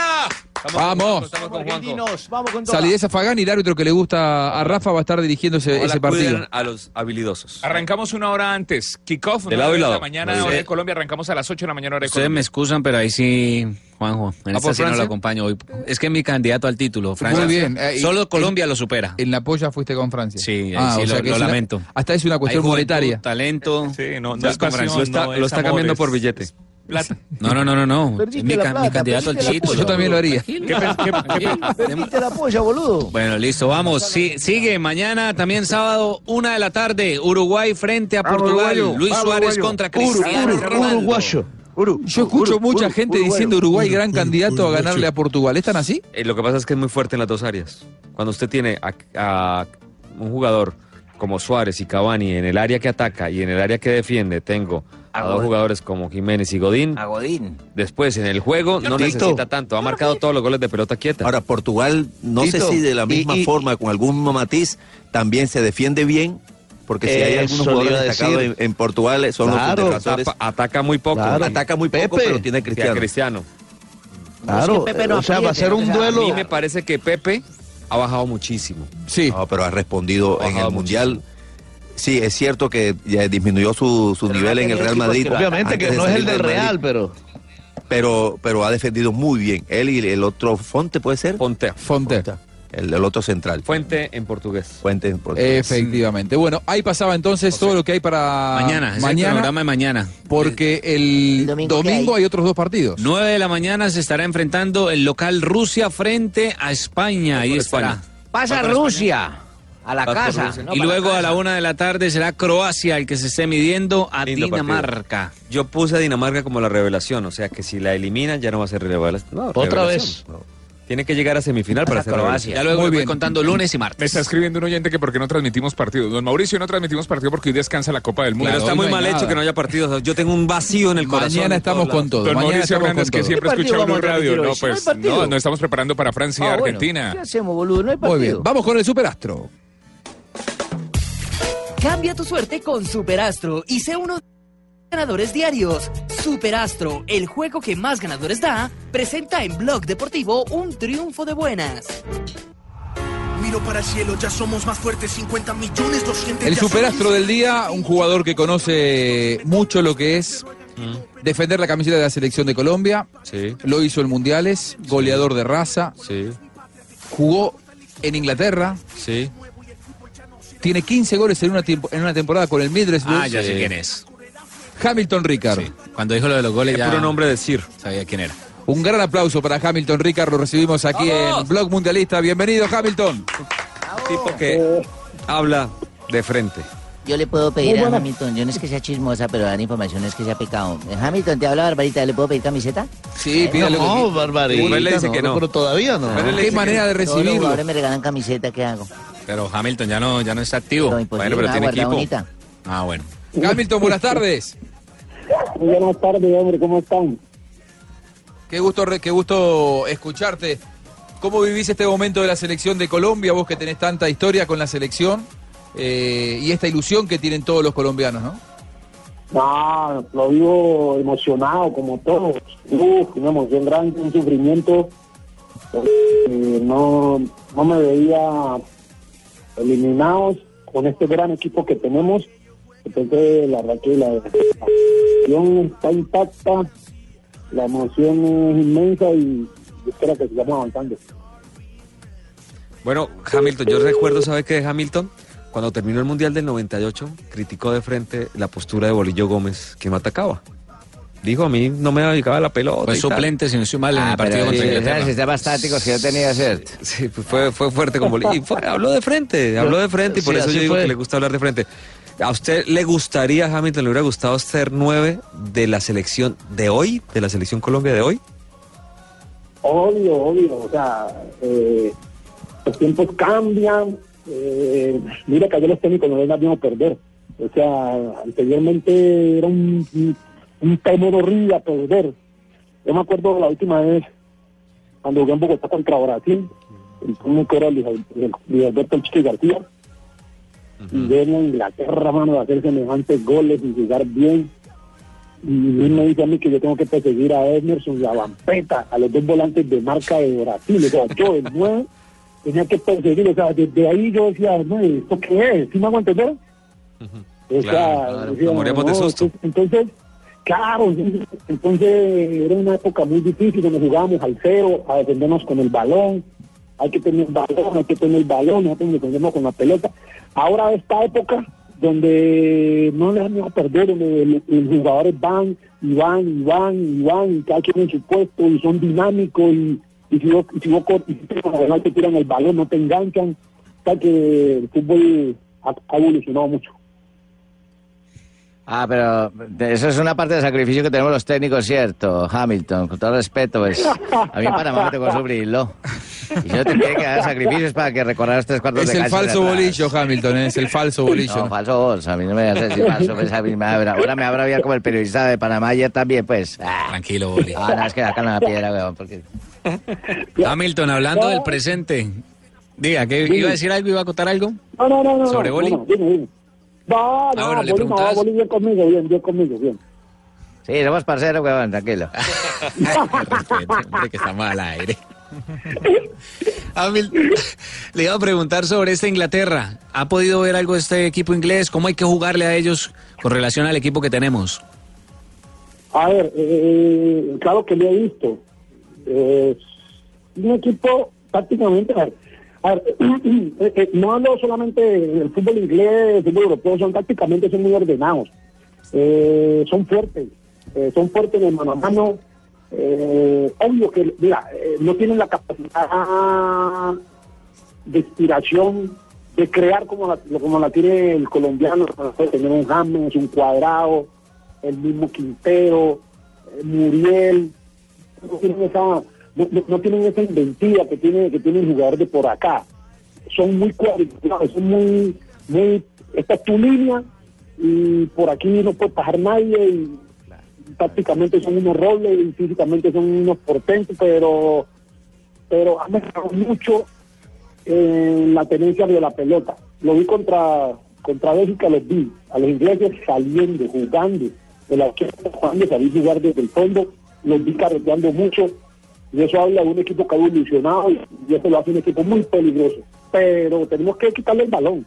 [SPEAKER 2] Vamos.
[SPEAKER 16] Argentinos, vamos con todas.
[SPEAKER 2] Salidez Fagán y el árbitro que le gusta a Rafa va a estar dirigiendo ese,
[SPEAKER 8] Ojalá
[SPEAKER 2] eh, ese partido.
[SPEAKER 8] cuiden a los habilidosos.
[SPEAKER 13] Arrancamos una hora antes. Kickoff,
[SPEAKER 5] De
[SPEAKER 13] nueve
[SPEAKER 5] lado y
[SPEAKER 13] de la
[SPEAKER 5] lado.
[SPEAKER 13] mañana,
[SPEAKER 5] Muy
[SPEAKER 13] hora
[SPEAKER 5] bien.
[SPEAKER 13] de Colombia. Arrancamos a las 8 de la mañana, hora de
[SPEAKER 5] Ustedes me
[SPEAKER 13] Colombia.
[SPEAKER 5] excusan, pero ahí sí, Juanjo, en
[SPEAKER 13] ¿Ah,
[SPEAKER 5] esta
[SPEAKER 13] por
[SPEAKER 5] sí no lo
[SPEAKER 13] Francia?
[SPEAKER 5] acompaño hoy. Es que es mi candidato al título, Francia.
[SPEAKER 2] Muy bien. eh, y-
[SPEAKER 5] Solo Colombia lo supera.
[SPEAKER 2] En la polla fuiste con Francia.
[SPEAKER 5] Sí,
[SPEAKER 2] Ah, o
[SPEAKER 5] sí, lo-
[SPEAKER 2] sea que
[SPEAKER 5] lo
[SPEAKER 2] es una-
[SPEAKER 5] lamento.
[SPEAKER 2] hasta es una cuestión
[SPEAKER 5] Hay juventud,
[SPEAKER 2] monetaria.
[SPEAKER 5] talento.
[SPEAKER 13] no es pasión,
[SPEAKER 5] Lo está, lo
[SPEAKER 13] no es
[SPEAKER 5] está
[SPEAKER 13] amor,
[SPEAKER 5] cambiando
[SPEAKER 13] es-
[SPEAKER 5] por billete.
[SPEAKER 13] Plata.
[SPEAKER 5] No, no, no, no, no. Es
[SPEAKER 13] Perdiste
[SPEAKER 5] mi,
[SPEAKER 13] la
[SPEAKER 5] ca- mi
[SPEAKER 13] plata,
[SPEAKER 5] candidato al
[SPEAKER 13] perdiste la
[SPEAKER 5] título.
[SPEAKER 13] plata. Yo también lo haría.
[SPEAKER 5] Tranquilo,
[SPEAKER 13] ¿Qué pe- qué-
[SPEAKER 5] tranquilo.
[SPEAKER 9] Perdiste la polla, boludo.
[SPEAKER 5] Bueno, listo, vamos. Sí, sigue mañana, también sábado, una de la tarde, Uruguay frente a
[SPEAKER 11] Vamos,
[SPEAKER 5] Portugal.
[SPEAKER 11] uruguayo.
[SPEAKER 5] Luis
[SPEAKER 11] Vamos,
[SPEAKER 5] Suárez
[SPEAKER 11] uruguayo.
[SPEAKER 5] contra
[SPEAKER 11] Uru-
[SPEAKER 5] Cristiano
[SPEAKER 11] uru-
[SPEAKER 5] Ronaldo.
[SPEAKER 11] Uruguayo.
[SPEAKER 2] Yo escucho mucha gente diciendo Uruguay gran candidato a ganarle a Portugal. ¿Están así?
[SPEAKER 8] Eh, lo que pasa es que es muy fuerte en las dos áreas. Cuando usted tiene a, a un jugador como Suárez y Cavani en el área que ataca y en el área que defiende, tengo a, dos jugadores como Jiménez y Godín. Después en el juego
[SPEAKER 18] Tito.
[SPEAKER 8] no
[SPEAKER 18] Ah,
[SPEAKER 8] necesita tanto. Ha marcado todos los goles de pelota quieta.
[SPEAKER 18] Ahora, Portugal, no
[SPEAKER 8] Tito,
[SPEAKER 18] sé si de la
[SPEAKER 8] y-
[SPEAKER 18] misma
[SPEAKER 8] y-
[SPEAKER 18] forma, con algún matiz, también se defiende bien, porque si hay
[SPEAKER 8] Eso
[SPEAKER 18] algunos
[SPEAKER 8] le
[SPEAKER 18] jugadores
[SPEAKER 8] Eh, iba a
[SPEAKER 18] destacados en,
[SPEAKER 8] decir.
[SPEAKER 18] en Portugal, son
[SPEAKER 8] Claro.
[SPEAKER 18] los defensores.
[SPEAKER 8] Ataca- ataca muy poco.
[SPEAKER 18] Claro. Ataca muy poco,
[SPEAKER 8] Pepe.
[SPEAKER 18] pero tiene a Cristiano.
[SPEAKER 8] Sí, a Cristiano.
[SPEAKER 18] Claro, Pepe no o sea, va a apriete, ser un no te duelo-
[SPEAKER 8] A mí me parece que Pepe ha bajado muchísimo.
[SPEAKER 2] Sí.
[SPEAKER 18] pero ha respondido en el Mundial. Sí, es cierto que ya disminuyó su, su nivel en el Real Madrid.
[SPEAKER 11] Obviamente que
[SPEAKER 18] antes de
[SPEAKER 11] no es el
[SPEAKER 18] salir
[SPEAKER 11] del Real,
[SPEAKER 18] Madrid,
[SPEAKER 11] pero.
[SPEAKER 18] pero, pero ha defendido muy bien. Él y el otro Fonte, ¿puede ser?
[SPEAKER 8] Fonte.
[SPEAKER 2] Fonte.
[SPEAKER 18] El, el otro central.
[SPEAKER 8] Fuente en portugués.
[SPEAKER 18] Fuente en portugués.
[SPEAKER 2] Efectivamente. Bueno, ahí pasaba entonces todo lo que hay para
[SPEAKER 5] Mañana, es el
[SPEAKER 2] mañana
[SPEAKER 5] programa de mañana.
[SPEAKER 2] porque el, domingo, hay otros dos partidos.
[SPEAKER 5] 9 de la mañana se estará enfrentando el local Rusia frente a España. Ahí estará.
[SPEAKER 9] Pasa Rusia a la
[SPEAKER 5] Va por
[SPEAKER 9] casa.
[SPEAKER 5] Rusia.
[SPEAKER 9] ¿no?
[SPEAKER 5] y
[SPEAKER 9] Para
[SPEAKER 5] luego
[SPEAKER 9] la
[SPEAKER 5] a la una de la tarde será Croacia el que se esté midiendo a
[SPEAKER 8] Lindo partido.
[SPEAKER 5] Dinamarca.
[SPEAKER 8] Yo puse a Dinamarca como la revelación, o sea que si la eliminan ya no va a ser revelación. No,
[SPEAKER 5] Otra
[SPEAKER 8] revelación, no. Tiene que llegar a semifinal para ser revelación.
[SPEAKER 5] Ya luego voy contando lunes y martes.
[SPEAKER 13] Me está escribiendo un oyente que por qué no transmitimos partido. Don Mauricio, no transmitimos partido porque hoy descansa la Copa del Mundo.
[SPEAKER 8] Pero está muy mal hecho que no haya partidos. o sea, Yo tengo un vacío en el corazón.
[SPEAKER 13] Mañana
[SPEAKER 8] de
[SPEAKER 13] estamos
[SPEAKER 8] todos lados.
[SPEAKER 13] con todo, Don mañana Mauricio estamos Hernández, con que todo. siempre escucha Blue Radio, no, pues,
[SPEAKER 9] No hay partido.
[SPEAKER 13] no, no estamos preparando para Francia y
[SPEAKER 9] Ah, bueno.
[SPEAKER 13] Argentina.
[SPEAKER 9] ¿Qué hacemos, boludo? No hay partido.
[SPEAKER 2] Muy bien, vamos con el Superastro.
[SPEAKER 22] Cambia tu suerte con Superastro y sé uno de los ganadores diarios. Superastro, el juego que más ganadores da, presenta en Blog Deportivo un triunfo de buenas.
[SPEAKER 24] Miro para el cielo, ya somos más fuertes, 50 millones, 200
[SPEAKER 2] El
[SPEAKER 24] ya somos-
[SPEAKER 2] Superastro del día, un jugador que conoce mucho lo que es defender la camiseta de la selección de Colombia.
[SPEAKER 8] Sí,
[SPEAKER 2] Lo hizo en Mundiales, goleador de raza,
[SPEAKER 8] sí,
[SPEAKER 2] jugó en Inglaterra,
[SPEAKER 8] sí.
[SPEAKER 2] tiene 15 goles en una, tiempo- en una temporada con el Middlesbrough.
[SPEAKER 5] Ah, ya sé quién es.
[SPEAKER 2] Hamilton Ricard.
[SPEAKER 5] Cuando dijo lo de los goles
[SPEAKER 2] Es
[SPEAKER 5] ya...
[SPEAKER 2] puro nombre
[SPEAKER 8] decir.
[SPEAKER 5] Sabía quién era.
[SPEAKER 2] Un gran aplauso para Hamilton Ricard, lo recibimos aquí en Blog Mundialista. Bienvenido, Hamilton.
[SPEAKER 8] Tipo que habla de frente.
[SPEAKER 9] Yo le puedo pedir
[SPEAKER 8] Muy
[SPEAKER 9] a
[SPEAKER 8] buena.
[SPEAKER 9] Hamilton, yo no es que sea chismosa, pero dan informaciones que sea pecado. Eh, Hamilton, te habla Barbarita, ¿le puedo pedir camiseta?
[SPEAKER 2] Sí,
[SPEAKER 9] pídale.
[SPEAKER 11] No, barbaridad.
[SPEAKER 5] Pues
[SPEAKER 9] Pero él le dice que no.
[SPEAKER 11] Pero todavía no.
[SPEAKER 9] ¿Qué manera de recibirlo? Ahora me regalan camiseta, ¿qué hago?
[SPEAKER 5] Pero Hamilton ya no, ya no está activo. Bueno, pero
[SPEAKER 9] una
[SPEAKER 5] tiene
[SPEAKER 9] guarda
[SPEAKER 5] equipo.
[SPEAKER 9] bonita.
[SPEAKER 5] Ah, bueno.
[SPEAKER 2] Hamilton, buenas tardes.
[SPEAKER 25] Buenas tardes, hombre, ¿cómo están?
[SPEAKER 2] Qué gusto, re- qué gusto escucharte. ¿Cómo vivís este momento de la selección de Colombia, vos que tenés tanta historia con la selección eh, y esta ilusión que tienen todos los colombianos, ¿no?
[SPEAKER 25] No, Ah, lo vivo emocionado como todos. Uf, una emoción grande, un sufrimiento. Eh, no, no me veía eliminados con este gran equipo que tenemos. Entonces, la verdad que la la emoción está intacta, la emoción es inmensa y espero que sigamos avanzando.
[SPEAKER 8] Bueno, Hamilton, yo recuerdo, ¿sabe qué de Hamilton? Cuando terminó el Mundial del 98, criticó de frente la postura de Bolillo Gómez, que me atacaba. Dijo, a mí no me dedicaba la pelota.
[SPEAKER 5] Fue
[SPEAKER 8] y tal".
[SPEAKER 5] suplente, Ah, si no estoy
[SPEAKER 9] Ah,
[SPEAKER 5] mal, en el partido contra Inglaterra.
[SPEAKER 8] El sistema estático que yo tenía, ¿cierto? Sí, pues fue, fue fuerte con Bolillo. Y fue- habló de frente, habló de frente y por
[SPEAKER 20] Sí,
[SPEAKER 8] eso
[SPEAKER 20] así
[SPEAKER 8] yo digo
[SPEAKER 20] fue.
[SPEAKER 8] que le gusta hablar de frente. ¿A usted le gustaría, Hamilton, le hubiera gustado ser nueve de la selección de hoy, de la selección Colombia de hoy?
[SPEAKER 25] Obvio, obvio, o sea, eh, los tiempos cambian. eh, mira que ayer los técnicos no les mismo perder. O sea, anteriormente era un, un, un temor horrible a perder. Yo me acuerdo la última vez cuando jugué en Bogotá contra Brasil, el técnico era Luis Luis- Luis Alberto El Chiqui García.
[SPEAKER 17] Mm.
[SPEAKER 25] Y venía a Inglaterra, mano, a hacer semejantes goles y jugar bien. Y él me dice a mí que yo tengo que perseguir a Emerson y a Vampeta, a los dos volantes de marca de Brasil. O sea, yo, el 9, tenía que perseguir. O sea, desde ahí yo decía, no, ¿esto qué es? ¿Sí me hago entender? O sea, decía,
[SPEAKER 8] nos moríamos de
[SPEAKER 25] no,
[SPEAKER 8] susto.
[SPEAKER 25] Entonces, claro, entonces- entonces era una época muy difícil donde jugábamos al cero, a defendernos con el balón. Hay que tener balón, hay que tener balón, nosotros nos defendemos con la pelota. Ahora esta época donde no le dan a perder, donde el- los jugadores van y van y van y van y cada quien en su puesto y son dinámicos y, y si vos, y si vos cor- y si te- además te tiran el balón, no te enganchan. O sea que el fútbol ha- ha evolucionado mucho.
[SPEAKER 14] Ah, pero eso es una parte del sacrificio que tenemos los técnicos, ¿cierto? Hamilton, con todo respeto, pues a mí en Panamá me tocó sufrirlo. Y yo te tenía que dar sacrificios para que recordaras tres cuartos
[SPEAKER 2] Es
[SPEAKER 14] de
[SPEAKER 2] el
[SPEAKER 14] cancha
[SPEAKER 2] falso
[SPEAKER 14] de atrás.
[SPEAKER 2] bolillo, Hamilton, es el falso bolillo.
[SPEAKER 14] No, falso vos, a mí no me hagas decir falso, pues a mí me abra- ahora me habrá bien como el periodista de Panamá ayer también, pues.
[SPEAKER 5] Tranquilo, Boli.
[SPEAKER 14] Ah, no, es que acá en la piedra, weón, porque...
[SPEAKER 5] Hamilton, hablando del presente. Diga, ¿qué,
[SPEAKER 25] Sí.
[SPEAKER 5] ¿iba a decir algo? ¿Iba a contar algo?
[SPEAKER 25] No, no, no, no.
[SPEAKER 5] ¿Sobre
[SPEAKER 25] no,
[SPEAKER 5] Boli?
[SPEAKER 25] No, no, dime, dime. no, no,
[SPEAKER 5] Ahora, ¿le
[SPEAKER 25] Boli, no,
[SPEAKER 5] preguntabas?
[SPEAKER 25] Boli bien conmigo, bien, bien conmigo, bien.
[SPEAKER 14] Sí, somos parceros, weón, tranquilo.
[SPEAKER 5] Hombre, que estamos al aire. Hamilton, Ah, le iba a preguntar sobre esta Inglaterra. ¿Ha podido ver algo de este equipo inglés? ¿Cómo hay que jugarle a ellos con relación al equipo que tenemos?
[SPEAKER 25] A ver, eh, claro que lo he visto. Eh, un equipo prácticamente... A ver, a ver, eh, eh, no hablo solamente del fútbol inglés, del fútbol europeo, son prácticamente son muy ordenados. Eh, son fuertes, eh, son fuertes de mano a mano. Eh, obvio que, mira, eh, no tienen la capacidad de inspiración, de crear como la, como la tiene el colombiano, puede tener un James, un cuadrado, el mismo Quintero, eh, Muriel, no tienen esa, no, no- no tienen esa inventiva que tiene, que tiene el jugador de por acá. Son muy cuadriculados, son muy, muy, esta es tu línea y por aquí no puede pasar nadie y tácticamente son unos roles y físicamente son unos portentos, pero, pero han mejorado mucho en la tenencia de la pelota. Lo vi contra, contra Bélgica, los vi a los ingleses saliendo, jugando, de la izquierda, jugando, salir a jugar desde el fondo, los vi carreteando mucho, y eso habla de un equipo que ha evolucionado y, y eso lo hace un equipo muy peligroso. Pero tenemos que quitarle el balón.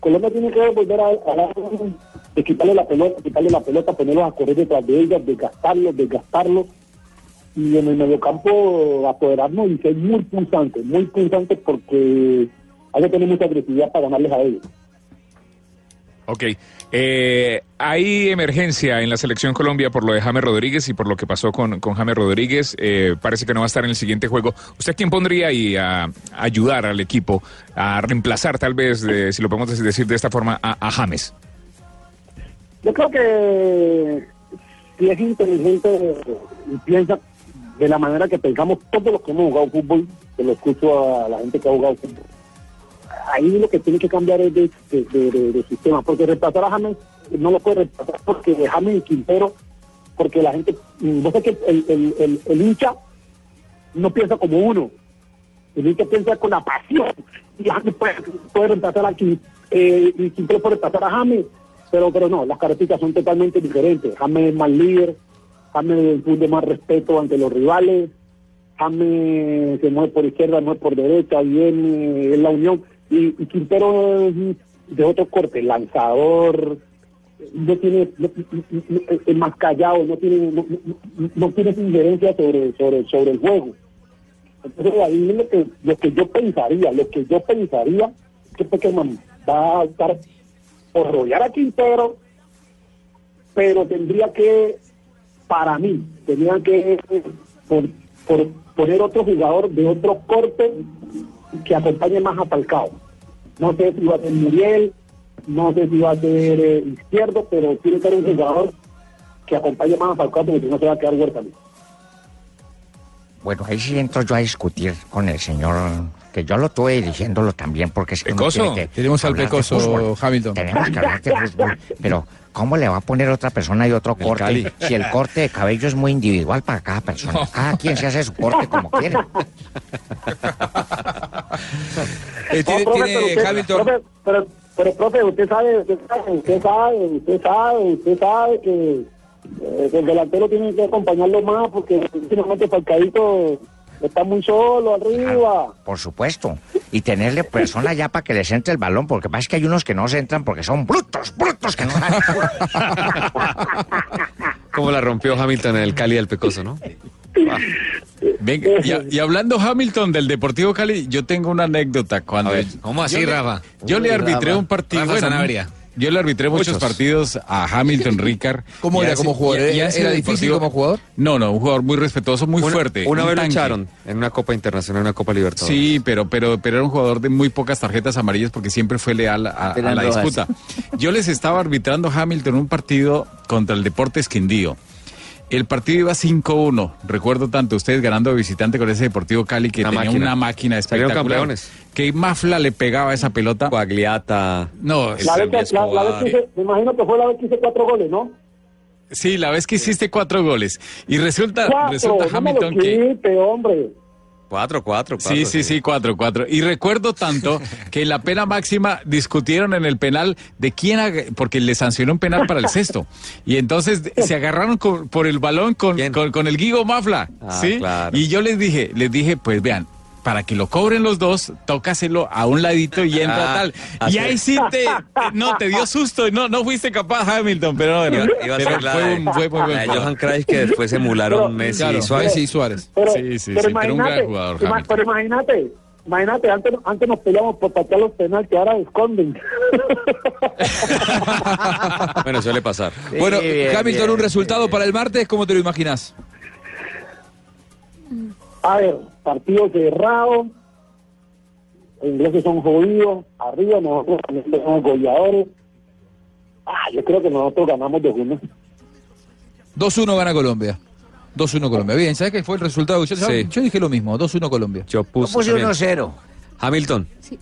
[SPEAKER 25] Colombia tiene que volver a, a dar un- de quitarle la pelota, quitarle la pelota, ponerlos a correr detrás de ellas, desgastarlos, desgastarlos y en el mediocampo apoderarnos y ser muy punzantes, muy punzantes porque hay que tener mucha agresividad para ganarles a ellos.
[SPEAKER 13] Ok. Eh, hay emergencia en la selección Colombia por lo de James Rodríguez y por lo que pasó con, con James Rodríguez. Eh, parece que no va a estar en el siguiente juego. ¿Usted quién pondría ahí a, a ayudar al equipo a reemplazar, tal vez, de- si lo podemos decir de esta forma, a, a James?
[SPEAKER 25] Yo creo que si es inteligente y piensa de la manera que pensamos todos los que hemos jugado fútbol, que lo escucho a la gente que ha jugado fútbol, ahí lo que tiene que cambiar es de, de- de- de- de sistema, porque reemplazar a James no lo puede reemplazar porque James y Quintero porque la gente, mm, vos sabés que el, el, el- el hincha no piensa como uno, el hincha piensa con la pasión, y James puede, puede reemplazar a Quin- eh, y Quintero puede reemplazar a James, pero, pero no, las características son totalmente diferentes, James es más líder, James funde más respeto ante los rivales, James se mueve por izquierda, mueve por derecha, viene, es la unión. Y, y Quintero es de otro corte, lanzador, no tiene, no- no- no- es más callado, no tiene, no, no- no tiene esa injerencia sobre, sobre, sobre el juego. Entonces ahí lo que, lo que yo pensaría, lo que yo pensaría es que Peckerman va a estar por rodear a Quintero, pero tendría que, para mí, tendría que eh, por- por poner otro jugador de otro corte que acompañe más a Falcao. No sé si va a ser Muriel, no sé si va a ser eh, Izquierdo, pero tiene que haber un jugador que acompañe más a Falcao porque si no se va a quedar huérfano.
[SPEAKER 12] Bueno, ahí sí entro yo a discutir con el señor, que yo lo tuve diciéndolo también, porque es que uno
[SPEAKER 2] Pecoso.
[SPEAKER 12] tiene que
[SPEAKER 2] Tenemos al
[SPEAKER 12] hablar de fútbol.
[SPEAKER 2] pecoso, Hamilton.
[SPEAKER 12] Tenemos que hablar de fútbol, pero ¿cómo le va a poner otra persona y otro corte?
[SPEAKER 2] Cali.
[SPEAKER 12] Si el corte de cabello es muy individual para cada persona. Cada quien se hace su corte como quiere.
[SPEAKER 2] Eh, tiene-
[SPEAKER 25] No,
[SPEAKER 2] tiene
[SPEAKER 25] profe, pero usted-
[SPEAKER 2] Hamilton-
[SPEAKER 25] profe, pero, pero, profe, usted sabe, usted sabe, usted sabe, usted sabe, usted sabe que eh, el delantero tiene que acompañarlo más porque últimamente Falcaíto está muy solo arriba.
[SPEAKER 12] Por supuesto. Y tenerle persona ya para que les entre el balón, porque pasa que hay unos que no se entran porque son brutos, brutos que no dan.
[SPEAKER 8] ¿Cómo la rompió Hamilton en el Cali del Pecoso, no?
[SPEAKER 10] Venga, y, a- y hablando Hamilton del Deportivo Cali, yo tengo una anécdota cuando.
[SPEAKER 5] A ver, ¿cómo
[SPEAKER 10] yo
[SPEAKER 5] así,
[SPEAKER 10] le-
[SPEAKER 5] Rafa?
[SPEAKER 10] Yo le
[SPEAKER 5] Uy,
[SPEAKER 10] arbitré
[SPEAKER 5] Rafa.
[SPEAKER 10] un partido.
[SPEAKER 5] Rafa Sanabria.
[SPEAKER 10] Yo le arbitré muchos,
[SPEAKER 5] Muchos.
[SPEAKER 10] partidos a Hamilton Ricard.
[SPEAKER 2] ¿Cómo
[SPEAKER 10] Y
[SPEAKER 2] era
[SPEAKER 10] hace-
[SPEAKER 2] como jugador?
[SPEAKER 10] y- y hace
[SPEAKER 2] ¿Era
[SPEAKER 10] el
[SPEAKER 2] difícil
[SPEAKER 10] Deportivo-
[SPEAKER 2] como jugador?
[SPEAKER 10] No, no, un jugador muy respetuoso, muy
[SPEAKER 8] Una-
[SPEAKER 10] fuerte.
[SPEAKER 8] Una
[SPEAKER 10] un
[SPEAKER 8] vez lo
[SPEAKER 10] tanque.
[SPEAKER 8] echaron en una Copa Internacional, en una Copa Libertadores.
[SPEAKER 10] Sí, pero, pero, pero era un jugador de muy pocas tarjetas amarillas porque siempre fue leal a, a
[SPEAKER 8] Eran
[SPEAKER 10] la
[SPEAKER 8] rojas.
[SPEAKER 10] disputa. Yo les estaba arbitrando a Hamilton un partido contra el Deportes Quindío. El partido iba 5-1. Recuerdo tanto ustedes ganando de visitante con ese Deportivo Cali que
[SPEAKER 8] Una
[SPEAKER 10] tenía
[SPEAKER 8] máquina.
[SPEAKER 10] una máquina
[SPEAKER 8] Salieron
[SPEAKER 10] espectacular.
[SPEAKER 8] campeones.
[SPEAKER 10] Que Mafla le pegaba esa pelota.
[SPEAKER 8] Bagliata.
[SPEAKER 10] No,
[SPEAKER 25] La vez, que, la, la vez que hice- me imagino que fue la vez que hice cuatro goles, ¿no?
[SPEAKER 10] Sí, la vez que hiciste cuatro goles. Y resulta,
[SPEAKER 25] Cuatro,
[SPEAKER 10] resulta
[SPEAKER 25] Ah, no me
[SPEAKER 10] Hamilton
[SPEAKER 25] lo
[SPEAKER 10] que.
[SPEAKER 25] quite, hombre.
[SPEAKER 8] Cuatro, cuatro,
[SPEAKER 10] Sí, sí, sí, cuatro, cuatro. Y recuerdo tanto que en la pena máxima discutieron en el penal de quién, ag- porque le sancionó un penal para el sexto. Y entonces se agarraron con- por el balón con, con, con el Guigo Mafla.
[SPEAKER 8] Ah,
[SPEAKER 10] ¿sí?
[SPEAKER 8] claro.
[SPEAKER 10] Y yo les dije, les dije, pues vean. Para que lo cobren los dos, tócaselo a un ladito y entra
[SPEAKER 8] Ah,
[SPEAKER 10] tal.
[SPEAKER 8] así
[SPEAKER 10] Y ahí
[SPEAKER 8] es.
[SPEAKER 10] sí te, te- no te dio susto, no, no fuiste capaz, Hamilton, pero no,
[SPEAKER 8] Iba,
[SPEAKER 10] pero-
[SPEAKER 8] iba a
[SPEAKER 10] pero
[SPEAKER 8] ser la
[SPEAKER 10] fue
[SPEAKER 8] de,
[SPEAKER 10] un- fue muy buen
[SPEAKER 8] la de
[SPEAKER 10] jugador.
[SPEAKER 8] Johan Cruyff que después emularon Messi
[SPEAKER 10] Claro,
[SPEAKER 8] y Suárez.
[SPEAKER 10] Messi y Suárez.
[SPEAKER 25] Pero,
[SPEAKER 10] sí, sí, sí, pero
[SPEAKER 25] pero
[SPEAKER 10] un
[SPEAKER 25] imagínate,
[SPEAKER 10] gran jugador,
[SPEAKER 25] ima-
[SPEAKER 10] Hamilton.
[SPEAKER 25] pero imagínate, imagínate, antes, antes nos peleamos por patear los penales que ahora esconden.
[SPEAKER 8] Bueno, suele pasar.
[SPEAKER 2] bueno,
[SPEAKER 25] bien,
[SPEAKER 2] Hamilton,
[SPEAKER 25] bien,
[SPEAKER 2] un resultado para el martes, ¿cómo te lo imaginas?
[SPEAKER 25] A ver, partido cerrado. Los ingleses son jodidos. Arriba nosotros también somos goleadores. Ah, yo creo que nosotros ganamos de uno.
[SPEAKER 2] 2-1 gana Colombia. 2-1 Colombia. Bien, ¿sabes qué fue el resultado? Yo,
[SPEAKER 8] Sí.
[SPEAKER 2] yo dije lo mismo, 2-1 Colombia.
[SPEAKER 8] Yo puse,
[SPEAKER 2] Yo puse
[SPEAKER 8] también.
[SPEAKER 2] 1-0.
[SPEAKER 8] Hamilton, ¿usted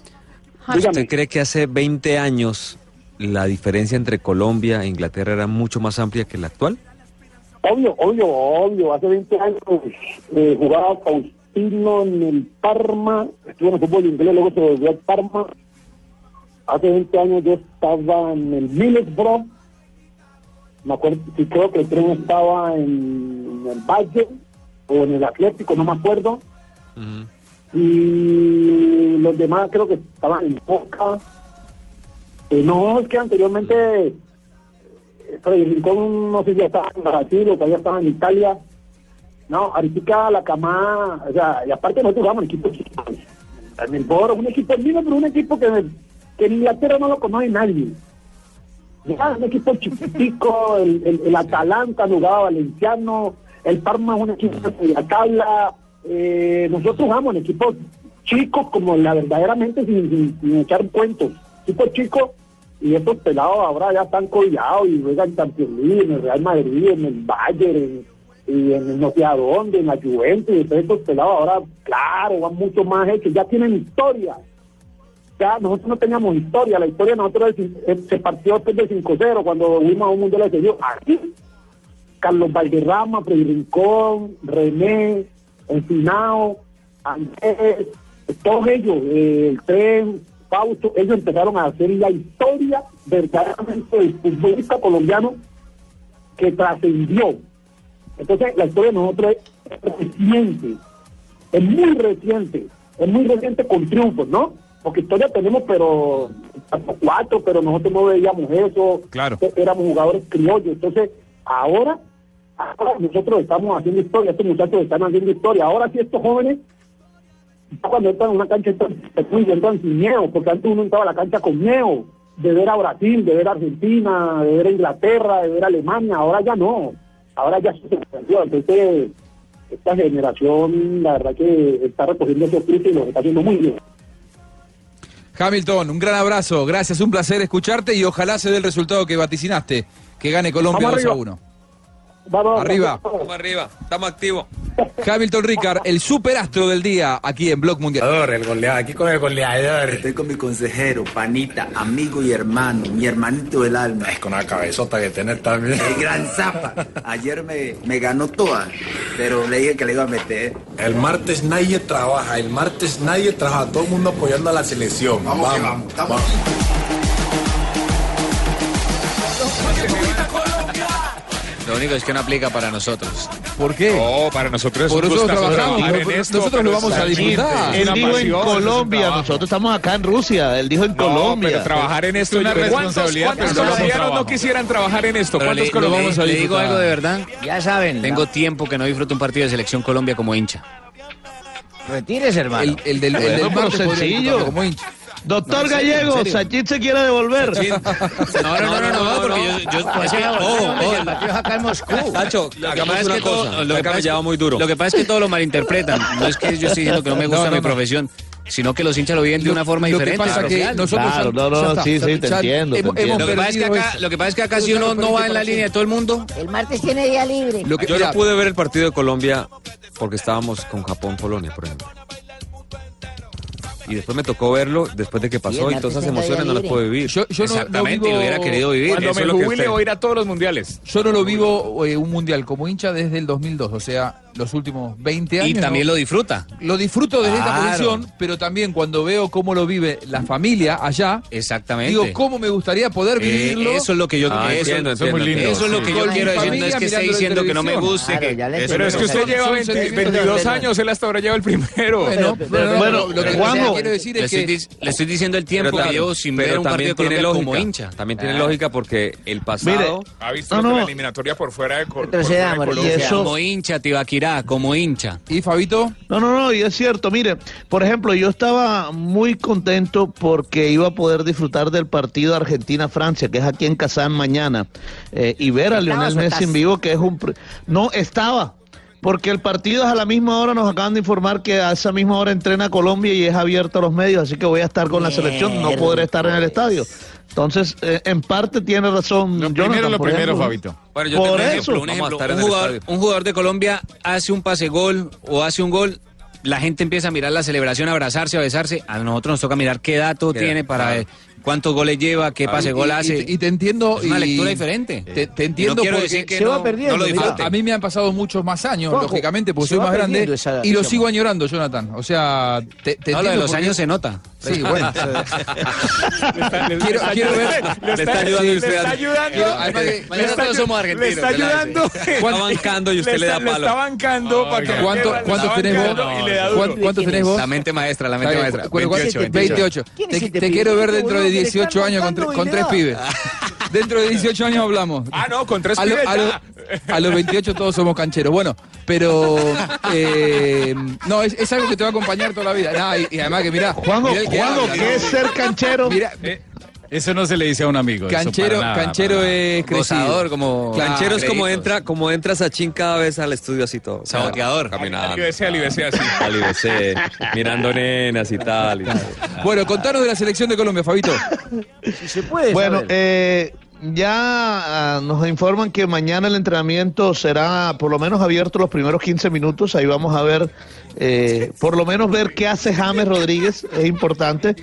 [SPEAKER 7] Dígame.
[SPEAKER 8] cree que hace 20 años la diferencia entre Colombia e Inglaterra era mucho más amplia que la actual?
[SPEAKER 25] Obvio, obvio, obvio. Hace 20 años eh, jugaba Faustino en el Parma. Estuvo en el fútbol inglés, luego se volvió al Parma. Hace 20 años yo estaba en el Middlesbrough. Me acuerdo, sí creo que el tren estaba en, en el Valle o en el Atlético, no me acuerdo.
[SPEAKER 5] Mm.
[SPEAKER 25] Y los demás creo que estaban en Boca. Eh, no, es que anteriormente eh, Freddy Rincón, no sé si ya estaba en Brasil o todavía estaba en Italia. No, ahorita la cama, o sea, y aparte nosotros jugamos en equipos chicos. En el Boro, un equipo lindo, pero un equipo que, que en Inglaterra no lo conoce nadie. Ya, un equipo chiquitico, el, el, el Atalanta jugaba Valenciano, el Parma es un equipo de la tabla. Eh, nosotros jugamos en equipos chicos, como la verdaderamente, sin, sin- sin echar cuentos. Equipos chicos, y estos pelados ahora ya están collados y juegan Champions League, en el Real Madrid, en el Bayern, en- y en el no sé a dónde, en la Juventus, y entonces estos pelados ahora, claro, van mucho más hechos, ya tienen historia. Ya nosotros no teníamos historia, la historia de nosotros es- es- se partió después del 5-0 cuando fuimos a un mundial de Dios. Aquí, Carlos Valderrama, Freddy Rincón, René, Encinao, Andrés, todos ellos, eh, el tren, Fausto, ellos empezaron a hacer la historia verdaderamente del futbolista colombiano que trascendió. Entonces, la historia de nosotros es reciente, es muy reciente, es muy reciente con triunfos, ¿no? Porque historia tenemos, pero hasta cuatro, pero nosotros no veíamos eso.
[SPEAKER 13] Claro.
[SPEAKER 25] Eh, Éramos jugadores criollos. Entonces, ahora, ahora nosotros estamos haciendo historia, estos muchachos están haciendo historia. Ahora sí, estos jóvenes, ya cuando entran en una cancha, están, se cuidan, entran sin miedo, porque antes uno entraba a la cancha con miedo de ver a Brasil, de ver a Argentina, de ver a Inglaterra, de ver a Alemania. Ahora ya no. Ahora ya se cambió. Entonces, esta generación, la verdad que está recogiendo esos frutos y los está haciendo muy bien.
[SPEAKER 2] Hamilton, un gran abrazo. Gracias, un placer escucharte y ojalá se dé el resultado que vaticinaste. Que gane Colombia
[SPEAKER 13] Vamos
[SPEAKER 2] 2 a
[SPEAKER 13] arriba.
[SPEAKER 2] 1. Arriba.
[SPEAKER 13] Vamos arriba, estamos activos.
[SPEAKER 2] Hamilton Ricard, el superastro del día aquí en Blog Mundial.
[SPEAKER 17] El goleador, aquí con el goleador. Estoy con mi consejero, panita, amigo y hermano, mi hermanito del alma. Es con la cabezota que tenés también. El gran zapa. Ayer me, me ganó toda, pero le dije que le iba a meter. El martes nadie trabaja, el martes nadie trabaja, todo el mundo apoyando a la selección. Vamos, vamos,
[SPEAKER 5] Lo único es que no aplica para nosotros.
[SPEAKER 2] ¿Por qué?
[SPEAKER 5] No, para nosotros
[SPEAKER 2] Por nosotros trabajamos,
[SPEAKER 5] trabajar en
[SPEAKER 2] por-
[SPEAKER 5] esto,
[SPEAKER 2] nosotros lo
[SPEAKER 5] pero
[SPEAKER 2] vamos a
[SPEAKER 5] es la
[SPEAKER 2] disfrutar.
[SPEAKER 5] gente,
[SPEAKER 11] Él
[SPEAKER 5] es una
[SPEAKER 11] dijo en
[SPEAKER 5] pasión, es un
[SPEAKER 11] Colombia,
[SPEAKER 5] trabajo.
[SPEAKER 11] nosotros estamos acá en Rusia, él dijo en Colombia.
[SPEAKER 13] pero trabajar en esto,
[SPEAKER 11] ¿Cuántos-
[SPEAKER 13] ¿Cuántos colombianos no quisieran trabajar en esto?
[SPEAKER 5] Pero
[SPEAKER 13] ¿Cuántos
[SPEAKER 5] le-
[SPEAKER 13] colombianos?
[SPEAKER 5] le, le digo algo de verdad.
[SPEAKER 9] Ya saben.
[SPEAKER 5] Tengo tiempo que no disfruto un partido de selección Colombia como hincha.
[SPEAKER 9] Retírese, hermano.
[SPEAKER 5] El, el del, el del
[SPEAKER 11] Bueno, pero
[SPEAKER 5] martes podría
[SPEAKER 11] sencillo.
[SPEAKER 5] disfrutarlo como hincha.
[SPEAKER 11] Doctor
[SPEAKER 5] No, en serio, en
[SPEAKER 11] Gallego,
[SPEAKER 5] serio.
[SPEAKER 11] Sachin se quiere devolver.
[SPEAKER 5] No, no, no, no, no, porque yo- yo-
[SPEAKER 11] Ojo,
[SPEAKER 5] Ah, es que- ojo,
[SPEAKER 11] ojo.
[SPEAKER 5] el partido es
[SPEAKER 9] acá en Moscú.
[SPEAKER 5] Tacho, lo que pasa es que todo, lo que pasa es que- Lo que pasa es que todo lo malinterpretan. No es que yo estoy diciendo que no me gusta
[SPEAKER 2] No, no,
[SPEAKER 5] mi
[SPEAKER 2] no.
[SPEAKER 5] profesión, sino que los hinchas lo viven de
[SPEAKER 2] Lo-
[SPEAKER 5] una forma
[SPEAKER 2] lo que
[SPEAKER 5] diferente.
[SPEAKER 2] pasa
[SPEAKER 5] en
[SPEAKER 2] que
[SPEAKER 5] social.
[SPEAKER 2] nosotros Claro, ya- no, no, ya está, sí, sí, te ya entiendo, te hemos- entiendo.
[SPEAKER 5] Lo que pasa es que
[SPEAKER 2] perdido
[SPEAKER 5] acá,
[SPEAKER 2] eso.
[SPEAKER 5] lo que pasa es que acá si uno no va en la línea de todo el mundo,
[SPEAKER 19] El martes tiene día libre.
[SPEAKER 8] Yo no pude ver el partido de Colombia porque estábamos con Japón-Polonia, por ejemplo. Y después me tocó verlo después de que pasó y
[SPEAKER 13] martes
[SPEAKER 8] todas esas
[SPEAKER 13] tengo día
[SPEAKER 8] emociones no las
[SPEAKER 13] libre.
[SPEAKER 8] puedo vivir.
[SPEAKER 2] yo no- no Exactamente, y lo vivo- hubiera querido vivir,
[SPEAKER 13] Cuando
[SPEAKER 2] eso
[SPEAKER 13] me
[SPEAKER 2] es lo que
[SPEAKER 13] jubile
[SPEAKER 2] usted-
[SPEAKER 13] voy a ir a todos los mundiales.
[SPEAKER 2] Yo no lo vivo eh, un mundial como hincha desde el 2002, o sea, los últimos 20 años.
[SPEAKER 5] y también
[SPEAKER 2] ¿no?
[SPEAKER 5] lo disfruta.
[SPEAKER 2] Lo disfruto desde
[SPEAKER 5] Claro.
[SPEAKER 2] esta posición, pero también cuando veo cómo lo vive la familia allá,
[SPEAKER 5] Exactamente.
[SPEAKER 2] digo, cómo me gustaría poder
[SPEAKER 5] Eh,
[SPEAKER 2] vivirlo.
[SPEAKER 5] eso es lo que yo
[SPEAKER 8] Ah,
[SPEAKER 5] eso,
[SPEAKER 8] entiendo, entiendo,
[SPEAKER 5] eso
[SPEAKER 8] entiendo.
[SPEAKER 5] es lo que
[SPEAKER 8] Con
[SPEAKER 5] yo quiero
[SPEAKER 8] mi
[SPEAKER 5] decir, no es
[SPEAKER 8] familia
[SPEAKER 5] que esté
[SPEAKER 8] mirándolo en
[SPEAKER 5] diciendo que no me
[SPEAKER 8] televisión.
[SPEAKER 5] guste.
[SPEAKER 8] Claro,
[SPEAKER 5] que-
[SPEAKER 8] ya le
[SPEAKER 5] eso
[SPEAKER 8] entendí.
[SPEAKER 5] no
[SPEAKER 8] Pero es que
[SPEAKER 5] es-
[SPEAKER 8] usted lleva
[SPEAKER 5] son
[SPEAKER 8] 20,
[SPEAKER 5] sentimientos
[SPEAKER 8] 22
[SPEAKER 5] de-
[SPEAKER 13] años, él hasta ahora lleva el primero.
[SPEAKER 5] Bueno, pero- bueno,
[SPEAKER 13] pero- pero-
[SPEAKER 5] lo que
[SPEAKER 13] pero-
[SPEAKER 5] Juanjo,
[SPEAKER 13] quiero decir es
[SPEAKER 5] le estoy
[SPEAKER 13] que-
[SPEAKER 5] dic- le estoy diciendo el tiempo
[SPEAKER 8] Pero
[SPEAKER 5] que llevo
[SPEAKER 8] tam-
[SPEAKER 5] sin
[SPEAKER 8] pero
[SPEAKER 5] ver un partido
[SPEAKER 8] también
[SPEAKER 5] de Colombia
[SPEAKER 8] tiene
[SPEAKER 5] como
[SPEAKER 8] lógica,
[SPEAKER 5] hincha.
[SPEAKER 8] También tiene
[SPEAKER 5] Ah.
[SPEAKER 8] lógica porque eh, el pasado.
[SPEAKER 13] ha visto
[SPEAKER 8] No,
[SPEAKER 13] lo que
[SPEAKER 8] no.
[SPEAKER 13] la eliminatoria por fuera de Col- por fuera de
[SPEAKER 5] Retrocedamos,
[SPEAKER 13] Colombia.
[SPEAKER 5] retrocedamos. Como hincha, Tibaquirá, como hincha.
[SPEAKER 2] ¿Y Fabito?
[SPEAKER 11] No, no, no, y es cierto. Mire, por ejemplo, yo estaba muy contento porque iba a poder disfrutar del partido Argentina-Francia, que es aquí en Kazán mañana, eh, y ver a
[SPEAKER 17] ¿Estabas
[SPEAKER 11] Lionel
[SPEAKER 17] o
[SPEAKER 11] Messi en
[SPEAKER 17] estás?
[SPEAKER 11] vivo, que es un... pr- No, estaba. Porque el partido es a la misma hora, nos acaban de informar que a esa misma hora entrena Colombia y es abierto a los medios, así que voy a estar con la selección, no podré estar en el estadio. Entonces, eh, en parte tiene razón. Jonathan, por ejemplo.
[SPEAKER 8] Bueno, yo
[SPEAKER 11] Por
[SPEAKER 8] tengo un
[SPEAKER 11] eso.
[SPEAKER 8] ejemplo, un
[SPEAKER 11] Vamos a
[SPEAKER 8] ejemplo.
[SPEAKER 11] estar en
[SPEAKER 8] Un
[SPEAKER 11] el
[SPEAKER 8] jugador,
[SPEAKER 11] estadio.
[SPEAKER 5] un jugador de Colombia hace un pase gol o hace un gol, la gente empieza a mirar la celebración, a abrazarse, a besarse. A nosotros nos toca mirar qué dato
[SPEAKER 2] Qué
[SPEAKER 5] tiene
[SPEAKER 2] dato,
[SPEAKER 5] para
[SPEAKER 2] claro.
[SPEAKER 5] eh, cuántos goles lleva, qué pase gol
[SPEAKER 2] Ah, Y- y-
[SPEAKER 5] hace.
[SPEAKER 2] Y, te entiendo.
[SPEAKER 5] Es una
[SPEAKER 2] y-
[SPEAKER 5] lectura diferente.
[SPEAKER 2] Te, te
[SPEAKER 5] Y no
[SPEAKER 2] entiendo
[SPEAKER 5] quiero
[SPEAKER 2] porque
[SPEAKER 5] decir que Se va no- perdiendo, no lo disfrute.
[SPEAKER 2] A, a mí me han pasado muchos más años,
[SPEAKER 5] Juanjo,
[SPEAKER 2] lógicamente, porque
[SPEAKER 5] se
[SPEAKER 2] soy
[SPEAKER 5] va
[SPEAKER 2] más grande.
[SPEAKER 5] perdiendo esa-
[SPEAKER 2] y lo
[SPEAKER 5] esa-
[SPEAKER 2] sigo añorando, Jonathan. O sea, te, te
[SPEAKER 5] No, lo
[SPEAKER 2] entiendo
[SPEAKER 5] de los
[SPEAKER 2] porque-
[SPEAKER 5] años se nota.
[SPEAKER 2] Sí, bueno.
[SPEAKER 5] Quiero- quiero ver-
[SPEAKER 13] Le
[SPEAKER 5] Le está ayudando
[SPEAKER 13] le
[SPEAKER 5] usted
[SPEAKER 13] está
[SPEAKER 5] al-
[SPEAKER 13] ayudando.
[SPEAKER 5] Quiero- además que-
[SPEAKER 13] Le
[SPEAKER 5] nosotros
[SPEAKER 13] está ayu-
[SPEAKER 5] somos argentinos,
[SPEAKER 13] Le está
[SPEAKER 5] ¿verdad?
[SPEAKER 13] ayudando.
[SPEAKER 5] Sí. Está bancando y usted le da
[SPEAKER 13] está-
[SPEAKER 5] palo.
[SPEAKER 13] está bancando para que
[SPEAKER 2] ¿Cuánto-
[SPEAKER 13] le- le
[SPEAKER 2] cuántos
[SPEAKER 13] está
[SPEAKER 2] tenés vos?
[SPEAKER 13] bancando y le da duro.
[SPEAKER 2] ¿Cuánto- cuántos tenés vos?
[SPEAKER 5] La mente maestra, la
[SPEAKER 2] Está
[SPEAKER 5] mente
[SPEAKER 2] bien,
[SPEAKER 5] maestra.
[SPEAKER 2] cu- cu-
[SPEAKER 5] 28, 28.
[SPEAKER 2] 28. Te, te quiero ver dentro de 18 años con, tre- con tres pibes. Dentro de 18 años hablamos.
[SPEAKER 13] Ah, no, con tres
[SPEAKER 2] a, lo-
[SPEAKER 13] pibes
[SPEAKER 2] a lo-
[SPEAKER 13] ya.
[SPEAKER 2] a los 28 todos somos cancheros. Bueno, pero eh, no, es, es algo que te va a acompañar toda la vida. Nah, y, y además que mirá,
[SPEAKER 11] Juanjo,
[SPEAKER 2] mirá el que
[SPEAKER 11] Juanjo,
[SPEAKER 2] habla,
[SPEAKER 11] ¿qué
[SPEAKER 2] ¿no?
[SPEAKER 11] es ser canchero?
[SPEAKER 2] Mira,
[SPEAKER 13] Eh,
[SPEAKER 10] Eso no se le dice a un amigo. eso
[SPEAKER 2] Canchero-
[SPEAKER 10] para nada,
[SPEAKER 2] canchero
[SPEAKER 10] para nada.
[SPEAKER 2] es crecido. Gozador, como-
[SPEAKER 8] Canchero es
[SPEAKER 2] Ah,
[SPEAKER 8] como
[SPEAKER 2] créditos.
[SPEAKER 8] entra, como entra Sachin cada vez al estudio así todo. Saboteador. Caminando.
[SPEAKER 13] Al IBC, al IBC, así.
[SPEAKER 8] Al IBC, mirando nenas y tal. y tal.
[SPEAKER 2] Bueno, contanos de la selección de Colombia, Fabito.
[SPEAKER 11] Bueno, eh, ya ah, nos informan que mañana el entrenamiento será por lo menos abierto los primeros 15 minutos. Ahí vamos a ver, eh, por lo menos ver qué hace James Rodríguez, es importante.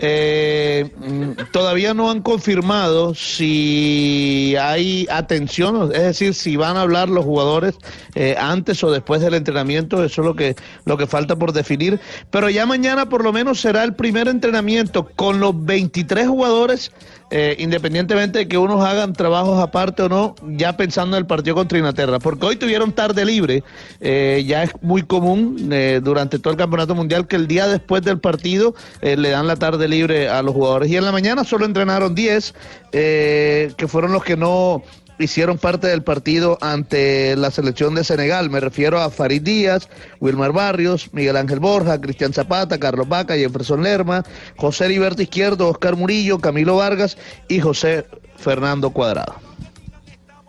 [SPEAKER 11] Eh, mm, todavía no han confirmado si hay atención, es decir, si van a hablar los jugadores eh, antes o después del entrenamiento, eso es lo que, lo que falta por definir. Pero ya mañana por lo menos será el primer entrenamiento con los 23 jugadores, eh, independientemente de que unos hagan trabajos aparte o no, ya pensando en el partido contra Inglaterra, porque hoy tuvieron tarde libre, eh, ya es muy común eh, durante todo el Campeonato Mundial que el día después del partido eh, le dan la tarde libre a los jugadores. Y en la mañana solo entrenaron 10, eh, que fueron los que no hicieron parte del partido ante la selección de Senegal. Me refiero a Farid Díaz, Wilmar Barrios, Miguel Ángel Borja, Cristian Zapata, Carlos Vaca, Jefferson Lerma, José Heriberto Izquierdo, Oscar Murillo, Camilo Vargas y José Fernando Cuadrado.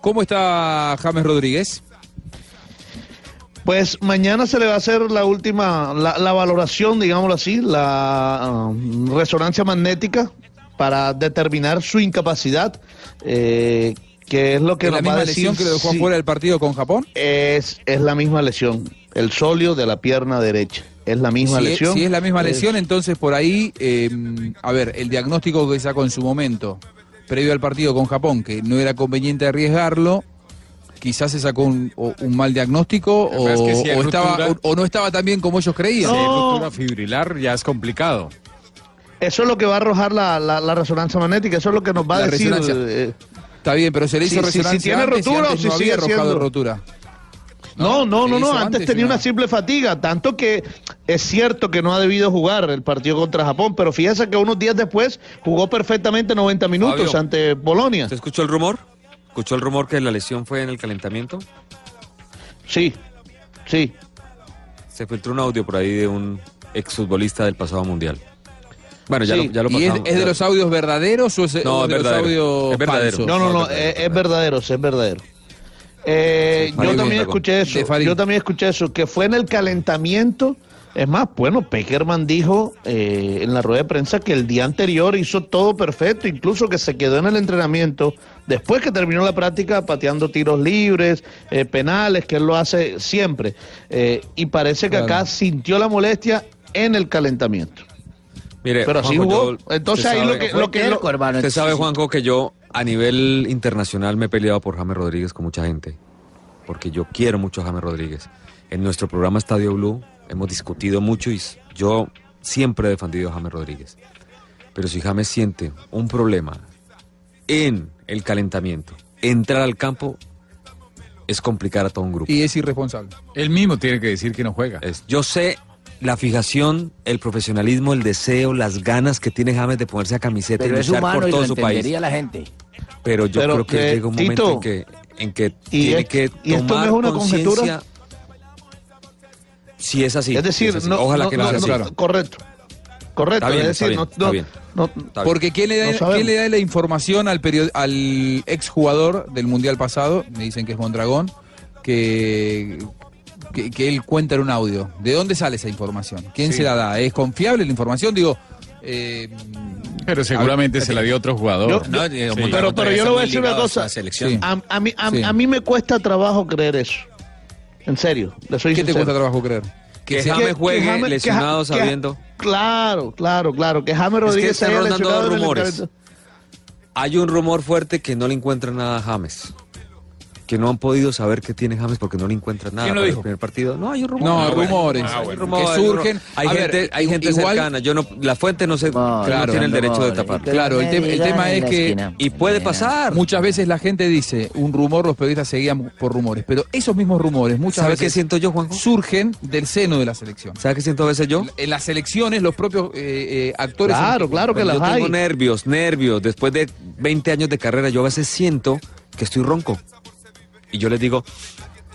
[SPEAKER 2] ¿Cómo está James Rodríguez?
[SPEAKER 11] Pues mañana se le va a hacer la última, la, la valoración, digámoslo así, la um, resonancia magnética para determinar su incapacidad, eh, que es lo que
[SPEAKER 2] ¿Es la
[SPEAKER 11] nos va a
[SPEAKER 2] misma
[SPEAKER 11] decir
[SPEAKER 2] lesión que lo dejó
[SPEAKER 11] si-
[SPEAKER 2] fuera del partido con Japón?
[SPEAKER 11] es, es la misma lesión, el solio de la pierna derecha, es la misma
[SPEAKER 2] si, es-
[SPEAKER 11] lesión. Eh,
[SPEAKER 2] si es la misma
[SPEAKER 11] Es-
[SPEAKER 2] lesión, entonces por ahí, eh, a ver, el diagnóstico que sacó en su momento, previo al partido con Japón, que no era conveniente arriesgarlo, quizás se sacó un, o- un mal diagnóstico o,
[SPEAKER 10] verdad es que si hay
[SPEAKER 2] o estaba-
[SPEAKER 10] ruptura-
[SPEAKER 2] o- o no estaba tan bien como ellos creían.
[SPEAKER 10] Si hay
[SPEAKER 11] No.
[SPEAKER 10] ruptura fibrilar, ya es complicado.
[SPEAKER 11] Eso es lo que va a arrojar la, la- la resonancia magnética, eso es lo que nos va a
[SPEAKER 2] La
[SPEAKER 11] decir.
[SPEAKER 2] resonancia.
[SPEAKER 11] eh,
[SPEAKER 2] Está bien, pero se le
[SPEAKER 11] Sí,
[SPEAKER 2] hizo
[SPEAKER 11] sí,
[SPEAKER 2] resonancia
[SPEAKER 11] si tiene
[SPEAKER 2] antes y
[SPEAKER 11] rotura o
[SPEAKER 2] antes
[SPEAKER 11] si
[SPEAKER 2] no había
[SPEAKER 11] sigue
[SPEAKER 2] arrojado
[SPEAKER 11] siendo.
[SPEAKER 2] rotura.
[SPEAKER 11] No, no,
[SPEAKER 2] se
[SPEAKER 11] no,
[SPEAKER 2] le
[SPEAKER 11] no.
[SPEAKER 2] hizo
[SPEAKER 11] Antes
[SPEAKER 2] antes
[SPEAKER 11] tenía
[SPEAKER 2] una-
[SPEAKER 11] una simple fatiga, tanto que es cierto que no ha debido jugar el partido contra Japón, pero fíjese que unos días después jugó perfectamente 90 minutos
[SPEAKER 8] Fabio.
[SPEAKER 11] ante Polonia.
[SPEAKER 8] ¿Usted escuchó el rumor? ¿Escuchó el rumor que la lesión fue en el calentamiento?
[SPEAKER 11] Sí, sí.
[SPEAKER 8] Se filtró un audio por ahí de un exfutbolista del pasado mundial. Bueno, ya,
[SPEAKER 2] Sí.
[SPEAKER 8] lo, ya lo
[SPEAKER 2] ¿Y es,
[SPEAKER 8] pasamos.
[SPEAKER 2] es de los audios verdaderos o es,
[SPEAKER 8] No,
[SPEAKER 2] o
[SPEAKER 8] es
[SPEAKER 2] de los
[SPEAKER 8] verdadero.
[SPEAKER 2] audios
[SPEAKER 8] Es verdadero.
[SPEAKER 2] falsos?
[SPEAKER 11] No, no, no, es, es verdadero, sí, es verdadero. Eh,
[SPEAKER 2] Sí,
[SPEAKER 11] yo
[SPEAKER 2] Farid
[SPEAKER 11] también
[SPEAKER 2] Mondragón.
[SPEAKER 11] escuché
[SPEAKER 2] De
[SPEAKER 11] eso,
[SPEAKER 2] Farid.
[SPEAKER 11] yo también escuché eso, que fue en el calentamiento. Es más, bueno, Peckerman dijo eh, en la rueda de prensa que el día anterior hizo todo perfecto, incluso que se quedó en el entrenamiento después que terminó la práctica pateando tiros libres, eh, penales, que él lo hace siempre. Eh, y parece que acá sintió la molestia en el calentamiento.
[SPEAKER 8] Mire,
[SPEAKER 11] Pero así
[SPEAKER 8] Juanjo,
[SPEAKER 11] jugó.
[SPEAKER 8] yo-
[SPEAKER 11] Entonces
[SPEAKER 8] usted
[SPEAKER 11] ahí
[SPEAKER 8] sabe-
[SPEAKER 11] lo que... Lo que lo-
[SPEAKER 8] Usted sabe, Juanjo, que yo a nivel internacional me he peleado por James Rodríguez con mucha gente. Porque yo quiero mucho a James Rodríguez. En nuestro programa Estadio Blue hemos discutido mucho y s- yo siempre he defendido a James Rodríguez. Pero si James siente un problema en el calentamiento, entrar al campo es complicar a todo un grupo.
[SPEAKER 2] Y es irresponsable.
[SPEAKER 8] Él mismo tiene que decir que no juega. yo sé la fijación, el profesionalismo, el deseo, las ganas que tiene James de ponerse a camiseta
[SPEAKER 9] Pero
[SPEAKER 8] y
[SPEAKER 9] es
[SPEAKER 8] luchar
[SPEAKER 9] humano
[SPEAKER 8] por
[SPEAKER 9] y lo
[SPEAKER 8] todo su país.
[SPEAKER 9] entendería la gente.
[SPEAKER 8] Pero yo
[SPEAKER 9] Pero,
[SPEAKER 8] creo que
[SPEAKER 9] eh,
[SPEAKER 8] llega un momento
[SPEAKER 9] Tito,
[SPEAKER 8] en que, en que
[SPEAKER 9] y
[SPEAKER 8] tiene
[SPEAKER 9] es-
[SPEAKER 8] que
[SPEAKER 9] y esto no
[SPEAKER 8] tomar
[SPEAKER 9] es una
[SPEAKER 8] conciencia.
[SPEAKER 9] conjetura.
[SPEAKER 8] Si es así.
[SPEAKER 11] Es decir,
[SPEAKER 8] si así.
[SPEAKER 11] no,
[SPEAKER 8] ojalá
[SPEAKER 11] no,
[SPEAKER 8] que no,
[SPEAKER 11] no,
[SPEAKER 8] sea así.
[SPEAKER 11] no, correcto. Correcto,
[SPEAKER 8] Está bien,
[SPEAKER 11] es
[SPEAKER 8] está
[SPEAKER 11] decir,
[SPEAKER 8] bien,
[SPEAKER 11] no,
[SPEAKER 8] está
[SPEAKER 11] no-
[SPEAKER 8] bien.
[SPEAKER 11] no-
[SPEAKER 8] Está bien.
[SPEAKER 2] Porque ¿quién le, da,
[SPEAKER 8] No sabemos.
[SPEAKER 2] quién le da la información al, perio- al exjugador del Mundial pasado? Me dicen que es Mondragón, que, que, que él cuenta en un audio. ¿De dónde sale esa información? ¿Quién
[SPEAKER 10] Sí.
[SPEAKER 2] se la da? Eh, ¿Es confiable la información? Digo,
[SPEAKER 10] Pero seguramente se la dio otro jugador.
[SPEAKER 2] Yo- No, yo-
[SPEAKER 10] Sí.
[SPEAKER 11] Pero,
[SPEAKER 2] Mondragón
[SPEAKER 11] pero yo le voy a decir una cosa.
[SPEAKER 10] selección.
[SPEAKER 11] A, a mí, a,
[SPEAKER 10] Sí.
[SPEAKER 11] a mí me cuesta trabajo creer eso. En serio, le soy
[SPEAKER 2] ¿qué te
[SPEAKER 11] sincero.
[SPEAKER 2] cuesta trabajo creer?
[SPEAKER 8] Que James juegue lesionado
[SPEAKER 11] que Ja-
[SPEAKER 8] sabiendo.
[SPEAKER 11] claro, claro, claro. Que James
[SPEAKER 8] Es que
[SPEAKER 11] Rodríguez se
[SPEAKER 8] están
[SPEAKER 11] haya
[SPEAKER 8] rondando
[SPEAKER 11] lesionado
[SPEAKER 8] dos
[SPEAKER 11] en el
[SPEAKER 8] rumores.
[SPEAKER 11] entrenamiento.
[SPEAKER 8] Hay un rumor fuerte que no le encuentra nada a James. Que no han podido saber qué tiene James porque no le encuentran nada.
[SPEAKER 2] ¿Quién lo
[SPEAKER 8] para
[SPEAKER 2] dijo?
[SPEAKER 8] El primer partido. No, hay un rumor.
[SPEAKER 2] No,
[SPEAKER 8] Ah, bueno.
[SPEAKER 2] rumores.
[SPEAKER 8] Ah, bueno.
[SPEAKER 2] Hay rumores,
[SPEAKER 8] que
[SPEAKER 2] hay
[SPEAKER 8] surgen.
[SPEAKER 2] rumores.
[SPEAKER 8] Hay
[SPEAKER 2] A ver,
[SPEAKER 8] gente, hay gente
[SPEAKER 2] igual-
[SPEAKER 8] cercana. Yo no, la fuente no se
[SPEAKER 2] claro.
[SPEAKER 8] no tiene el derecho de
[SPEAKER 2] rumores.
[SPEAKER 8] tapar.
[SPEAKER 2] Claro, el, te- el tema es que.
[SPEAKER 8] Y puede pasar.
[SPEAKER 2] Muchas veces la gente dice un rumor, los periodistas seguían por rumores. Pero esos mismos rumores muchas
[SPEAKER 8] ¿Sabe
[SPEAKER 2] veces.
[SPEAKER 8] qué siento yo, Juanjo?
[SPEAKER 2] Surgen del seno de la selección.
[SPEAKER 8] ¿Sabes qué siento a veces yo?
[SPEAKER 2] En las selecciones, los propios eh, eh, actores.
[SPEAKER 8] Cuando yo tengo nervios, nervios. Después de 20 años de carrera, yo a veces siento que estoy ronco. Y yo les digo,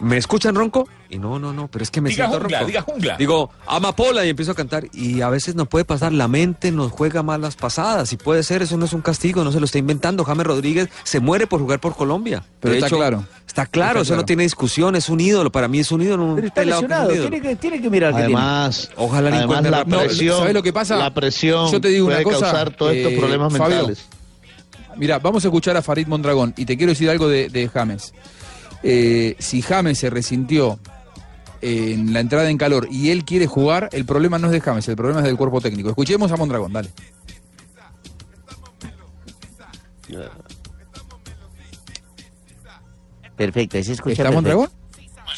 [SPEAKER 8] ¿me escuchan ronco? Y no, no, no, pero es que me
[SPEAKER 13] Diga
[SPEAKER 8] siento
[SPEAKER 13] jungla,
[SPEAKER 8] ronco.
[SPEAKER 13] diga jungla.
[SPEAKER 8] Digo, amapola y empiezo a cantar. Y a veces nos puede pasar, la mente nos juega malas pasadas. Y puede ser, eso no es un castigo, no se lo está inventando. James Rodríguez se muere por jugar por Colombia.
[SPEAKER 2] Pero
[SPEAKER 8] De
[SPEAKER 2] está
[SPEAKER 8] hecho,
[SPEAKER 2] claro.
[SPEAKER 8] Está claro,
[SPEAKER 2] Está
[SPEAKER 8] eso
[SPEAKER 2] claro.
[SPEAKER 8] no tiene discusión, es un ídolo. Para mí es un ídolo. Un
[SPEAKER 9] Está
[SPEAKER 8] pelado que es un
[SPEAKER 9] lesionado,
[SPEAKER 8] ídolo.
[SPEAKER 9] tiene que, tiene que mirar qué tiene.
[SPEAKER 11] Además,
[SPEAKER 8] Ojalá le
[SPEAKER 11] además
[SPEAKER 8] encuentre
[SPEAKER 11] la
[SPEAKER 8] rápido.
[SPEAKER 11] presión,
[SPEAKER 2] ¿Sabes lo que pasa?
[SPEAKER 11] La presión
[SPEAKER 2] Yo te digo
[SPEAKER 11] puede
[SPEAKER 2] una cosa,
[SPEAKER 11] causar todos estos
[SPEAKER 2] eh,
[SPEAKER 11] problemas
[SPEAKER 2] Fabio,
[SPEAKER 11] mentales.
[SPEAKER 2] Mira, vamos a escuchar a Farid Mondragón y te quiero decir algo de, de James. Eh, si James se resintió eh, en la entrada en calor y él quiere jugar, el problema no es de James, el problema es del cuerpo técnico. Escuchemos a Mondragón, dale.
[SPEAKER 9] Perfecto, ahí se escucha.
[SPEAKER 2] ¿Está
[SPEAKER 9] perfecto.
[SPEAKER 2] Mondragón?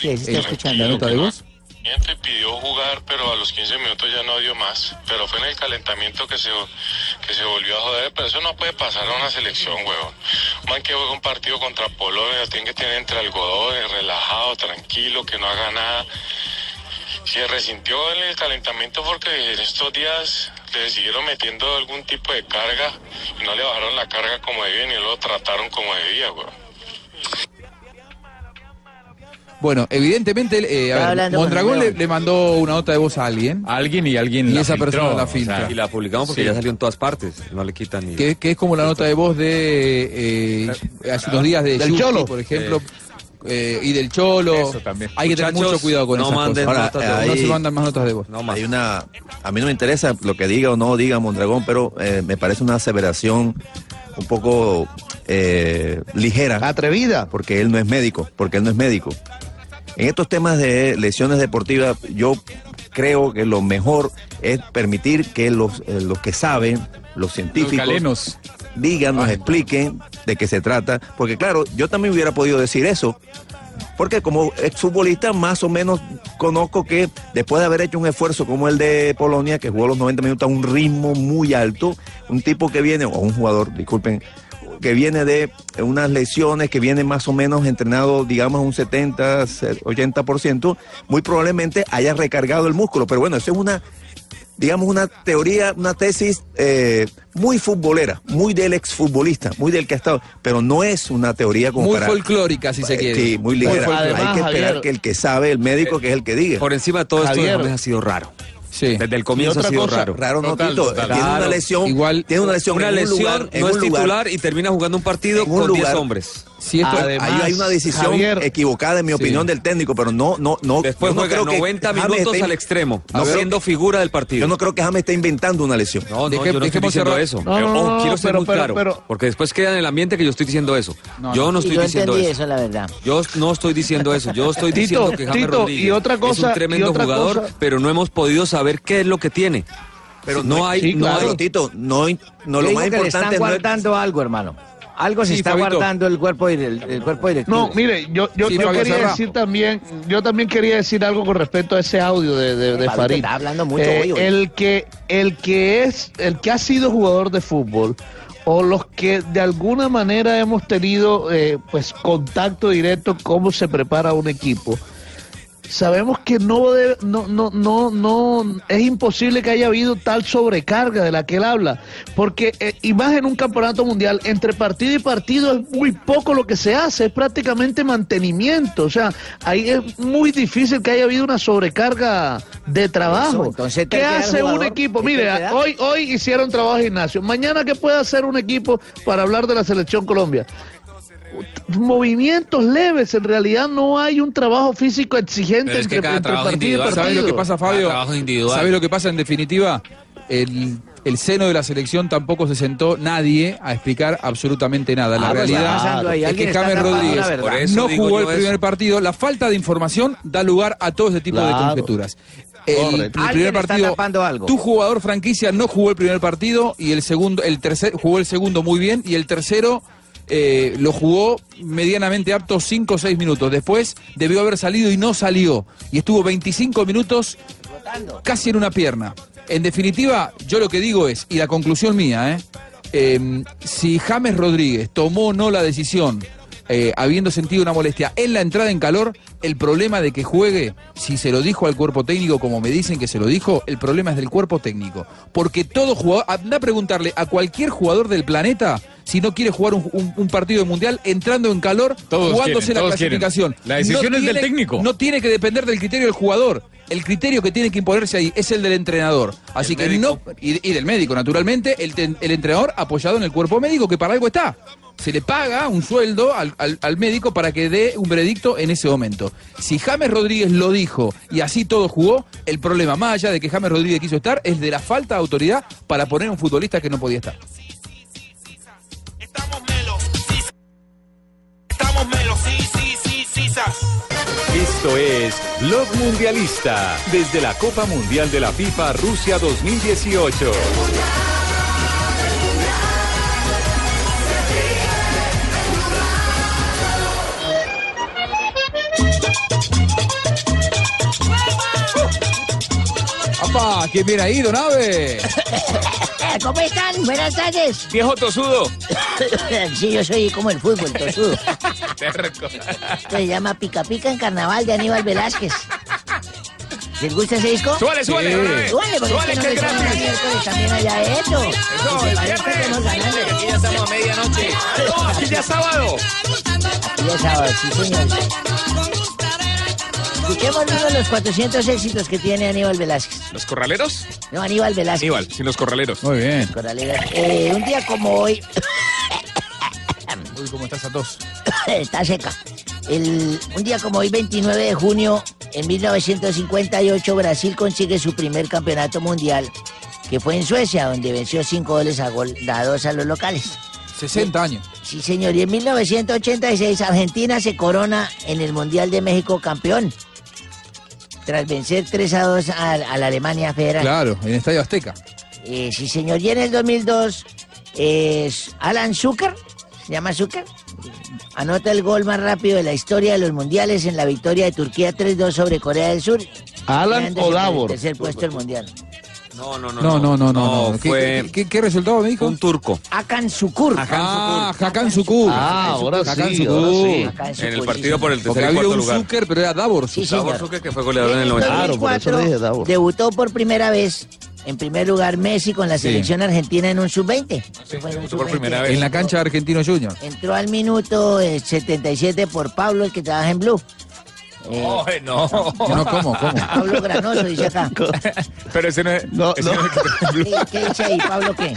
[SPEAKER 9] Sí, ahí se está
[SPEAKER 2] Eh,
[SPEAKER 9] escuchando.
[SPEAKER 2] ¿La nota de voz?
[SPEAKER 23] Gente pidió jugar, pero a los 15 minutos ya no dio más. Pero fue en el calentamiento que se, que se volvió a joder. Pero eso no puede pasar a una selección, huevón. Un Man que juega un partido contra Polonia, tiene que tener entre algodones, relajado, tranquilo, que no haga nada. Se resintió en el calentamiento porque en estos días le siguieron metiendo algún tipo de carga y no le bajaron la carga como debían y lo trataron como debía, huevón.
[SPEAKER 2] Bueno, evidentemente, eh,
[SPEAKER 10] Estaba
[SPEAKER 2] a ver,
[SPEAKER 10] hablando con
[SPEAKER 2] Mondragón
[SPEAKER 10] el
[SPEAKER 2] le, le mandó una nota de voz a alguien.
[SPEAKER 10] Alguien y alguien
[SPEAKER 2] Y
[SPEAKER 10] la
[SPEAKER 2] esa
[SPEAKER 10] filtró,
[SPEAKER 2] persona la
[SPEAKER 10] o sea,
[SPEAKER 2] filtra.
[SPEAKER 8] Y la publicamos porque
[SPEAKER 10] Sí.
[SPEAKER 8] ya salió en todas partes. No le quitan ni.
[SPEAKER 2] Que, que es como la nota de voz de eh, hace unos días de
[SPEAKER 8] Del
[SPEAKER 2] Yuki,
[SPEAKER 8] Cholo.
[SPEAKER 2] por ejemplo, eh, y del Cholo.
[SPEAKER 18] Eso también.
[SPEAKER 2] Hay que tener
[SPEAKER 18] Muchachos,
[SPEAKER 2] mucho cuidado con
[SPEAKER 18] no
[SPEAKER 2] esas
[SPEAKER 18] manden
[SPEAKER 2] cosas.
[SPEAKER 18] notas de voz.
[SPEAKER 2] no se
[SPEAKER 18] Ahí-
[SPEAKER 2] mandan más notas de voz.
[SPEAKER 18] Hay una, a mí no me interesa lo que diga o no diga Mondragón, pero eh, me parece una aseveración un poco eh, ligera.
[SPEAKER 11] Atrevida.
[SPEAKER 18] Porque él no es médico, porque él no es médico. En estos temas de lesiones deportivas, yo creo que lo mejor es permitir que los, eh, los que saben, los científicos,
[SPEAKER 10] galenos.
[SPEAKER 18] digan, nos expliquen de qué se trata. Porque claro, yo también hubiera podido decir eso, porque como exfutbolista más o menos conozco que después de haber hecho un esfuerzo como el de Polonia, que jugó los 90 minutos a un ritmo muy alto, un tipo que viene, o un jugador, disculpen, que viene de unas lesiones, que viene más o menos entrenado, digamos, un 70, 80%, muy probablemente haya recargado el músculo. Pero bueno, eso es una digamos, una teoría, una tesis eh, muy futbolera, muy del exfutbolista, muy del que ha estado, pero no es una teoría como
[SPEAKER 2] Muy
[SPEAKER 18] para-
[SPEAKER 2] folclórica, si se
[SPEAKER 18] eh,
[SPEAKER 2] quiere.
[SPEAKER 18] Sí, muy ligera.
[SPEAKER 2] Muy folclórica.
[SPEAKER 18] Hay que esperar
[SPEAKER 2] Javier-
[SPEAKER 18] que el que sabe, el médico, que es el que diga.
[SPEAKER 8] Eh, Por encima de todo esto,
[SPEAKER 18] Javier.
[SPEAKER 8] James ha sido raro.
[SPEAKER 2] Sí.
[SPEAKER 8] Desde el comienzo ha sido raro. eh,
[SPEAKER 18] Raro no, Tito. Tiene una lesión.
[SPEAKER 8] Igual,
[SPEAKER 18] tiene una lesión. en un
[SPEAKER 8] lesión,
[SPEAKER 18] lugar, en
[SPEAKER 8] no
[SPEAKER 18] un
[SPEAKER 8] es
[SPEAKER 18] lugar.
[SPEAKER 8] titular y termina jugando un partido
[SPEAKER 18] en un
[SPEAKER 8] con 10
[SPEAKER 18] lugar.
[SPEAKER 8] hombres.
[SPEAKER 2] Sí,
[SPEAKER 8] esto-
[SPEAKER 18] ahí hay una decisión
[SPEAKER 8] Javier-
[SPEAKER 18] equivocada, en mi opinión, del técnico, pero no, no, no.
[SPEAKER 8] Después
[SPEAKER 18] yo no
[SPEAKER 8] juega
[SPEAKER 18] creo que
[SPEAKER 8] 90
[SPEAKER 18] James
[SPEAKER 8] minutos
[SPEAKER 18] esté-
[SPEAKER 8] al extremo,
[SPEAKER 18] No creo
[SPEAKER 8] siendo figura del partido.
[SPEAKER 18] Yo no creo que James esté inventando una lesión.
[SPEAKER 8] No, no, yo no estoy diciendo eso.
[SPEAKER 18] No,
[SPEAKER 8] Pero,
[SPEAKER 18] no,
[SPEAKER 8] oh,
[SPEAKER 18] no,
[SPEAKER 8] quiero ser
[SPEAKER 18] pero-
[SPEAKER 8] muy
[SPEAKER 18] pero-
[SPEAKER 8] claro.
[SPEAKER 18] pero-
[SPEAKER 8] porque después queda en el ambiente que yo estoy diciendo eso. Yo no
[SPEAKER 9] Sí,
[SPEAKER 8] estoy
[SPEAKER 9] yo
[SPEAKER 8] diciendo
[SPEAKER 9] entendí
[SPEAKER 8] eso.
[SPEAKER 9] eso. la verdad.
[SPEAKER 8] Yo no estoy diciendo eso. Yo estoy
[SPEAKER 9] Tito,
[SPEAKER 8] diciendo que James
[SPEAKER 9] Tito,
[SPEAKER 8] Rodríguez
[SPEAKER 9] y otra
[SPEAKER 8] es
[SPEAKER 9] cosa,
[SPEAKER 8] un
[SPEAKER 9] y
[SPEAKER 8] tremendo
[SPEAKER 9] otra
[SPEAKER 8] jugador,
[SPEAKER 9] cosa.
[SPEAKER 8] pero no hemos podido saber qué es lo que tiene. Pero no hay, no hay-
[SPEAKER 18] Tito, no, hay- no lo
[SPEAKER 9] Yo
[SPEAKER 18] más
[SPEAKER 9] digo que le
[SPEAKER 18] importante
[SPEAKER 9] están
[SPEAKER 18] no es
[SPEAKER 9] guardando algo, hermano. Algo se
[SPEAKER 18] Sí,
[SPEAKER 9] está
[SPEAKER 18] Fabito.
[SPEAKER 9] guardando el cuerpo, y el, cuerpo directivo.
[SPEAKER 11] No, mire, yo, yo, yo quería decir también, yo también quería decir algo con respecto a ese audio de, de, de
[SPEAKER 9] Pablo, te
[SPEAKER 11] Farid. Eh,
[SPEAKER 9] está hablando mucho hoy, hoy.
[SPEAKER 11] El que, el que es, el que ha sido jugador de fútbol o los que de alguna manera hemos tenido eh, pues contacto directo cómo se prepara un equipo. Sabemos que no, debe- no, no, no, no, es imposible que haya habido tal sobrecarga de la que él habla, porque eh, y más en un campeonato mundial, entre partido y partido es muy poco lo que se hace, es prácticamente mantenimiento, o sea, ahí es muy difícil que haya habido una sobrecarga de trabajo.
[SPEAKER 9] Eso, entonces, ¿te
[SPEAKER 11] ¿Qué
[SPEAKER 9] queda el
[SPEAKER 11] hace un
[SPEAKER 9] jugador?
[SPEAKER 11] equipo?
[SPEAKER 9] ¿Te
[SPEAKER 11] Mire,
[SPEAKER 9] queda?
[SPEAKER 11] hoy, hoy hicieron trabajo de gimnasio, mañana ¿qué puede hacer un equipo para hablar de la selección Colombia? movimientos leves. En realidad no hay un trabajo físico exigente
[SPEAKER 2] Pero es
[SPEAKER 11] entre,
[SPEAKER 2] que cada
[SPEAKER 11] entre
[SPEAKER 2] trabajo
[SPEAKER 11] partido y
[SPEAKER 2] individual.
[SPEAKER 11] partido.
[SPEAKER 2] ¿Sabes lo que pasa, Fabio?
[SPEAKER 11] Cada trabajo individual.
[SPEAKER 2] ¿Sabes lo que pasa en definitiva? El, el seno de la selección tampoco se sentó nadie a explicar absolutamente nada. La
[SPEAKER 10] Ah, pues, está
[SPEAKER 2] realidad
[SPEAKER 10] pasando ahí.
[SPEAKER 2] es
[SPEAKER 10] Alguien
[SPEAKER 2] que
[SPEAKER 10] está
[SPEAKER 2] James
[SPEAKER 10] tapando la
[SPEAKER 2] Rodríguez
[SPEAKER 10] verdad. Por eso
[SPEAKER 2] no
[SPEAKER 10] digo
[SPEAKER 2] jugó el
[SPEAKER 10] yo
[SPEAKER 2] primer
[SPEAKER 10] eso.
[SPEAKER 2] partido. La falta de información da lugar a todo ese tipo de
[SPEAKER 10] Claro.
[SPEAKER 2] conjeturas. El, el
[SPEAKER 9] Alguien
[SPEAKER 2] primer
[SPEAKER 9] está
[SPEAKER 2] partido,
[SPEAKER 9] tapando algo.
[SPEAKER 2] tu jugador franquicia no jugó el primer partido y el segundo, el tercer jugó el segundo muy bien y el tercero eh, lo jugó medianamente apto 5 o 6 minutos. Después debió haber salido y no salió y estuvo 25 minutos casi en una pierna. En definitiva, yo lo que digo es y la conclusión mía, ¿eh? Eh, si James Rodríguez tomó o no la decisión. eh, habiendo sentido una molestia en la entrada en calor, el problema de que juegue, si se lo dijo al cuerpo técnico como me dicen que se lo dijo, el problema es del cuerpo técnico. Porque todo jugador, anda a preguntarle a cualquier jugador del planeta si no quiere jugar un, un- un partido de mundial entrando en calor,
[SPEAKER 10] Todos
[SPEAKER 2] jugándose
[SPEAKER 10] quieren,
[SPEAKER 2] la
[SPEAKER 10] todos quieren.
[SPEAKER 2] clasificación.
[SPEAKER 10] La decisión es del
[SPEAKER 2] tiene-
[SPEAKER 10] técnico.
[SPEAKER 2] No tiene que depender del criterio del jugador. El criterio que tiene que imponerse ahí es el del entrenador. Así que no. Y, y del médico, naturalmente. El, ten- el entrenador apoyado en el cuerpo médico, que para algo está. Se le paga un sueldo al, al- al médico para que dé un veredicto en ese momento. Si James Rodríguez lo dijo y así todo jugó, el problema, más allá de que James Rodríguez quiso estar, es de la falta de autoridad para poner a un futbolista que no podía estar.
[SPEAKER 3] Estamos melos, sí, sí, sí, sí, sas.
[SPEAKER 19] Esto es Blog Mundialista desde la Copa Mundial de la FIFA Rusia 2018.
[SPEAKER 2] ¡Apa! ¿Quién viene ahí, don Abe?
[SPEAKER 9] Eh,
[SPEAKER 6] ¿Cómo están? Buenas tardes.
[SPEAKER 13] Viejo tosudo.
[SPEAKER 6] Sí, yo soy como el fútbol, tosudo.
[SPEAKER 13] Terco.
[SPEAKER 6] Esto se llama Pica Pica en Carnaval de Aníbal Velázquez. ¿Les gusta ese disco?
[SPEAKER 3] Súbale, súbale, Sí.
[SPEAKER 6] súbale. Súbale, porque
[SPEAKER 3] Súbale,
[SPEAKER 6] es
[SPEAKER 3] que
[SPEAKER 6] que,
[SPEAKER 3] es
[SPEAKER 6] no
[SPEAKER 3] gratis.
[SPEAKER 6] miércoles también allá eso. Eso, es Aquí ya estamos a medianoche.
[SPEAKER 13] Aquí ya es sábado.
[SPEAKER 6] Ya es sábado, sí, señor. Escuchemos uno de los 400 éxitos que tiene Aníbal Velázquez.
[SPEAKER 13] ¿Los corraleros?
[SPEAKER 6] No, Aníbal Velázquez.
[SPEAKER 13] Aníbal, sin los corraleros.
[SPEAKER 2] Muy bien.
[SPEAKER 6] Corraleras. Eh, un día como hoy,
[SPEAKER 2] Uy, cómo estás a dos.
[SPEAKER 6] está seca. El- un día como hoy, 29 de junio, en 1958, Brasil consigue su primer campeonato mundial, que fue en Suecia, donde venció 5 goles a gol dados a los locales.
[SPEAKER 2] 60 años.
[SPEAKER 6] Sí, señor. Y en 1986, Argentina se corona en el Mundial de México campeón, tras vencer 3 a 2 a, a la Alemania Federal.
[SPEAKER 2] Claro, en Estadio Azteca.
[SPEAKER 6] Eh, sí, señor. Y en el 2002, es Alan Zucker, ¿se llama Zucker? Anota el gol más rápido de la historia de los mundiales en la victoria de Turquía 3-2 sobre Corea del Sur.
[SPEAKER 11] Alan
[SPEAKER 6] quedándose con el
[SPEAKER 11] Odabor.
[SPEAKER 6] tercer puesto del mundial.
[SPEAKER 8] No, no,
[SPEAKER 2] No, no, no, no. no, ¿Qué,
[SPEAKER 8] fue-
[SPEAKER 2] qué, qué- qué resultado me dijo? Un
[SPEAKER 8] turco.
[SPEAKER 6] Hakan Sukur.
[SPEAKER 2] Ah, Hakan Sukur.
[SPEAKER 11] Ah, ahora sí,
[SPEAKER 2] Hakan
[SPEAKER 11] ahora sí.
[SPEAKER 2] Sukur.
[SPEAKER 11] Hakan
[SPEAKER 8] En el partido por el
[SPEAKER 2] Porque
[SPEAKER 8] tercer y
[SPEAKER 2] había
[SPEAKER 8] cuarto
[SPEAKER 2] un
[SPEAKER 8] lugar.
[SPEAKER 2] Zucker, pero era Davor.
[SPEAKER 6] Sí,
[SPEAKER 8] Davor
[SPEAKER 6] señor.
[SPEAKER 8] Zucker, que fue goleador en el
[SPEAKER 6] En
[SPEAKER 8] 94.
[SPEAKER 6] 2004 debutó por primera vez, en primer lugar, Messi con la
[SPEAKER 2] Sí.
[SPEAKER 6] selección argentina en un sub-20.
[SPEAKER 2] Por primera vez. En la cancha de Argentino Junior.
[SPEAKER 6] Entró al minuto eh, 77 por Pablo, el que trabaja en Blue.
[SPEAKER 13] Oye, Oh, eh, no.
[SPEAKER 2] No, ¿cómo, cómo?
[SPEAKER 6] Pablo Granoso, dice acá.
[SPEAKER 13] Pero ese no es. ese no es-
[SPEAKER 6] ¿Qué, qué dice ahí, Pablo, qué?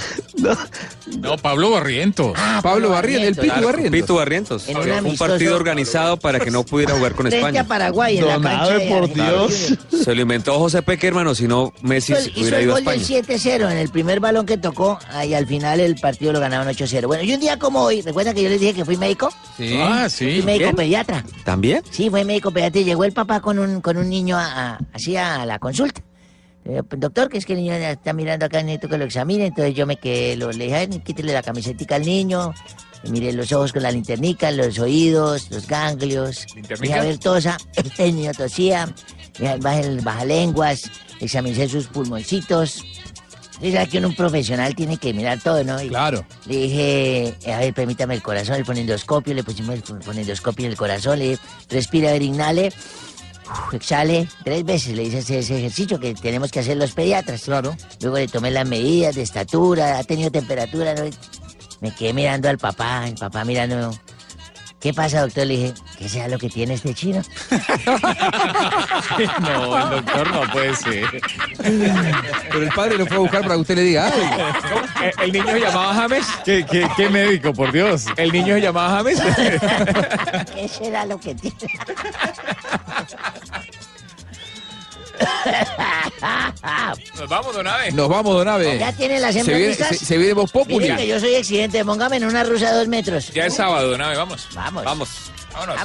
[SPEAKER 10] No, Pablo Barrientos.
[SPEAKER 6] Pablo Barrientos, el Pitu
[SPEAKER 8] Claro,
[SPEAKER 6] Barrientos.
[SPEAKER 8] Pitu Barrientos.
[SPEAKER 6] En un
[SPEAKER 8] Fue un
[SPEAKER 6] amistoso-
[SPEAKER 8] partido organizado para que no pudiera jugar con
[SPEAKER 6] Frente
[SPEAKER 8] España.
[SPEAKER 6] a Paraguay, en la cancha de Argentino Junior.
[SPEAKER 8] Se lo inventó José Peckerman, o si no, Messi
[SPEAKER 6] Hizo,
[SPEAKER 8] se
[SPEAKER 6] hizo
[SPEAKER 8] hubiera
[SPEAKER 6] el
[SPEAKER 8] ido a
[SPEAKER 6] gol del
[SPEAKER 8] España.
[SPEAKER 6] 7-0 en el primer balón que tocó ah, y al final el partido lo ganaron 8-0. Bueno, y un día como hoy, ¿recuerdan que yo les dije que fui médico?
[SPEAKER 8] Sí. Ah, sí.
[SPEAKER 6] Fui médico
[SPEAKER 8] ¿Bien?
[SPEAKER 6] pediatra.
[SPEAKER 8] ¿También?
[SPEAKER 6] Sí, fue médico pediatra y llegó el papá con un, con un niño a- a- así a la consulta. Eh, Doctor, que es que el niño está mirando acá, necesito que lo examine. Entonces yo me quedé, lo, le dije, "Ay, quítele la camisetica al niño, y miré los ojos con la linternica, los oídos, los ganglios. Dije, a ver, tosa, el niño tosía, dije, baja el bajalenguas, examiné sus pulmoncitos. Usted sabe que uno, un profesional tiene que mirar todo, ¿no?
[SPEAKER 2] claro.
[SPEAKER 6] Le dije, eh, a ver, permítame el corazón, el fonendoscopio, le pusimos el fon- fonendoscopio en el corazón, le dije, respira, a ver, inhale, uf, exhale, tres veces, le hice ese, ese ejercicio que tenemos que hacer los pediatras.
[SPEAKER 2] Claro.
[SPEAKER 6] Luego le tomé las medidas de estatura, ha tenido temperatura, ¿no? me quedé mirando al papá, el papá mirando. ¿Qué pasa, doctor? Le dije, que sea lo que tiene este chino.
[SPEAKER 10] No, el doctor no puede ser.
[SPEAKER 2] Pero el padre lo fue a buscar para que usted le diga. "Ay".
[SPEAKER 13] Eh, El niño se llamaba James.
[SPEAKER 10] ¿Qué, qué, qué médico, por Dios?
[SPEAKER 13] El niño se llamaba James.
[SPEAKER 6] ¿Qué será lo que tiene?
[SPEAKER 13] Nos vamos, don Abe.
[SPEAKER 2] Nos vamos, don Abe.
[SPEAKER 6] ¿Ya tiene las
[SPEAKER 2] se viene,
[SPEAKER 6] hembras
[SPEAKER 2] se,
[SPEAKER 6] listas?
[SPEAKER 2] se viene Voz Populi.
[SPEAKER 6] Mire que yo soy exigente, póngame en una rusa de dos metros.
[SPEAKER 13] Ya es sábado, don Abe, vamos.
[SPEAKER 6] Vamos.
[SPEAKER 8] Vamos.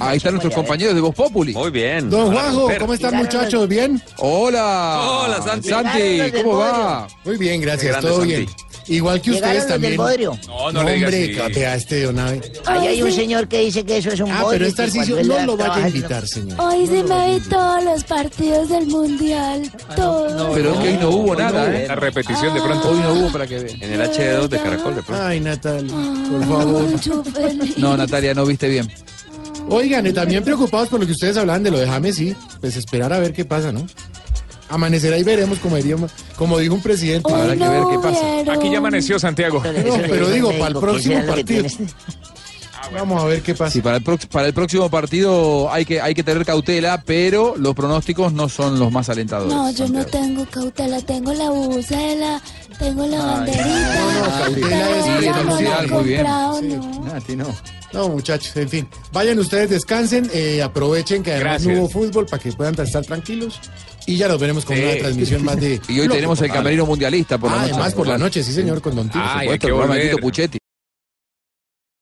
[SPEAKER 2] Ahí están
[SPEAKER 6] ¿eh?
[SPEAKER 2] nuestros compañeros de Voz Populi.
[SPEAKER 8] Muy bien.
[SPEAKER 15] Don Juanjo, ¿cómo están
[SPEAKER 6] Llegaron
[SPEAKER 15] muchachos? ¿Bien?
[SPEAKER 2] Hola.
[SPEAKER 15] Hola,
[SPEAKER 2] Ah, Santi.
[SPEAKER 15] Santi,
[SPEAKER 2] Santi, ¿cómo va?
[SPEAKER 15] Muy bien, gracias,
[SPEAKER 2] Grande,
[SPEAKER 15] todo
[SPEAKER 2] Santi.
[SPEAKER 15] bien. Igual que
[SPEAKER 6] Llegaron
[SPEAKER 15] ustedes
[SPEAKER 6] los del
[SPEAKER 15] también.
[SPEAKER 6] bodrio.
[SPEAKER 15] No, no, no le le hombre, digas así. capeaste, don Abe.
[SPEAKER 6] Ahí hay un señor que dice que eso es un
[SPEAKER 15] Ah,
[SPEAKER 6] bodrio
[SPEAKER 15] pero
[SPEAKER 6] y
[SPEAKER 15] este
[SPEAKER 6] que
[SPEAKER 15] Tarcisio cuando no él lo vaya a
[SPEAKER 6] trabaja-
[SPEAKER 15] invitar, señor.
[SPEAKER 21] Hoy se me vi todos los partidos del mundial. Todos.
[SPEAKER 2] Pero es que hoy no hubo nada, ¿eh?
[SPEAKER 13] La
[SPEAKER 15] Ah.
[SPEAKER 13] repetición de pronto.
[SPEAKER 2] Hoy no hubo para que vean.
[SPEAKER 8] En el H2 de Caracol, de pronto.
[SPEAKER 15] Ay, Natalia, por favor.
[SPEAKER 2] No, Natalia, no viste bien.
[SPEAKER 15] Oigan, y también preocupados por lo que ustedes hablaban de lo de James, sí. Pues esperar a ver qué pasa, ¿no? Amanecerá y veremos, como, diría- como dijo un presidente. Habrá que ver qué
[SPEAKER 13] Aquí ya amaneció Santiago.
[SPEAKER 15] No, pero digo, para el próximo partido. Ah,
[SPEAKER 2] Vamos a ver qué pasa. Sí, para el, prox- para el próximo partido hay que, hay que tener cautela, pero los pronósticos no son los más alentadores.
[SPEAKER 21] No, yo no tengo cautela, tengo la bubucela, tengo la banderita.
[SPEAKER 15] Cautela es-
[SPEAKER 21] Todavía no la he
[SPEAKER 15] sí, muy bien.
[SPEAKER 21] comprado,
[SPEAKER 15] Sí.
[SPEAKER 21] no.
[SPEAKER 15] No, muchachos, en fin. Vayan ustedes, descansen, eh, aprovechen que además
[SPEAKER 2] Gracias.
[SPEAKER 15] no hubo fútbol para que puedan estar tranquilos. Y ya nos veremos con
[SPEAKER 2] Sí.
[SPEAKER 15] una transmisión más de.
[SPEAKER 2] Eh, Y hoy tenemos el
[SPEAKER 15] Total.
[SPEAKER 2] camerino mundialista por la
[SPEAKER 15] Ah,
[SPEAKER 2] noche.
[SPEAKER 15] además por la noche, sí, señor, con Don Tito.
[SPEAKER 2] Por supuesto, el programa de Tito Puchetti.